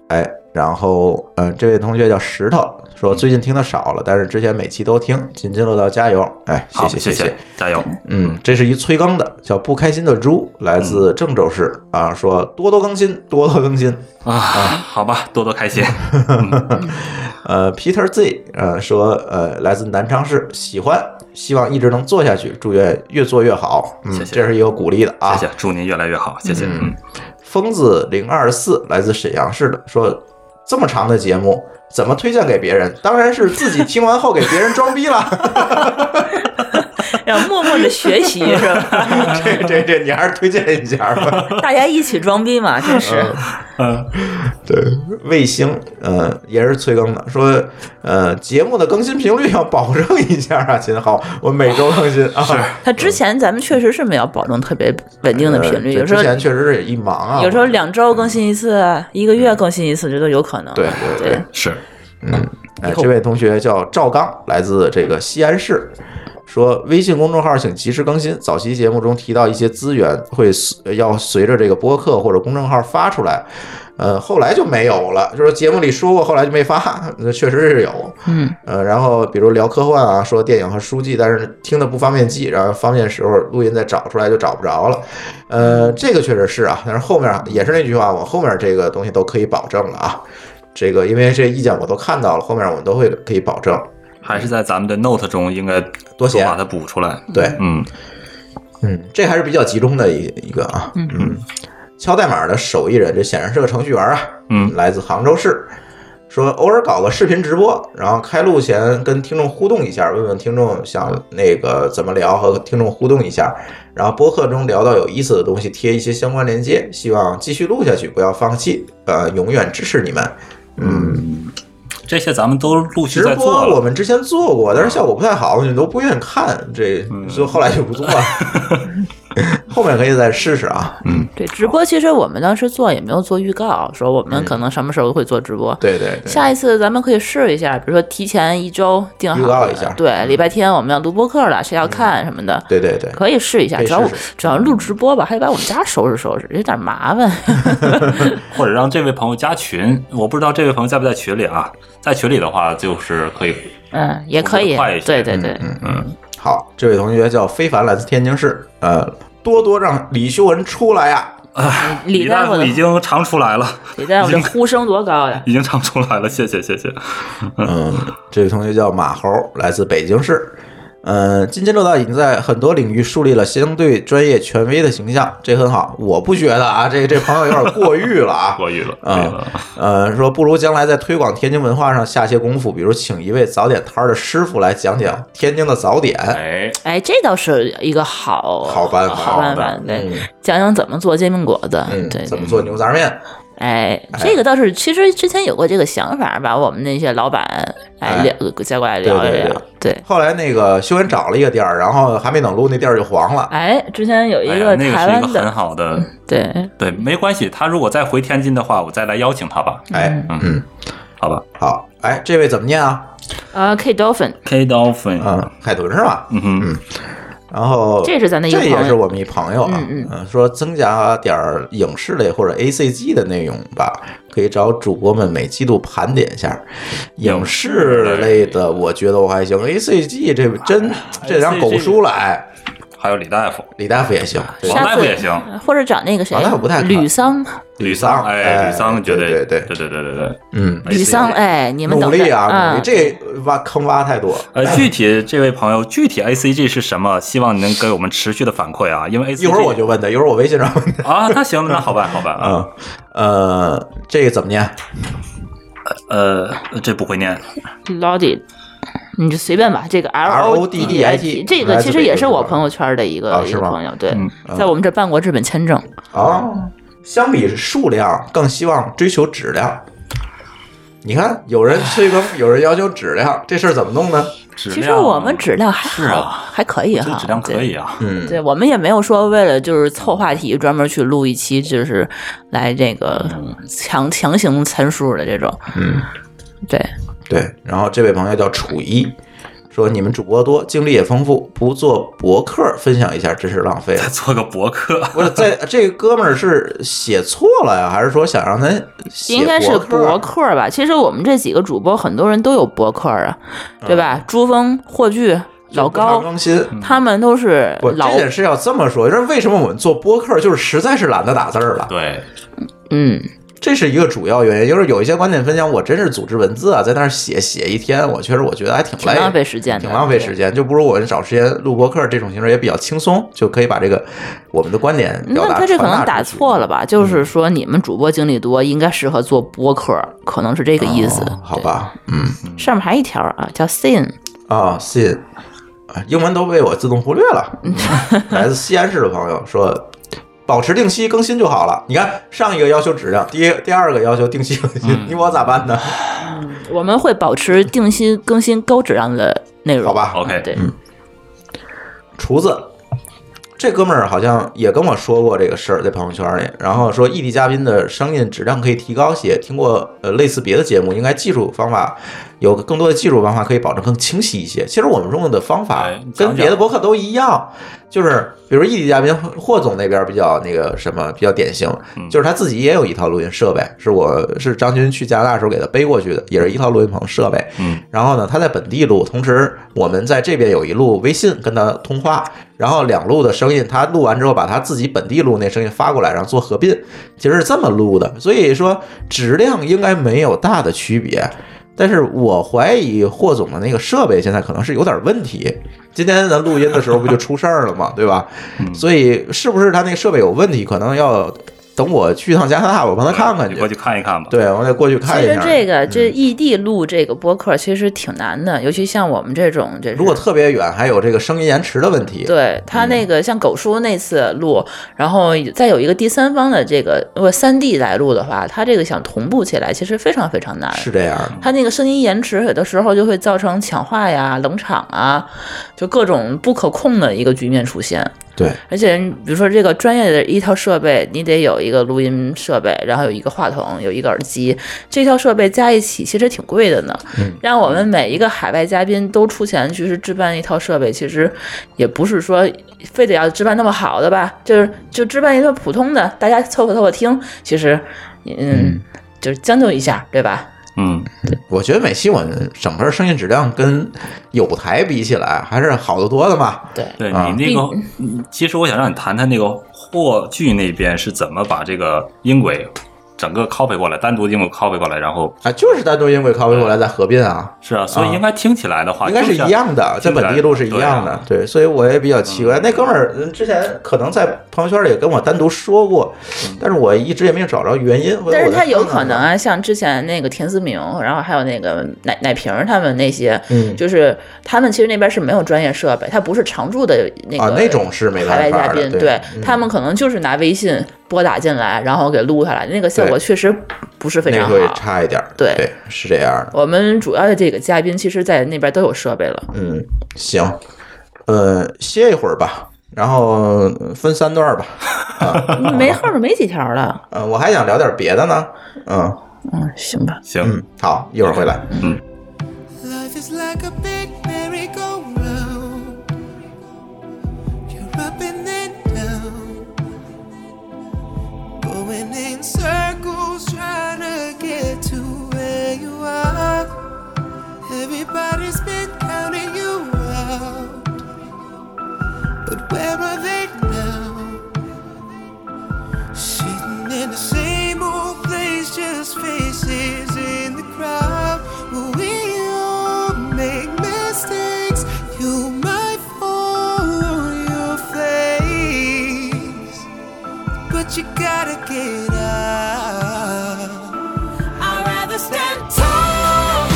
S3: 哎，然后呃，这位同学叫石头，说最近听的少了，但是之前每期都听，津津乐道，加油！哎，
S6: 好，
S3: 谢
S6: 谢
S3: 谢谢。
S6: 加油，
S3: 嗯，这是一催更的，叫不开心的猪，来自郑州市啊，说多多更新，多多更新。
S6: 啊，好吧，多多开心，
S3: 呃，Peter Z 呃说呃来自南昌市，喜欢，希望一直能做下去，祝愿越做越好。嗯，
S6: 谢谢
S3: 这是一个鼓励的啊。
S6: 谢谢，祝您越来越好，谢谢，嗯，
S3: 疯子零二四来自沈阳市的，说这么长的节目怎么推荐给别人？当然是自己听完后给别人装逼了。
S4: 要默默的学习是吧？
S3: 这这这，你还是推荐一下吧。
S4: 大家一起装逼嘛，真是。
S3: 嗯对，卫星呃也是催更的，说呃节目的更新频率要保证一下啊，秦昊，我每周更新啊。
S4: 他之前咱们确实是没有保证特别稳定的频率，
S3: 呃
S4: 有
S3: 这
S4: 时候
S3: 之前确实是一忙啊，
S4: 有时候两周更新一次，一个月更新一次，这都有可能。
S3: 嗯对对
S4: 对
S3: 对，
S6: 是，
S3: 哎，这位同学叫赵刚，来自这个西安市，说微信公众号请及时更新。早期节目中提到一些资源会随要随着这个播客或者公众号发出来，呃，后来就没有了，就是节目里说过，后来就没发，那确实是有。
S4: 嗯，
S3: 呃，然后比如聊科幻啊，说电影和书记，但是听的不方便记，然后方便时候录音再找出来就找不着了。呃，这个确实是啊，但是后面也是那句话，我后面这个东西都可以保证了啊。这个因为这意见我都看到了，后面我们都会可以保证。
S6: 还是在咱们的 note 中应该
S3: 多写
S6: 把它补出来，
S3: 对，
S6: 嗯，
S3: 嗯，这还是比较集中的一一个啊。嗯敲代码的手艺人，这显然是个程序员啊。
S6: 嗯
S3: 来自杭州市，说偶尔搞个视频直播，然后开录前跟听众互动一下，问问听众想那个怎么聊，和听众互动一下。然后播客中聊到有意思的东西，贴一些相关链接，希望继续录下去，不要放弃，呃，永远支持你们。嗯，
S6: 这些咱们都陆续
S3: 直
S6: 在做
S3: 播我
S6: 了，
S3: 们之前做过，但是效果不太好，你们都不愿意看，这
S6: 嗯
S3: 所以后来就不做 了。后面可以再试试啊。
S6: 嗯
S4: 对，直播其实我们当时做也没有做预告，说我们可能什么时候会做直播。
S3: 嗯对对对，
S4: 下一次咱们可以试一下，比如说提前一周定好
S3: 预告一下嗯
S4: 对，礼拜天我们要录播客了，谁要看什么的，
S3: 对对对，
S4: 可以试一下。
S3: 可以
S4: 主要
S3: 试试
S4: 主要录直播吧，还得把我们家收拾收拾，有点麻烦。
S6: 或者让这位朋友加群，我不知道这位朋友在不在群里啊，在群里的话就是可以，
S4: 嗯，也可
S6: 我们
S4: 以
S6: 快一，些
S4: 对对对，
S3: 嗯嗯，好，这位同学叫非凡，来自天津市。呃，多多让李秀文出来啊呀、
S4: 李大
S6: 大
S4: 夫
S6: 夫
S4: 的
S6: 已经尝出来了，
S4: 李大夫这呼声多高呀！
S6: 已经尝出来了，谢谢谢谢，
S3: 嗯，这位同学叫马猴，来自北京市。嗯，津津乐道已经在很多领域树立了相对专业权威的形象，这很好。我不觉得啊，这这朋友有点过誉了 啊。
S6: 过誉了，
S3: 啊
S6: 可以了
S3: 呃，说不如将来在推广天津文化上下些功夫，比如请一位早点摊儿的师傅来讲讲天津的早点。
S6: 哎，
S4: 哎，这倒是一个好
S3: 好办法
S4: 好办
S3: 好
S4: 法
S3: 办。
S4: 对
S3: 嗯，
S4: 讲讲怎么做煎饼果子，
S3: 嗯，
S4: 对，
S3: 怎么做牛杂面？
S4: 哎，这个倒是，其实之前有过这个想法，把我们那些老板
S3: 哎
S4: 哎聊叫过来聊一
S3: 对对
S4: 聊，对。
S3: 后来那个秀文找了一个地儿，然后还没等录，那地儿就黄了。
S4: 哎，之前有一
S6: 哎
S4: 个
S6: 呀，那个
S4: 台
S6: 是一个
S4: 湾
S6: 很
S4: 的，
S6: 好的，
S4: 对，
S6: 对，没关系，他如果再回天津的话，我再来邀请他吧，
S3: 哎，嗯，
S6: 好吧
S3: 好，哎，这位怎么念啊？
S4: 呃，K Dolphin，
S6: ，K Dolphin，
S3: 嗯，海豚是吧？
S6: 嗯哼，
S3: 然后
S4: 这是咱的一个
S3: 这也
S4: 朋友
S3: 是我们一朋友啊，
S4: 嗯
S3: 说增加点儿影视类或者 A C G 的内容吧，可以找主播们每季度盘点一下。影视类的，我觉得我还行，A C G
S6: 哎
S3: 这真这让狗叔来，
S6: 还有李大夫，
S3: 李大夫也行，对
S6: 王
S4: 下
S6: 大夫
S4: 次
S6: 也行
S4: 或者找那个谁
S3: 王大夫不太，看
S4: 吕桑，
S6: 吕
S3: 桑
S6: 桑，哎，
S3: 哎
S6: 吕桑绝
S3: 对对
S6: 对
S3: 对
S6: 对对对对，
S3: 嗯，
S4: 吕桑，哎，你们
S3: 努
S4: 等
S3: 力
S4: 着
S3: 啊，努
S4: 啊
S3: 力，，这挖坑挖太多，
S6: 呃，具体这位朋友，具体 A C G 是什么？希望你能给我们持续的反馈啊，因为 A C G
S3: 一会儿我就问他，一会儿我微信上问他。
S6: 啊， 那行，那好办，好办啊，
S3: 嗯，呃，这个怎么念？
S6: 呃呃，这不会念
S4: 老得你就随便吧，这个 L O D D I T
S3: RODDIT
S4: 这个其实也是我朋友圈的一
S3: 啊
S4: 个一
S3: 是
S4: 个
S3: 吗
S4: 朋友，对
S6: 嗯，
S4: 在我们这办过日本签证，
S3: 哦，相比数量，更希望追求质量。你看，有人催更，有人要求质量，这事儿怎么弄呢？
S6: 质
S4: 其
S6: 量
S4: 实我们质量还
S6: 是
S4: 好，
S6: 啊
S4: 还可以
S6: 这
S4: 哈，
S6: 质量可
S4: 对
S6: 以啊，
S3: 嗯，
S4: 对，我们也没有说为了就是凑话题专门去录一期，就是来这个强强行参数的这种。
S3: 嗯，
S4: 对，
S3: 对。然后这位朋友叫楚一，说你们主播多，经历也丰富，不做博客分享一下，真是浪费了
S6: 再。做个博客，
S3: 不是，在这个哥们儿是写错了呀，还是说想让咱写
S4: 应该是
S3: 博
S4: 博
S3: 客？啊
S4: 客吧？其实我们这几个主播很多人都有博客啊，对吧？朱峰、霍炬、老
S3: 不常
S4: 高，
S3: 更新。
S4: 他们都是
S3: 不，
S4: 老
S3: 这件事要这么说，就是为什么我们做播客，就是实在是懒得打字儿了。
S6: 对，
S4: 嗯，
S3: 这是一个主要原因，就是有一些观点分享，我真是组织文字啊，在那儿写写一天，我确实我觉得还挺
S4: 挺
S3: 累，
S4: 浪费时间的，
S3: 哎挺浪费时间，就不如我找时间录播客这种形式也比较轻松，就可以把这个我们的观点表
S4: 嗯那
S3: 达。
S4: 他这可能
S3: 传达
S4: 打
S3: 出去嗯
S4: 错了吧？就是说你们主播经历多，应该适合做播客，可能是这个意思
S3: 哦。好吧，嗯
S4: 对？上面还一条啊，叫 sin，
S3: 啊，信，啊英文都被我自动忽略 了。来自西安市的朋友说。保持定期更新就好了。你看，上一个要求质量，第一第二个要求定期更新，
S4: 嗯
S3: 你我咋办呢？
S4: 我们会保持定期更新高质量的内容。嗯
S3: 好吧嗯
S6: ，OK，
S4: 对，
S3: 厨子，这哥们儿好像也跟我说过这个事儿，在朋友圈里，然后说异地嘉宾的声音质量可以提高些。听过呃类似别的节目，应该技术方法有更多的技术方法可以保证更清晰一些。其实我们用的方法
S6: 哎你讲
S3: 跟
S6: 讲
S3: 别的博客都一样，就是比如异地嘉宾霍总那边比较那个什么比较典型，
S6: 嗯
S3: 就是他自己也有一套录音设备，是我是张军去加拿大的时候给他背过去的，也是一套录音棚设备。
S6: 嗯，
S3: 然后呢，他在本地录，同时我们在这边有一路微信跟他通话，然后两路的声音，他录完之后把他自己本地录那声音发过来，然后做合并，其实是这么录的。所以说质量应该没有大的区别，但是我怀疑霍总的那个设备现在可能是有点问题。今天咱录音的时候不就出事儿了嘛，对吧？
S6: 嗯
S3: 所以是不是他那个设备有问题，可能要等我去一趟加拿大，我帮他看看
S6: 你
S3: 去
S6: 过。去看一看吧。
S3: 对，我得过去看
S4: 其
S3: 一
S4: 实
S3: 下。嗯
S4: 这个这异地录这个播客其实挺难的，尤其像我们这种，这是
S3: 如果特别远，还有这个声音延迟的问题。
S4: 对他那个像狗叔那次录，然后再有一个第三方的这个如果三 D 来录的话，他这个想同步起来其实非常非常难。
S3: 是这样的。
S4: 他那个声音延迟，有的时候就会造成抢话呀、冷场啊，就各种不可控的一个局面出现。
S3: 对，
S4: 而且，比如说这个专业的一套设备，你得有一个录音设备，然后有一个话筒，有一个耳机，这套设备加一起其实挺贵的呢。
S3: 嗯
S4: 让我们每一个海外嘉宾都出钱去置办一套设备，其实也不是说非得要置办那么好的吧，就是就置办一套普通的，大家凑合凑合听，其实，嗯，就是将就一下，对吧？
S6: 嗯，
S3: 我觉得每期我们整个声音质量跟有台比起来还是好得多的嘛。
S4: 对，
S6: 对
S3: 啊
S6: 你那个，嗯其实我想让你谈谈那个霍炬那边是怎么把这个音轨整个 copy 过来，单独音轨 copy 过来，然后
S3: 啊，就是单独音轨 copy 过来再合并啊，
S6: 是啊，所以
S3: 啊
S6: 应该听起来的话，
S3: 应该是一样的，在
S6: 听起来
S3: 本地录是一样的。对，所以我也比较奇怪，那哥们儿嗯之前可能在朋友圈里也跟我单独说过，
S6: 嗯
S3: 但是我一直也没有找着原因。回头
S4: 但是
S3: 我再
S4: 他有
S3: 看看
S4: 可能
S3: 吧，
S4: 啊，像之前那个田思明，然后还有那个奶奶瓶儿他们那些，
S3: 嗯
S4: 就是他们其实那边是没有专业设备，他不是常驻的那个
S3: 啊那种是没
S4: 海外
S3: 办
S4: 嘉
S3: 法的
S4: 宾，
S3: 对嗯
S4: 他们可能就是拿微信拨打进来，然后给录下来，那个效果
S3: 对
S4: 确实不是非
S3: 那
S4: 常
S3: 会
S4: 好。
S3: 差一点儿。
S4: 对
S3: 对，是这样的。
S4: 我们主要的这个嘉宾，其实在那边都有设备 了。
S3: 嗯，行，呃，歇一会儿吧，然后呃分三段儿吧。
S4: 没后面没几条了，
S3: 嗯、我还想聊点别的呢。嗯
S4: 嗯，行吧。
S6: 行，
S3: 嗯，好，一会儿回来。
S7: Life is like a big merry-go-round. You're up and then down. Going in circles trying to get to where you are. Everybody's been counting you out. But where are they now? Sitting in the same old place, just faces in the crowd. We all make mistakes. You might fall on your face, but you gotta get up. I'd rather stand tall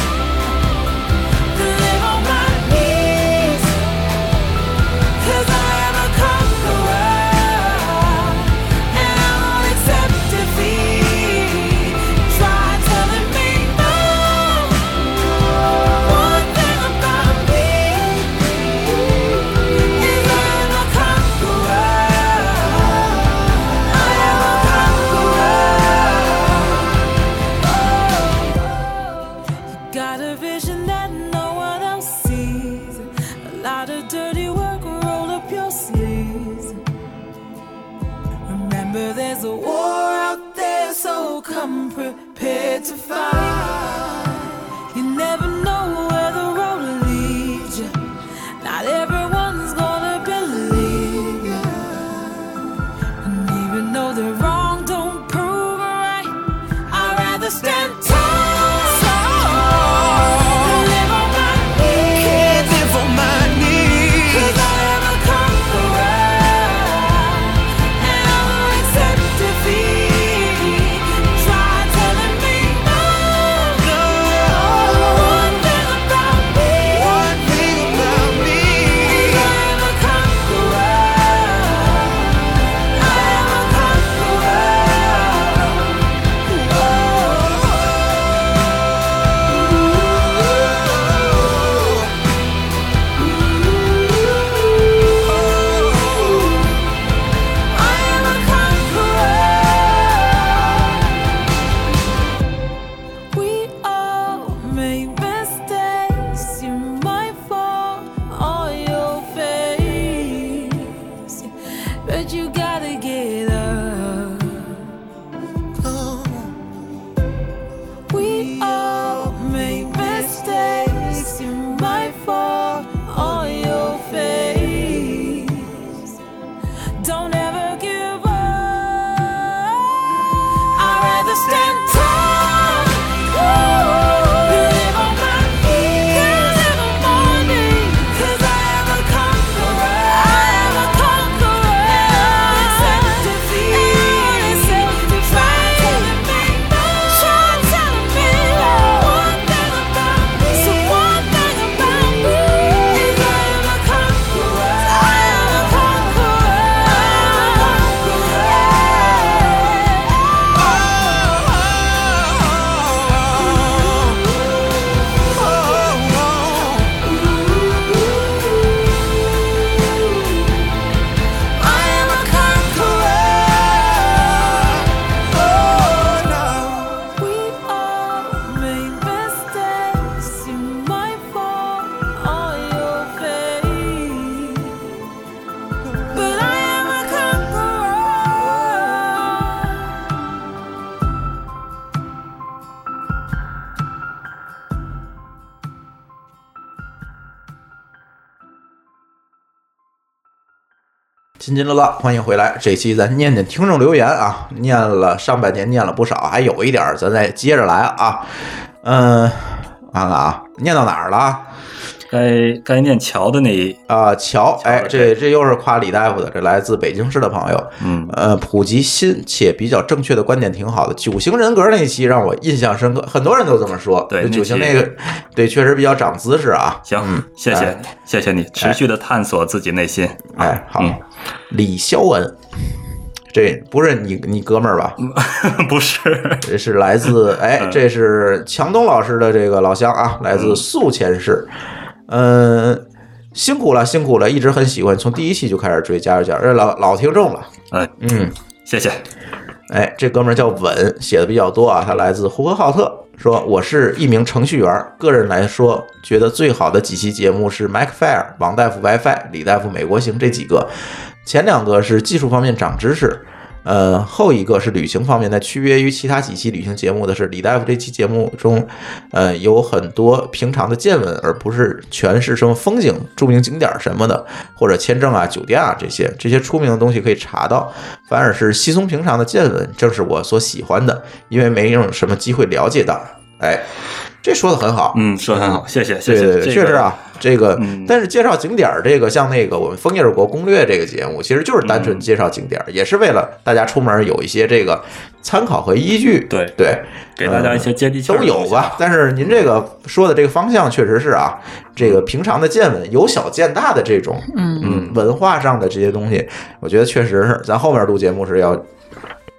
S7: than live on my
S8: I'm prepared to fight. You never know where the road leads you. Not everyone's gonna believe you. And even though they're wrong, don't prove it right. I'd rather stand tall. Live on my
S7: Can't live on my knees.
S8: Cause I am a conqueror. And I will accept defeat. Try telling me no. One thing about me.
S7: One thing about me.
S8: Cause I am a conqueror. I am a conqueror. We all make mistakes. You might fall on your face, but you gotta get up. We all make mistakes. You might fall on your face. Don't ever give up. I'd rather stand tall. Live on my knees. Live on my knees. 'Cause I am a conqueror. I am a conqueror. And I will accept defeat. Try telling me no. Try telling me no. One thing about me. So one thing about me is I am a conqueror. I am a conqueror. I am a
S7: Oh.
S8: But I am a conqueror.
S3: 津津乐道，欢迎回来。这期咱念念听众留言啊，念了上半年念了不少，还有一点儿咱再接着来啊。嗯，看看啊，念到哪儿了啊？
S6: 该该念桥的那一，
S3: 啊、乔，哎，
S6: 了
S3: 这这又是夸李大夫的，这来自北京市的朋友，
S6: 嗯，
S3: 呃，普及新且比较正确的观点挺好的。九型人格那一期让我印象深刻，很多人都这么说。
S6: 对
S3: 这
S6: 那
S3: 九型
S6: 期
S3: 那个，对，确实比较长姿势啊。
S6: 行，
S3: 嗯
S6: 谢谢、
S3: 哎
S6: 谢谢你，持续的探索自己内心。
S3: 哎，好，
S6: 嗯
S3: 李肖恩，这不是你你哥们儿吧？
S6: 不是，
S3: 这是来自哎，这是强东老师的这个老乡啊，来自宿迁市。嗯，辛苦了，辛苦了，一直很喜欢，从第一期就开始追，加油加油！这老老听众了，
S6: 哎，
S3: 嗯，
S6: 谢谢。
S3: 哎，这哥们儿叫稳，写的比较多啊，他来自呼和浩特。说我是一名程序员，个人来说，觉得最好的几期节目是 Mike Fair、王大夫 WiFi、李大夫美国行这几个，前两个是技术方面长知识，呃，后一个是旅行方面的。区别于其他几期旅行节目的是，李大夫这期节目中，呃，有很多平常的见闻，而不是全是什么风景、著名景点什么的，或者签证啊、酒店啊这些这些出名的东西可以查到，反而是稀松平常的见闻，正是我所喜欢的，因为没有什么机会了解到。哎，这说的很好，
S6: 嗯，说得很好，谢谢，谢
S3: 对
S6: 谢，
S3: 对对，
S6: 这个
S3: 确实啊，，这个、
S6: 嗯
S3: 但是介绍景点儿这个，像那个我们《枫叶儿国攻略》这个节目，其实就是单
S6: 嗯
S3: 纯介绍景点儿，也是为了大家出门有一些这个参考和依据。
S6: 对
S3: 对，
S6: 给大家一些接地气儿
S3: 都
S6: 的
S3: 有
S6: 东西啊
S3: 吧。。但是您这个说的这个方向确实是啊，这个平常的见闻，由小见大的这种，嗯文化上的这些东西，我觉得确实是，咱后面录节目是要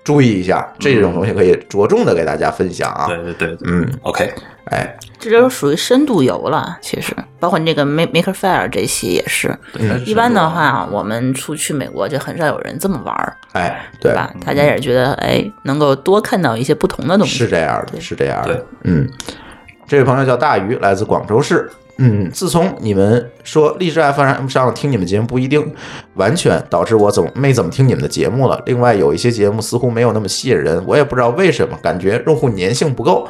S3: 注意一下这种东西，可以着重的给大家分享啊。
S6: 嗯对对对对
S3: 嗯，
S6: ，OK，
S3: 哎，
S4: 这都属于深度游了，其实包括那个 Make Maker Fair 这期也是。
S3: 嗯
S6: 对
S4: 一般的，话，啊我们出去美国就很少有人这么玩儿，
S3: 哎，
S4: 对吧？大家也是觉得哎，能够多看到一些不同的东西。
S3: 是这样的，是这样的
S6: 对。
S3: 嗯，这位朋友叫大鱼，来自广州市。嗯，自从你们说荔枝 FM 上听你们节目不一定完全导致我怎么没怎么听你们的节目了。另外有一些节目似乎没有那么吸引人，我也不知道为什么，感觉用户粘性不够。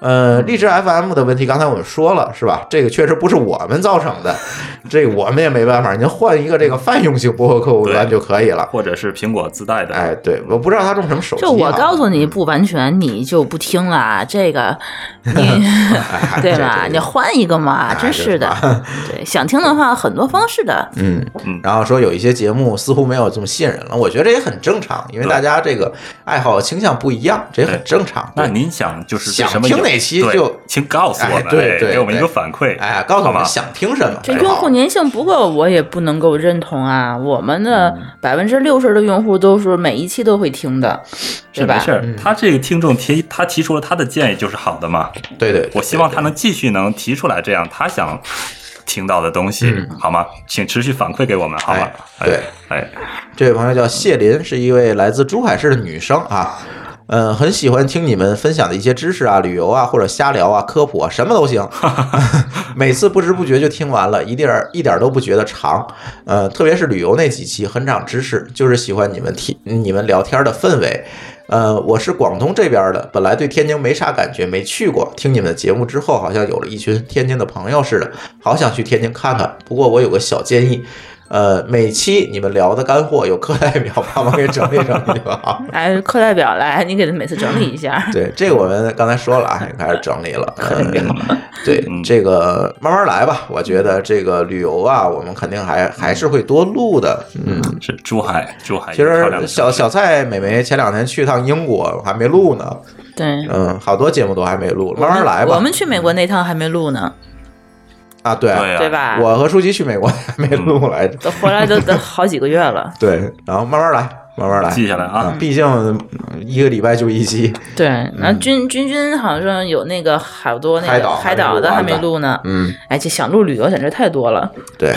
S3: 呃，荔枝 FM 的问题刚才我们说了是吧？这个确实不是我们造成的，这个我们也没办法。您换一个这个泛用性播客客户端
S6: 对
S3: 就可以了。
S6: 或者是苹果自带的，
S3: 哎，对，我不知道他用什么手机、啊。
S4: 就我告诉你，不完全你就不听了啊，这个 你对吧？
S3: 哎这这哎
S4: 你换一个嘛，真是的。对，想听的话，很多方式的。
S3: 嗯，然后说有一些节目似乎没有这么吸引人了，我觉得这也很正常，因为
S6: 对
S3: 大家这个爱好倾向不一样，这也很正常。
S6: 那您想就是对
S3: 想
S6: 什么
S3: 听
S6: 有
S3: 哪期
S6: 对
S3: 就
S6: 请告诉我们，
S3: 哎对
S6: 哎
S3: 对
S6: 给我们一
S3: 对
S6: 个反馈，
S3: 哎，告诉我
S6: 好
S3: 们
S6: 吧
S3: 想听什么。
S4: 这
S3: 哎
S4: 用
S3: 好
S4: 户粘性不够，我也不能够认同啊。我们的
S3: 嗯
S4: 百分之六十的用户都是每一期都会听的，
S6: 是
S4: 对
S6: 没
S4: 吧嗯
S6: 事？儿。他这个听众提他提出了他的建议就是好的嘛，
S3: 对对，
S6: 我希望他能继续能提出来这样他想听到的东西，好吗？请持续反馈给我们，好吗？
S3: 哎对
S6: 哎，哎，
S3: 这位朋友叫谢林，是一位来自珠海市的女生啊。嗯，很喜欢听你们分享的一些知识啊、旅游啊，或者瞎聊啊、科普啊，什么都 行。每次不知不觉就听完了，一点儿一点儿都不觉得长。呃，特别是旅游那几期，很长知识，就是喜欢你们提你们聊天的氛围。呃，我是广东这边的，本来对天津没啥感觉，没去过。听你们的节目之后，好像有了一群天津的朋友似的，好想去天津看看。不过我有个小建议，呃，每期你们聊的干货有课代表帮忙给整理整理就好。
S4: 来，哎课代表来，你给他每次整理一下。
S3: 对，这个我们刚才说了啊，也开始整理了。嗯、对，这个慢慢来吧。我觉得这个旅游啊，我们肯定
S6: 嗯
S3: 还还是会多录的。嗯，
S6: 是珠海，珠海
S3: 其
S6: 一个漂亮
S3: 实
S6: 的
S3: 小
S6: 城市
S3: 小蔡美眉前两天去趟英国，我还没录呢。
S4: 对，
S3: 嗯，好多节目都还没录，慢慢来吧。
S4: 我们去美国那趟还没录呢，
S3: 啊，对啊
S6: 对啊
S4: 对吧？
S3: 我和舒淇去美国还没录来 着。
S4: 都回来都 都好几个月了。
S3: 对，然后慢慢来，慢慢来。
S6: 记下来啊
S3: 嗯毕竟嗯一个礼拜就一期。
S4: 对，然后君君君好像有那个好多那
S3: 嗯海
S4: 个
S3: 岛
S4: 海岛的还
S3: 还没
S4: 没
S3: 录完呢
S4: 录呢。
S3: 嗯，
S4: 哎，这想录旅游简直太多了。
S3: 对。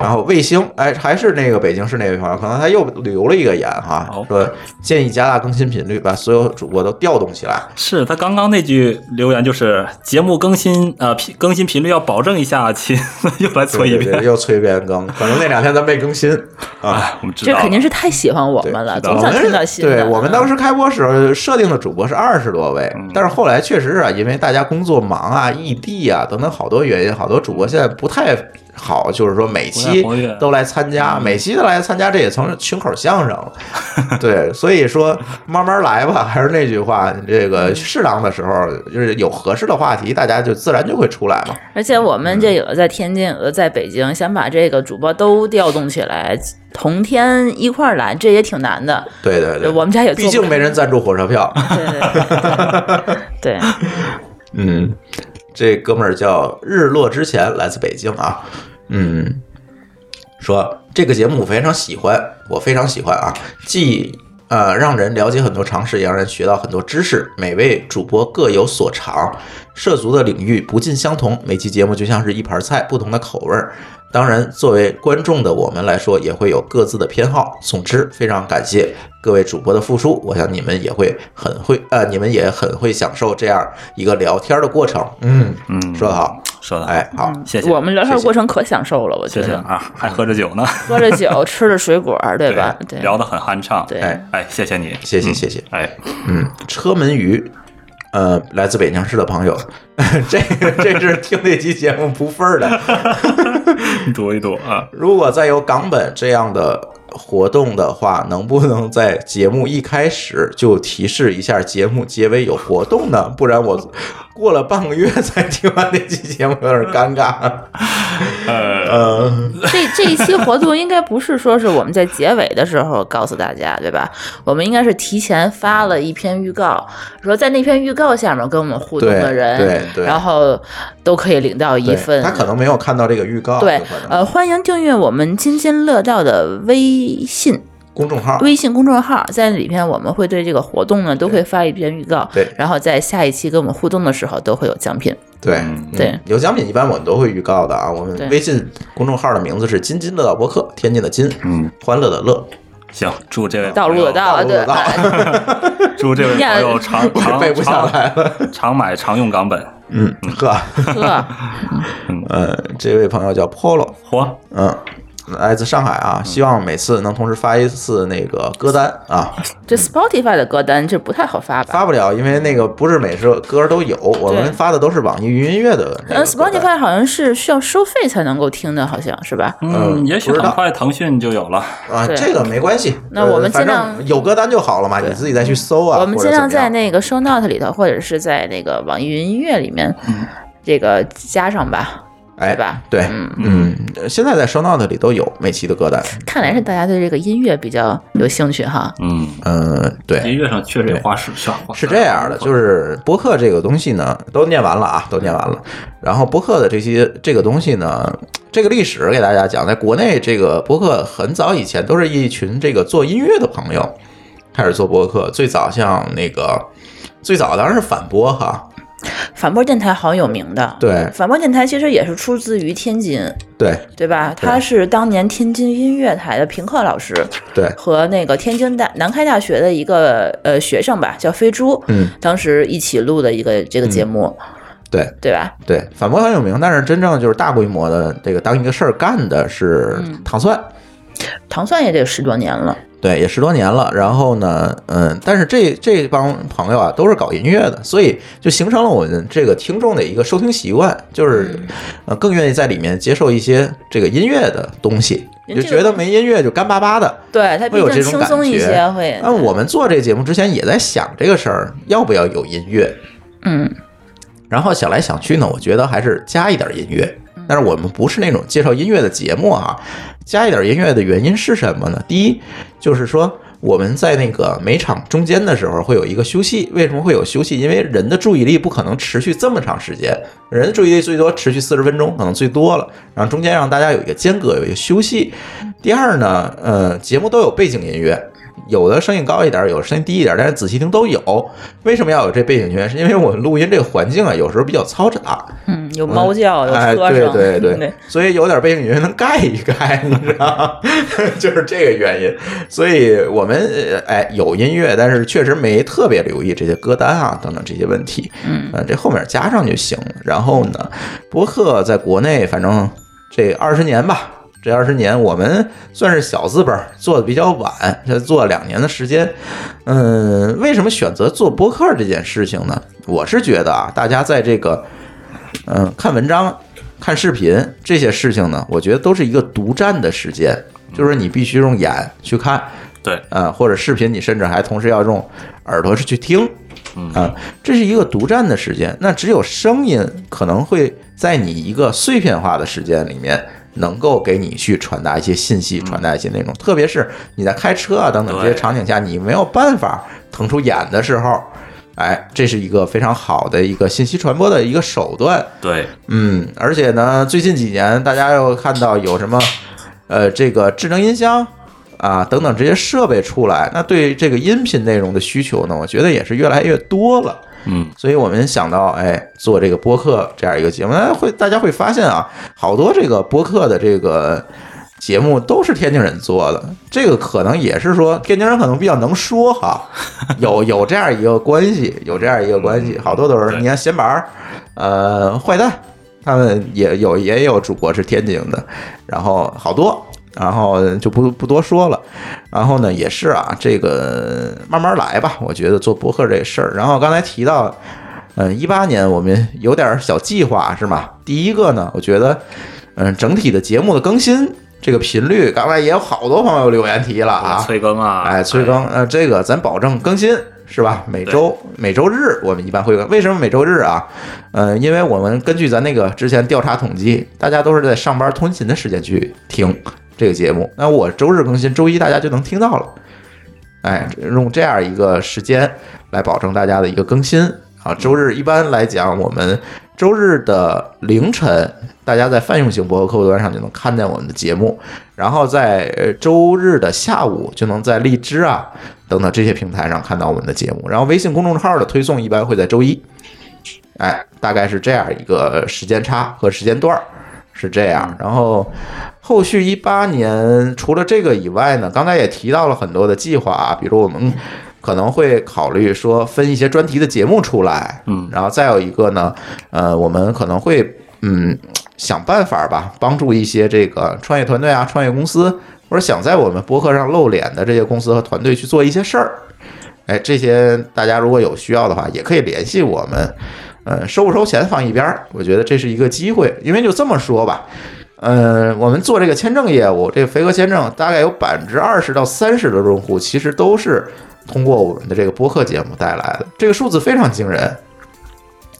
S3: 然后卫星，哎，还是那个北京市那位朋友，可能他又留了一个言哈
S6: 好，
S3: 说建议加大更新频率，把所有主播都调动起来。
S6: 是他刚刚那句留言就是节目更新呃频更新频率要保证一下，亲，又来催一
S3: 对对
S6: 遍
S3: 对，又催变更，可能那两天咱没更新啊。
S6: 哎， 我们知
S4: 这
S6: 道了，
S4: 肯定是太喜欢我
S3: 对
S4: 们了，
S6: 知道
S4: 总
S3: 我
S4: 想听到
S3: 们
S4: 新的。嗯
S3: 对我们当时开播时候设定的主播是二十多位，但是后来确实是啊，因为大家工作忙啊、异地啊等等好多原因，好多主播现在不太好，就是说每
S6: 不
S3: 期
S6: 太活跃
S3: 都来参
S4: 嗯
S3: 加，每期都来参加，这也成群口相声 了。对，所以说慢慢来吧，还是那句话，这
S4: 嗯
S3: 个适当的时候就是有合适的话题，大家就自然就会出来嘛。
S4: 而且我们这有的在天津，有的在北京，想把这个主播都调动起来，同天一块儿来，这也挺难的。
S3: 对对对，
S4: 我们家也做
S3: 毕
S4: 不
S3: 竟
S4: 了
S3: 没人赞助火车票。
S4: 对对 对，对
S3: 嗯，这哥们儿叫日落之前，来自北京啊。嗯，说这个节目我非常喜欢，我非常喜欢啊，既呃让人了解很多常识，也让人学到很多知识。每位主播各有所长，涉足的领域不尽相同，每期节目就像是一盘菜，不同的口味儿。当然，作为观众的我们来说，也会有各自的偏好。总之，非常感谢各位主播的付出，我想你们也会很会，呃，你们也很会享受这样一个聊天的过程。嗯，
S6: 嗯，
S3: 说得好，
S6: 说的，
S3: 哎，好，
S6: 谢谢
S4: 我们聊天过程可享受了，我
S6: 谢
S4: 觉
S6: 谢
S4: 得
S6: 啊，还喝着酒呢，哎
S4: 喝着酒，吃着水果，对吧？对，
S6: 聊得很酣畅，
S4: 对
S3: 哎
S6: 哎，谢谢你，
S3: 谢谢，
S6: 嗯
S3: 谢谢。
S6: 哎，
S3: 嗯，车门鱼，呃，来自北京市的朋友， 这个这是听那期节目不分儿的。
S6: 读一读啊，
S3: 如果再有港本这样的活动的话，能不能在节目一开始就提示一下节目结尾有活动呢？不然我过了半个月才听完那期节目，有点尴尬。呃，
S4: 这这一期活动应该不是说是我们在结尾的时候告诉大家，对吧？我们应该是提前发了一篇预告，说在那篇预告下面跟我们互动的
S3: 对
S4: 人，
S3: 对对
S4: 然后都可以领到一
S3: 对
S4: 份。
S3: 他可能没有看到这个预告，
S4: 对
S3: 有可，能
S4: 呃，欢迎订阅我们津津乐道的微信
S3: 公众号
S4: 微信公众号，在里边我们会对这个活动呢都会发一篇预告，
S3: 对
S4: 然后在下一期跟我们互动的时候都会有奖品。
S3: 对
S6: 嗯
S4: 对
S3: 有奖品一般我们都会预告的啊。我
S4: 对
S3: 们微信公众号的名字是“津津乐道播客”，天津的津，
S6: 嗯，
S3: 欢乐的乐。
S6: 行，祝这位
S4: 道
S6: 朋
S4: 路
S6: 友
S4: 的道，对， 哎
S3: 道路的
S6: 祝这位朋友常
S3: 我也
S6: 常
S3: 背不下
S6: 常
S3: 来了。
S6: 常买常用港本，
S3: 嗯， 呵，
S4: 呵，
S3: 呃，这位朋友叫 Polo，
S6: 嚯，
S3: 嗯，来自上海
S4: 嗯
S3: 啊，希望每次能同时发一次那个歌单啊，
S4: 这 Spotify 的歌单这不太好发吧？
S3: 发不了，因为那个不是每首歌都有，我们发的都是网易云音乐的那个
S4: 嗯
S3: 歌单。
S4: ，Spotify 好像是需要收费才能够听的，好像是吧？
S6: 嗯，也许
S3: 不知道
S6: 很快腾讯就有了。
S3: 啊，
S4: 对
S3: 这个没关系，
S4: 那
S3: 呃
S4: 我们
S3: 反
S4: 尽
S3: 正
S4: 量
S3: 有歌单就好了嘛，你自己再去搜啊。
S4: 我们
S3: 或者
S4: 尽
S3: 怎么
S4: 量在
S3: 样
S4: 那个 Show Note 里头，或者是在那个网易云音乐里面，这个加上吧。
S3: 嗯哎
S4: 对吧
S3: 对，
S4: 嗯
S3: 嗯，呃现在在 Show Note 里都有每期的歌单。
S4: 看来是大家对这个音乐比较有兴趣哈。
S6: 嗯，
S3: 嗯，对，
S6: 音乐上确实也花时花花
S3: 是这样的，就是播客这个东西呢，都念完了啊，都念完了。然后播客的这些这个东西呢，这个历史给大家讲，在国内这个播客很早以前都是一群这个做音乐的朋友开始做播客，最早像那个最早当然是反播哈，
S4: 反驳电台好有名的，
S3: 对
S4: 反驳电台其实也是出自于天津，
S3: 对
S4: 对吧？他是当年天津音乐台的评课老师
S3: 对，
S4: 和那个天津大南开大学的一个呃学生吧，叫飞猪，
S3: 嗯
S4: 当时一起录的一个这个节目，
S3: 对
S4: 对吧？
S3: 对，反播很有名，但是真正就是大规模的这个当一个事儿干的是糖蒜。
S4: 糖蒜也得十多年了，
S3: 对，也十多年了。然后呢，嗯，但是这这帮朋友啊，都是搞音乐的，所以就形成了我们这个听众的一个收听习惯，就是
S4: 嗯
S3: 呃更愿意在里面接受一些这个音乐的东西，
S4: 人
S3: 就
S4: 这个
S3: 觉得没音乐就干巴巴的。
S4: 对他
S3: 会
S4: 毕
S3: 有
S4: 竟
S3: 这种
S4: 轻
S3: 感
S4: 松一
S3: 觉
S4: 些会，
S3: 那我们做这节目之前也在想这个事儿，要不要有音乐？
S4: 嗯，
S3: 然后想来想去呢，我觉得还是加一点音乐。但是我们不是那种介绍音乐的节目啊，加一点音乐的原因是什么呢？第一，就是说我们在那个每场中间的时候会有一个休息。为什么会有休息？因为人的注意力不可能持续这么长时间，人的注意力最多持续四十分钟，可能最多了。然后中间让大家有一个间隔，有一个休息。第二呢，呃，节目都有背景音乐，有的声音高一点，有的声音低一点，但是仔细听都有。为什么要有这背景音乐？是因为我们录音这个环境啊，有时候比较嘈杂，
S4: 嗯，有猫叫，有
S3: 哎，
S4: 车
S3: 对
S4: 声，
S3: 对对，所以有点背景音乐能盖一盖，你知道 吗，就是这个原因。所以我们呃哎有音乐，但是确实没特别留意这些歌单啊等等这些问题，
S4: 嗯
S3: 呃，这后面加上就行了。然后呢，播客在国内反正这二十年吧。这二十年，我们算是小资本儿，做的比较晚，才做了两年的时间。嗯，为什么选择做播客这件事情呢？我是觉得啊，大家在这个嗯，看文章、看视频这些事情呢，我觉得都是一个独占的时间，就是你必须用眼去看，
S6: 对，
S3: 呃，或者视频你甚至还同时要用耳朵去听，
S6: 嗯
S3: 啊、这是一个独占的时间。那只有声音可能会在你一个碎片化的时间里面。能够给你去传达一些信息，传达一些内容，特别是你在开车啊等等这些
S6: 嗯对
S3: 场景下，你没有办法腾出眼的时候，哎，这是一个非常好的一个信息传播的一个手段。
S6: 对，
S3: 嗯，而且呢，最近几年大家又看到有什么，呃，这个智能音箱啊等等这些设备出来，那对这个音频内容的需求呢，我觉得也是越来越多了。
S6: 嗯，
S3: 所以我们想到，哎，做这个播客这样一个节目，大家会大家会发现啊，好多这个播客的这个节目都是天津人做的，这个可能也是说天津人可能比较能说哈， 有有这样一个关系，有这样一个关系，好多都是
S6: 对
S3: 你看闲板儿，呃，坏蛋，他们也有也有主播是天津的，然后好多。然后就不不多说了，然后呢，也是啊，这个慢慢来吧。我觉得做博客这事儿，然后刚才提到嗯，一八年我们有点儿小计划是吗？第一个呢，我觉得，嗯，整体的节目的更新这个频率，刚才也有好多朋友留言提了啊，
S6: 催更啊，
S3: 哎，催更，呃，这个咱保证更新是吧？每周每周日我们一般会更，为什么每周日啊？呃，因为我们根据咱那个之前调查统计，大家都是在上班通勤的时间去听这个节目，那我周日更新，周一大家就能听到了。哎，用这样一个时间来保证大家的一个更新啊。周日一般来讲，我们周日的凌晨，大家在泛用型博客客户端上就能看见我们的节目，然后在呃周日的下午就能在荔枝啊等等这些平台上看到我们的节目。然后微信公众号的推送一般会在周一，哎，大概是这样一个时间差和时间段儿。是这样。然后后续一八年除了这个以外呢，刚才也提到了很多的计划啊，比如我们可能会考虑说分一些专题的节目出来，
S6: 嗯
S3: 然后再有一个呢，呃，我们可能会嗯想办法吧，帮助一些这个创业团队啊、创业公司，或者想在我们博客上露脸的这些公司和团队去做一些事儿。哎，这些大家如果有需要的话，也可以联系我们。呃，收不收钱放一边儿，我觉得这是一个机会，因为就这么说吧。呃，我们做这个签证业务，这个肥哥签证大概有百分之二十到三十的用户，其实都是通过我们的这个播客节目带来的，这个数字非常惊人。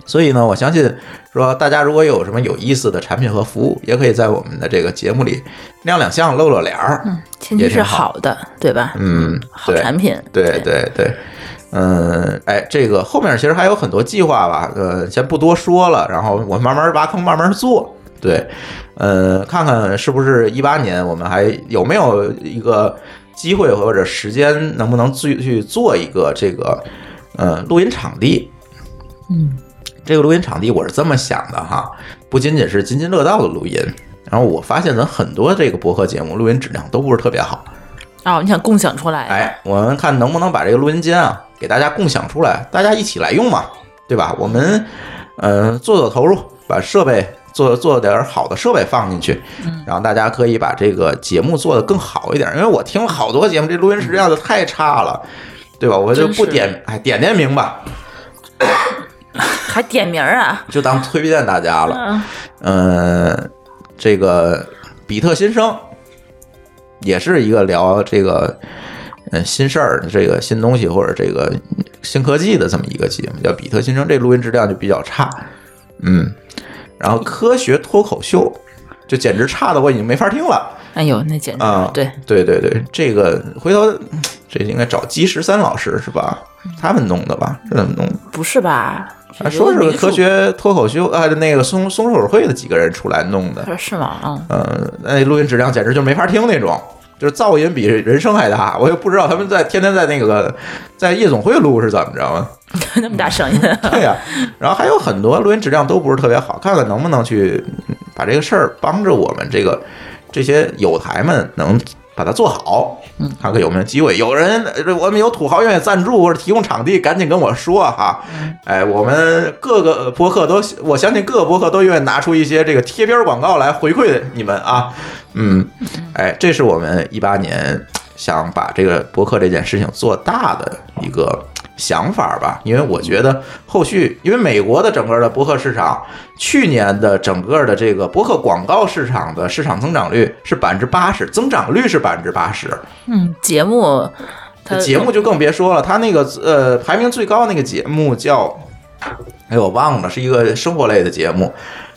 S3: 所以呢，我相信说大家如果有什么有意思的产品和服务，也可以在我们的这个节目里亮两相、露露脸儿。
S4: 前提
S3: 也
S4: 是
S3: 挺好
S4: 好的，对吧？
S3: 嗯，
S4: 好
S3: 对。
S4: 产品，
S3: 对对对，嗯，哎，这个后面其实还有很多计划吧，呃，先不多说了，然后我慢慢挖坑，慢慢做。对，呃，看看是不是一八年我们还有没有一个机会或者时间，能不能去去做一个这个呃录音场地？嗯，这个录音场地我是这么想的哈，不仅仅是津津乐道的录音，然后我发现咱很多这个播客节目录音质量都不是特别好。
S4: 哦，你想共享出来？
S3: 哎，我们看能不能把这个录音间啊给大家共享出来，大家一起来用嘛，对吧？我们呃做做投入，把设备做做点好的设备放进去，
S4: 嗯
S3: 然后大家可以把这个节目做得更好一点。因为我听了好多节目，这录音质量就太差了，对吧？我就
S4: 真是
S3: 不点哎点点名吧，
S4: 还点名儿啊？
S3: 就当推荐大家了。
S4: 嗯，
S3: 嗯，这个比特新生也是一个聊这个嗯新事儿、这个新东西或者这个新科技的这么一个节目，叫比特新生。这录音质量就比较差，嗯，然后科学脱口秀就简直差的我已经没法听了。
S4: 哎呦，那简直
S3: 啊
S4: 对，
S3: 对对对，这个回头嗯这应该找基十三老师是吧？他们弄的吧？是他们弄的。
S4: 不是吧？
S3: 啊说是
S4: 有
S3: 个
S4: 民
S3: 科
S4: 宿
S3: 学脱口秀啊，那个松松手会的几个人出来弄的。
S4: 是吗？嗯，
S3: 嗯，那录音质量简直就没法听那种，就是噪音比人声还大。我也不知道他们在天天在那个在夜总会录是怎么着啊？
S4: 那么大声 音，
S3: 对呀、然后还有很多录音质量都不是特别好，看看能不能去嗯把这个事儿帮着我们这个这些友台们能把它做好，看看有没有机会。有人呃我们有土豪愿意赞助或者提供场地，赶紧跟我说哈。哎，我们各个博客都，我相信各个博客都愿意拿出一些这个贴边广告来回馈你们啊。嗯，哎，这是我们一八年想把这个博客这件事情做大的一个想法吧，因为我觉得后续，因为美国的整个的博客市场，去年的整个的这个博客广告市场的市场增长率是百分之八十，增长率是百分之八十，
S4: 嗯，节目，它
S3: 节目就更别说了，他那个呃排名最高的那个节目叫，哎呦我忘了，是一个生活类的节目，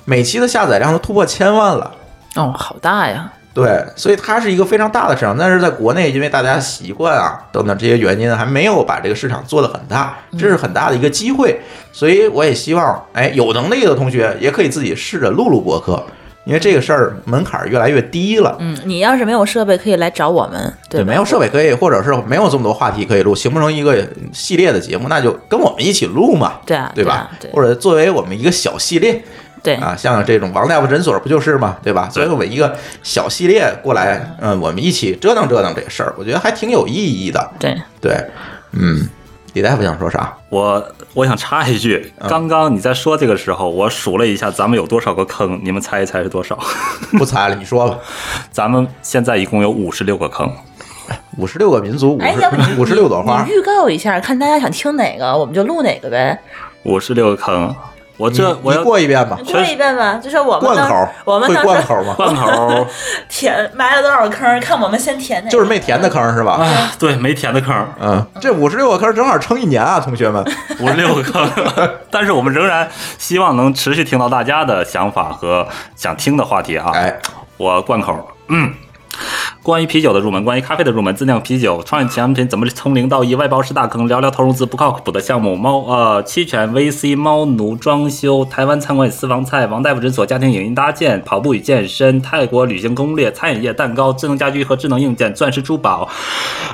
S3: 每期的下载量都突破千万了。
S4: 哦，好大呀，
S3: 对，所以它是一个非常大的市场，但是在国内，因为大家习惯啊等等这些原因，还没有把这个市场做得很大，
S4: 嗯
S3: 这是很大的一个机会。所以我也希望，哎，有能力的同学也可以自己试着录录博客，因为这个事儿门槛儿越来越低了。
S4: 嗯，你要是没有设备，可以来找我们，对吧，
S3: 没有设备可以，或者是没有这么多话题可以录，形不成一个系列的节目，那就跟我们一起录嘛，
S4: 对啊，
S3: 对吧
S4: 啊？对
S3: 或者作为我们一个小系列，
S4: 对
S3: 啊，像这种王大夫诊所不就是嘛，对吧？所以我们一个小系列过来，嗯，我们一起折腾折腾这个事儿，我觉得还挺有意义的。
S4: 对，
S3: 对，嗯，李大夫想说啥？
S6: 我我想插一句，
S3: 嗯
S6: 刚刚你在说这个时候，我数了一下咱们有多少个坑，你们猜一猜是多少？
S3: 不猜了，你说吧。
S6: 咱们现在一共有五十六个坑，
S3: 五十六个民族，五
S4: 哎，要不
S3: 十
S4: 你
S3: 五十六朵花
S4: 你，预告一下，看大家想听哪个，我们就录哪个呗。
S6: 五十六个坑，我这
S3: 你
S6: 我
S3: 嗯你
S6: 要
S3: 过一遍吧。
S4: 过一遍吧，就是我们
S3: 贯
S4: 当
S3: 口，
S4: 我们
S3: 会
S4: 当
S3: 贯
S4: 时
S3: 口吗？
S6: 罐 口
S4: 填埋了多少坑，看我们先填哪 个。
S3: 就是没填的坑是吧？
S6: 啊，对，没填的坑，
S3: 嗯，这五十六个坑正好撑一年啊，同学们。
S6: 五十六个 坑，但是我们仍然希望能持续听到大家的想法和想听的话题啊。
S3: 哎，
S6: 我贯口，嗯，关于啤酒的入门，关于咖啡的入门，自酿啤酒、创业产品怎么从零到一，外包式大坑，聊聊投融资不靠谱的项目，猫呃期权 VC 猫奴装修，台湾餐馆与私房菜，王大夫诊所家庭影音搭建，跑步与健身，泰国旅行攻略，餐饮业蛋糕，智能家居和智能硬件，钻石珠宝，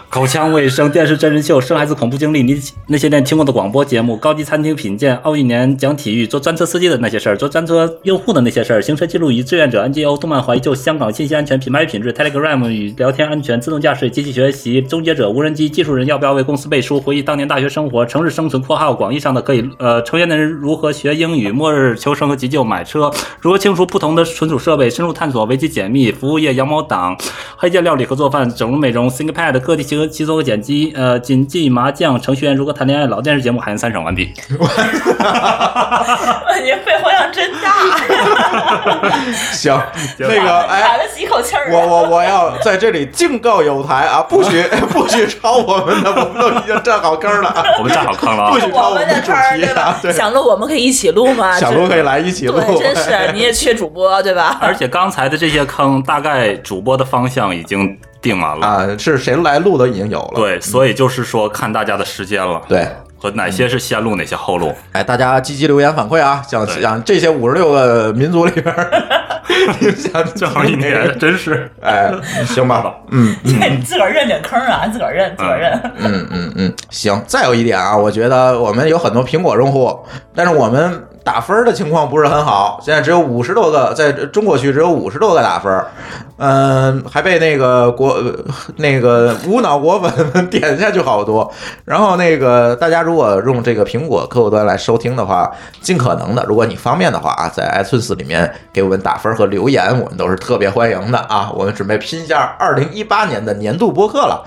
S6: 口腔卫生，电视真人秀，生孩子恐怖经历，你那些年听过的广播节目，高级餐厅品鉴，奥运年讲体育，做专车司机的那些事儿，做专车用户的那些事儿，行车记录仪、志愿者、NGO、动漫怀旧、香港信息安全、品牌品质、Telegram 与聊天安全、自动驾驶、机器学习、终结者、无人机、技术人要不要为公司背书？回忆当年大学生活，城市生存（括号广义上的可以），呃，成年人如何学英语，末日求生和急救，买车，如何清除不同的存储设备，深入探索危机解密，服务业羊毛党，黑键料理和做饭，整容美容，ThinkPad 各地集合、集合和剪辑，呃，谨记麻将，程序员如何谈恋爱，老电视节目《海洋三省》完毕。
S4: 你肺活量真大，
S3: 行， 那 个
S4: 喘
S3: 哎，
S4: 了几口气儿。啊
S3: 我我我要在这里警告有台啊，不许不许抄我们的，我们都已经站好坑了啊，
S6: 我们站好坑了啊
S3: 不！许抄
S4: 我们
S3: 的
S4: 的
S3: 主
S4: 坑儿
S3: 题
S4: 对
S3: 啊
S4: 吧，？
S3: 对，
S4: 想录我们可以一起录吗？
S3: 小鹿可以来一起录，
S4: 啊
S3: 哎嗯
S4: 对，真是你也缺主播对吧？
S6: 而且刚才的这些坑，大概主播的方向已经定完了。
S3: 啊，是谁来录的已经有了，
S6: 对，所以就是说看大家的时间了，
S3: 对。
S6: 和哪些是先录，哪些后录。
S3: 哎，大家积极留言反馈啊！想
S6: 对
S3: 想这些五十六个民族里边儿， 你们想
S6: 正好一 年，真是
S3: 哎，行吧，嗯，
S4: 对，自个儿认点坑啊，自个儿认，自
S6: 个儿认。
S3: 嗯嗯嗯，行。再有一点啊，我觉得我们有很多苹果用户，但是我们打分儿的情况不是很好，现在只有五十多个，在中国区只有五十多个打分儿，嗯，还被那个国呃那个无脑果粉 们点下去好多。然后那个大家如果用这个苹果客户端来收听的话，尽可能的，如果你方便的话啊，在 iTunes 里面给我们打分和留言，我们都是特别欢迎的啊。我们准备拼一下二零一八年的年度播客了，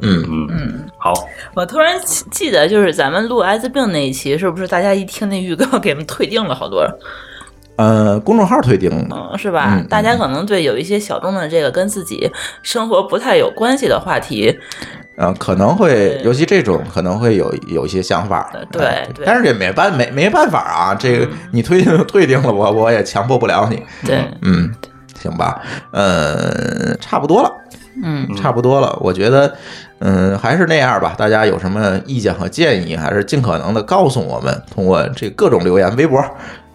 S3: 嗯。
S6: 好，
S4: 我突然记记得，就是咱们录艾滋病那一期，是不是大家一听那预告，给我们退订了好多人，
S3: 呃，公众号推定的，
S4: 嗯，是吧？
S3: 嗯
S4: 大家可能对有一些小众的这个跟自己生活不太有关系的话题，
S3: 呃，可能会
S4: 对，
S3: 尤其这种可能会有有一些想法
S4: 呃，
S3: 呃
S4: 对对嗯
S3: 但是这没办没没办法啊，这个你推定就 推定了，我我也强迫不了你，
S4: 对，
S3: 嗯，行吧，呃，差不多了，
S4: 嗯，
S3: 差不多了，我觉得，嗯，还是那样吧，大家有什么意见和建议，还是尽可能的告诉我们，通过这各种留言、微博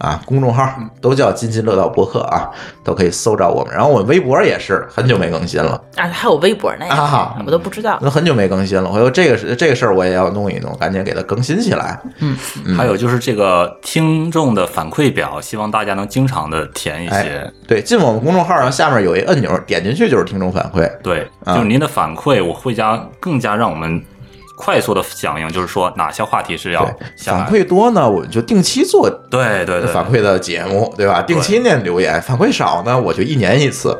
S3: 啊、公众
S4: 嗯
S3: 号都叫“津津乐道博客”啊，都可以搜着我们，然后我们微博也是很久没更新了。
S4: 啊，还有微博呢，
S3: 啊
S4: 我都不知道。
S3: 那很久没更新了，我说这个是这个事儿我也要弄一弄，赶紧给它更新起来。嗯
S6: 还有就是这个听众的反馈表，希望大家能经常的填一
S3: 哎
S6: 些。，
S3: 对，进我们公众号，然后下面有一按钮，点进去就是听众反馈。
S6: 对，
S3: 啊
S6: 就是您的反馈，我会加更加让我们快速的响应，就是说哪些话题是要
S3: 对，
S6: 下来
S3: 反。馈多呢，我们就定期做
S6: 对对对，
S3: 反馈的节目，对吧？定期念留言，反馈少呢，我就一年一次。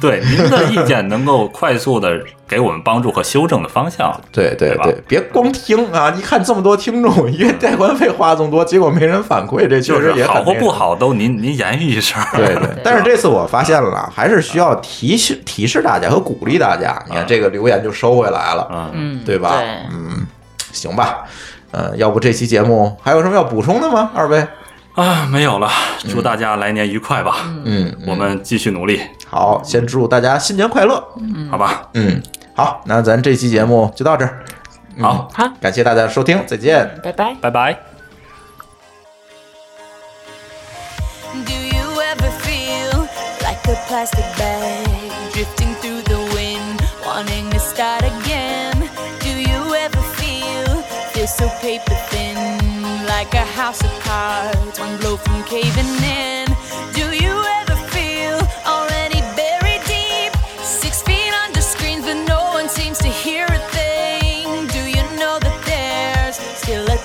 S6: 对您的意见能够快速的给我们帮助和修正的方向。
S3: 对对
S6: 对吧嗯
S3: 对，别光听啊！一看这么多听众，一个带宽费花这么多，结果没人反馈，这确
S6: 就
S3: 实
S6: 是
S3: 也
S6: 好
S3: 很
S6: 或
S3: 那
S6: 不
S3: 个。
S6: 好都您您言语一声。
S3: 对对，但是这次我发现了，还是需要提示提示大家和鼓励大家。你
S6: 啊
S3: 看这个留言就收回来了，
S6: 嗯，
S4: 嗯，
S3: 对吧？
S4: 对，
S3: 嗯，行吧，呃，要不这期节目还有什么要补充的吗？二位，
S6: 啊，没有了，祝大家来年愉快吧，
S3: 嗯，
S6: 我们继续努力，
S3: 好，先祝大家新年快乐，
S6: 好吧？
S3: 嗯，好，那咱这期节目就到这儿，嗯
S6: 好，
S4: 好，
S3: 感谢大家的收听，再见。
S4: 拜拜。
S6: 拜拜。
S8: Do you ever feel like a plastic bag drifting through the wind, wanting to start again? Do you ever feel feel so paper thin, like a house of cards, one blow from caving in? Do you ever feel already buried deep, six feet under screens, but no one seems to hear a thing? Do you know that there's still a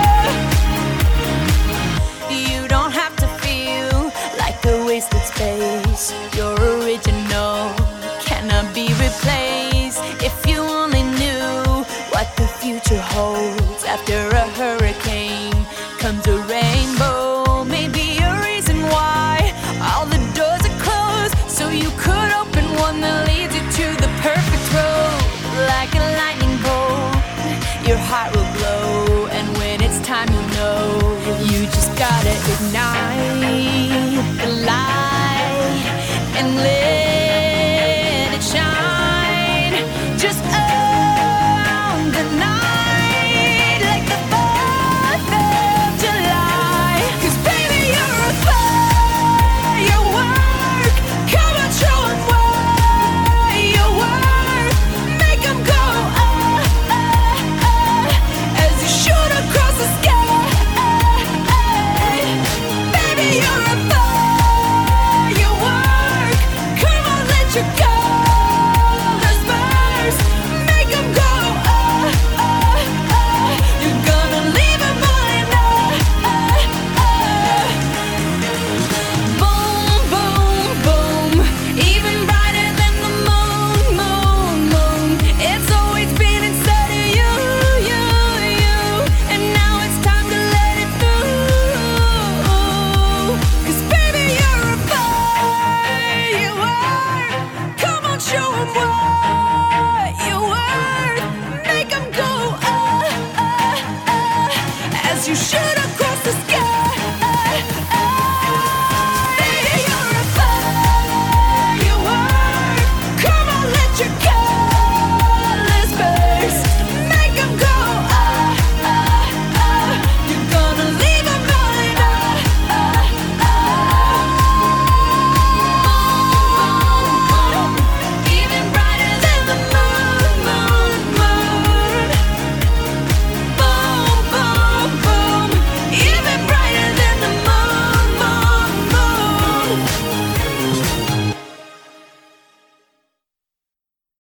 S8: eh, place. You're original, cannot be replaced. If you only knew what the future holds after a hurricane comes a rainbow. Maybe a reason why all the doors are closed, so you could open one that leads you to the perfect road. Like a lightning bolt, your heart will glow, and when it's time, you know you just gotta ignite the light and live. uh,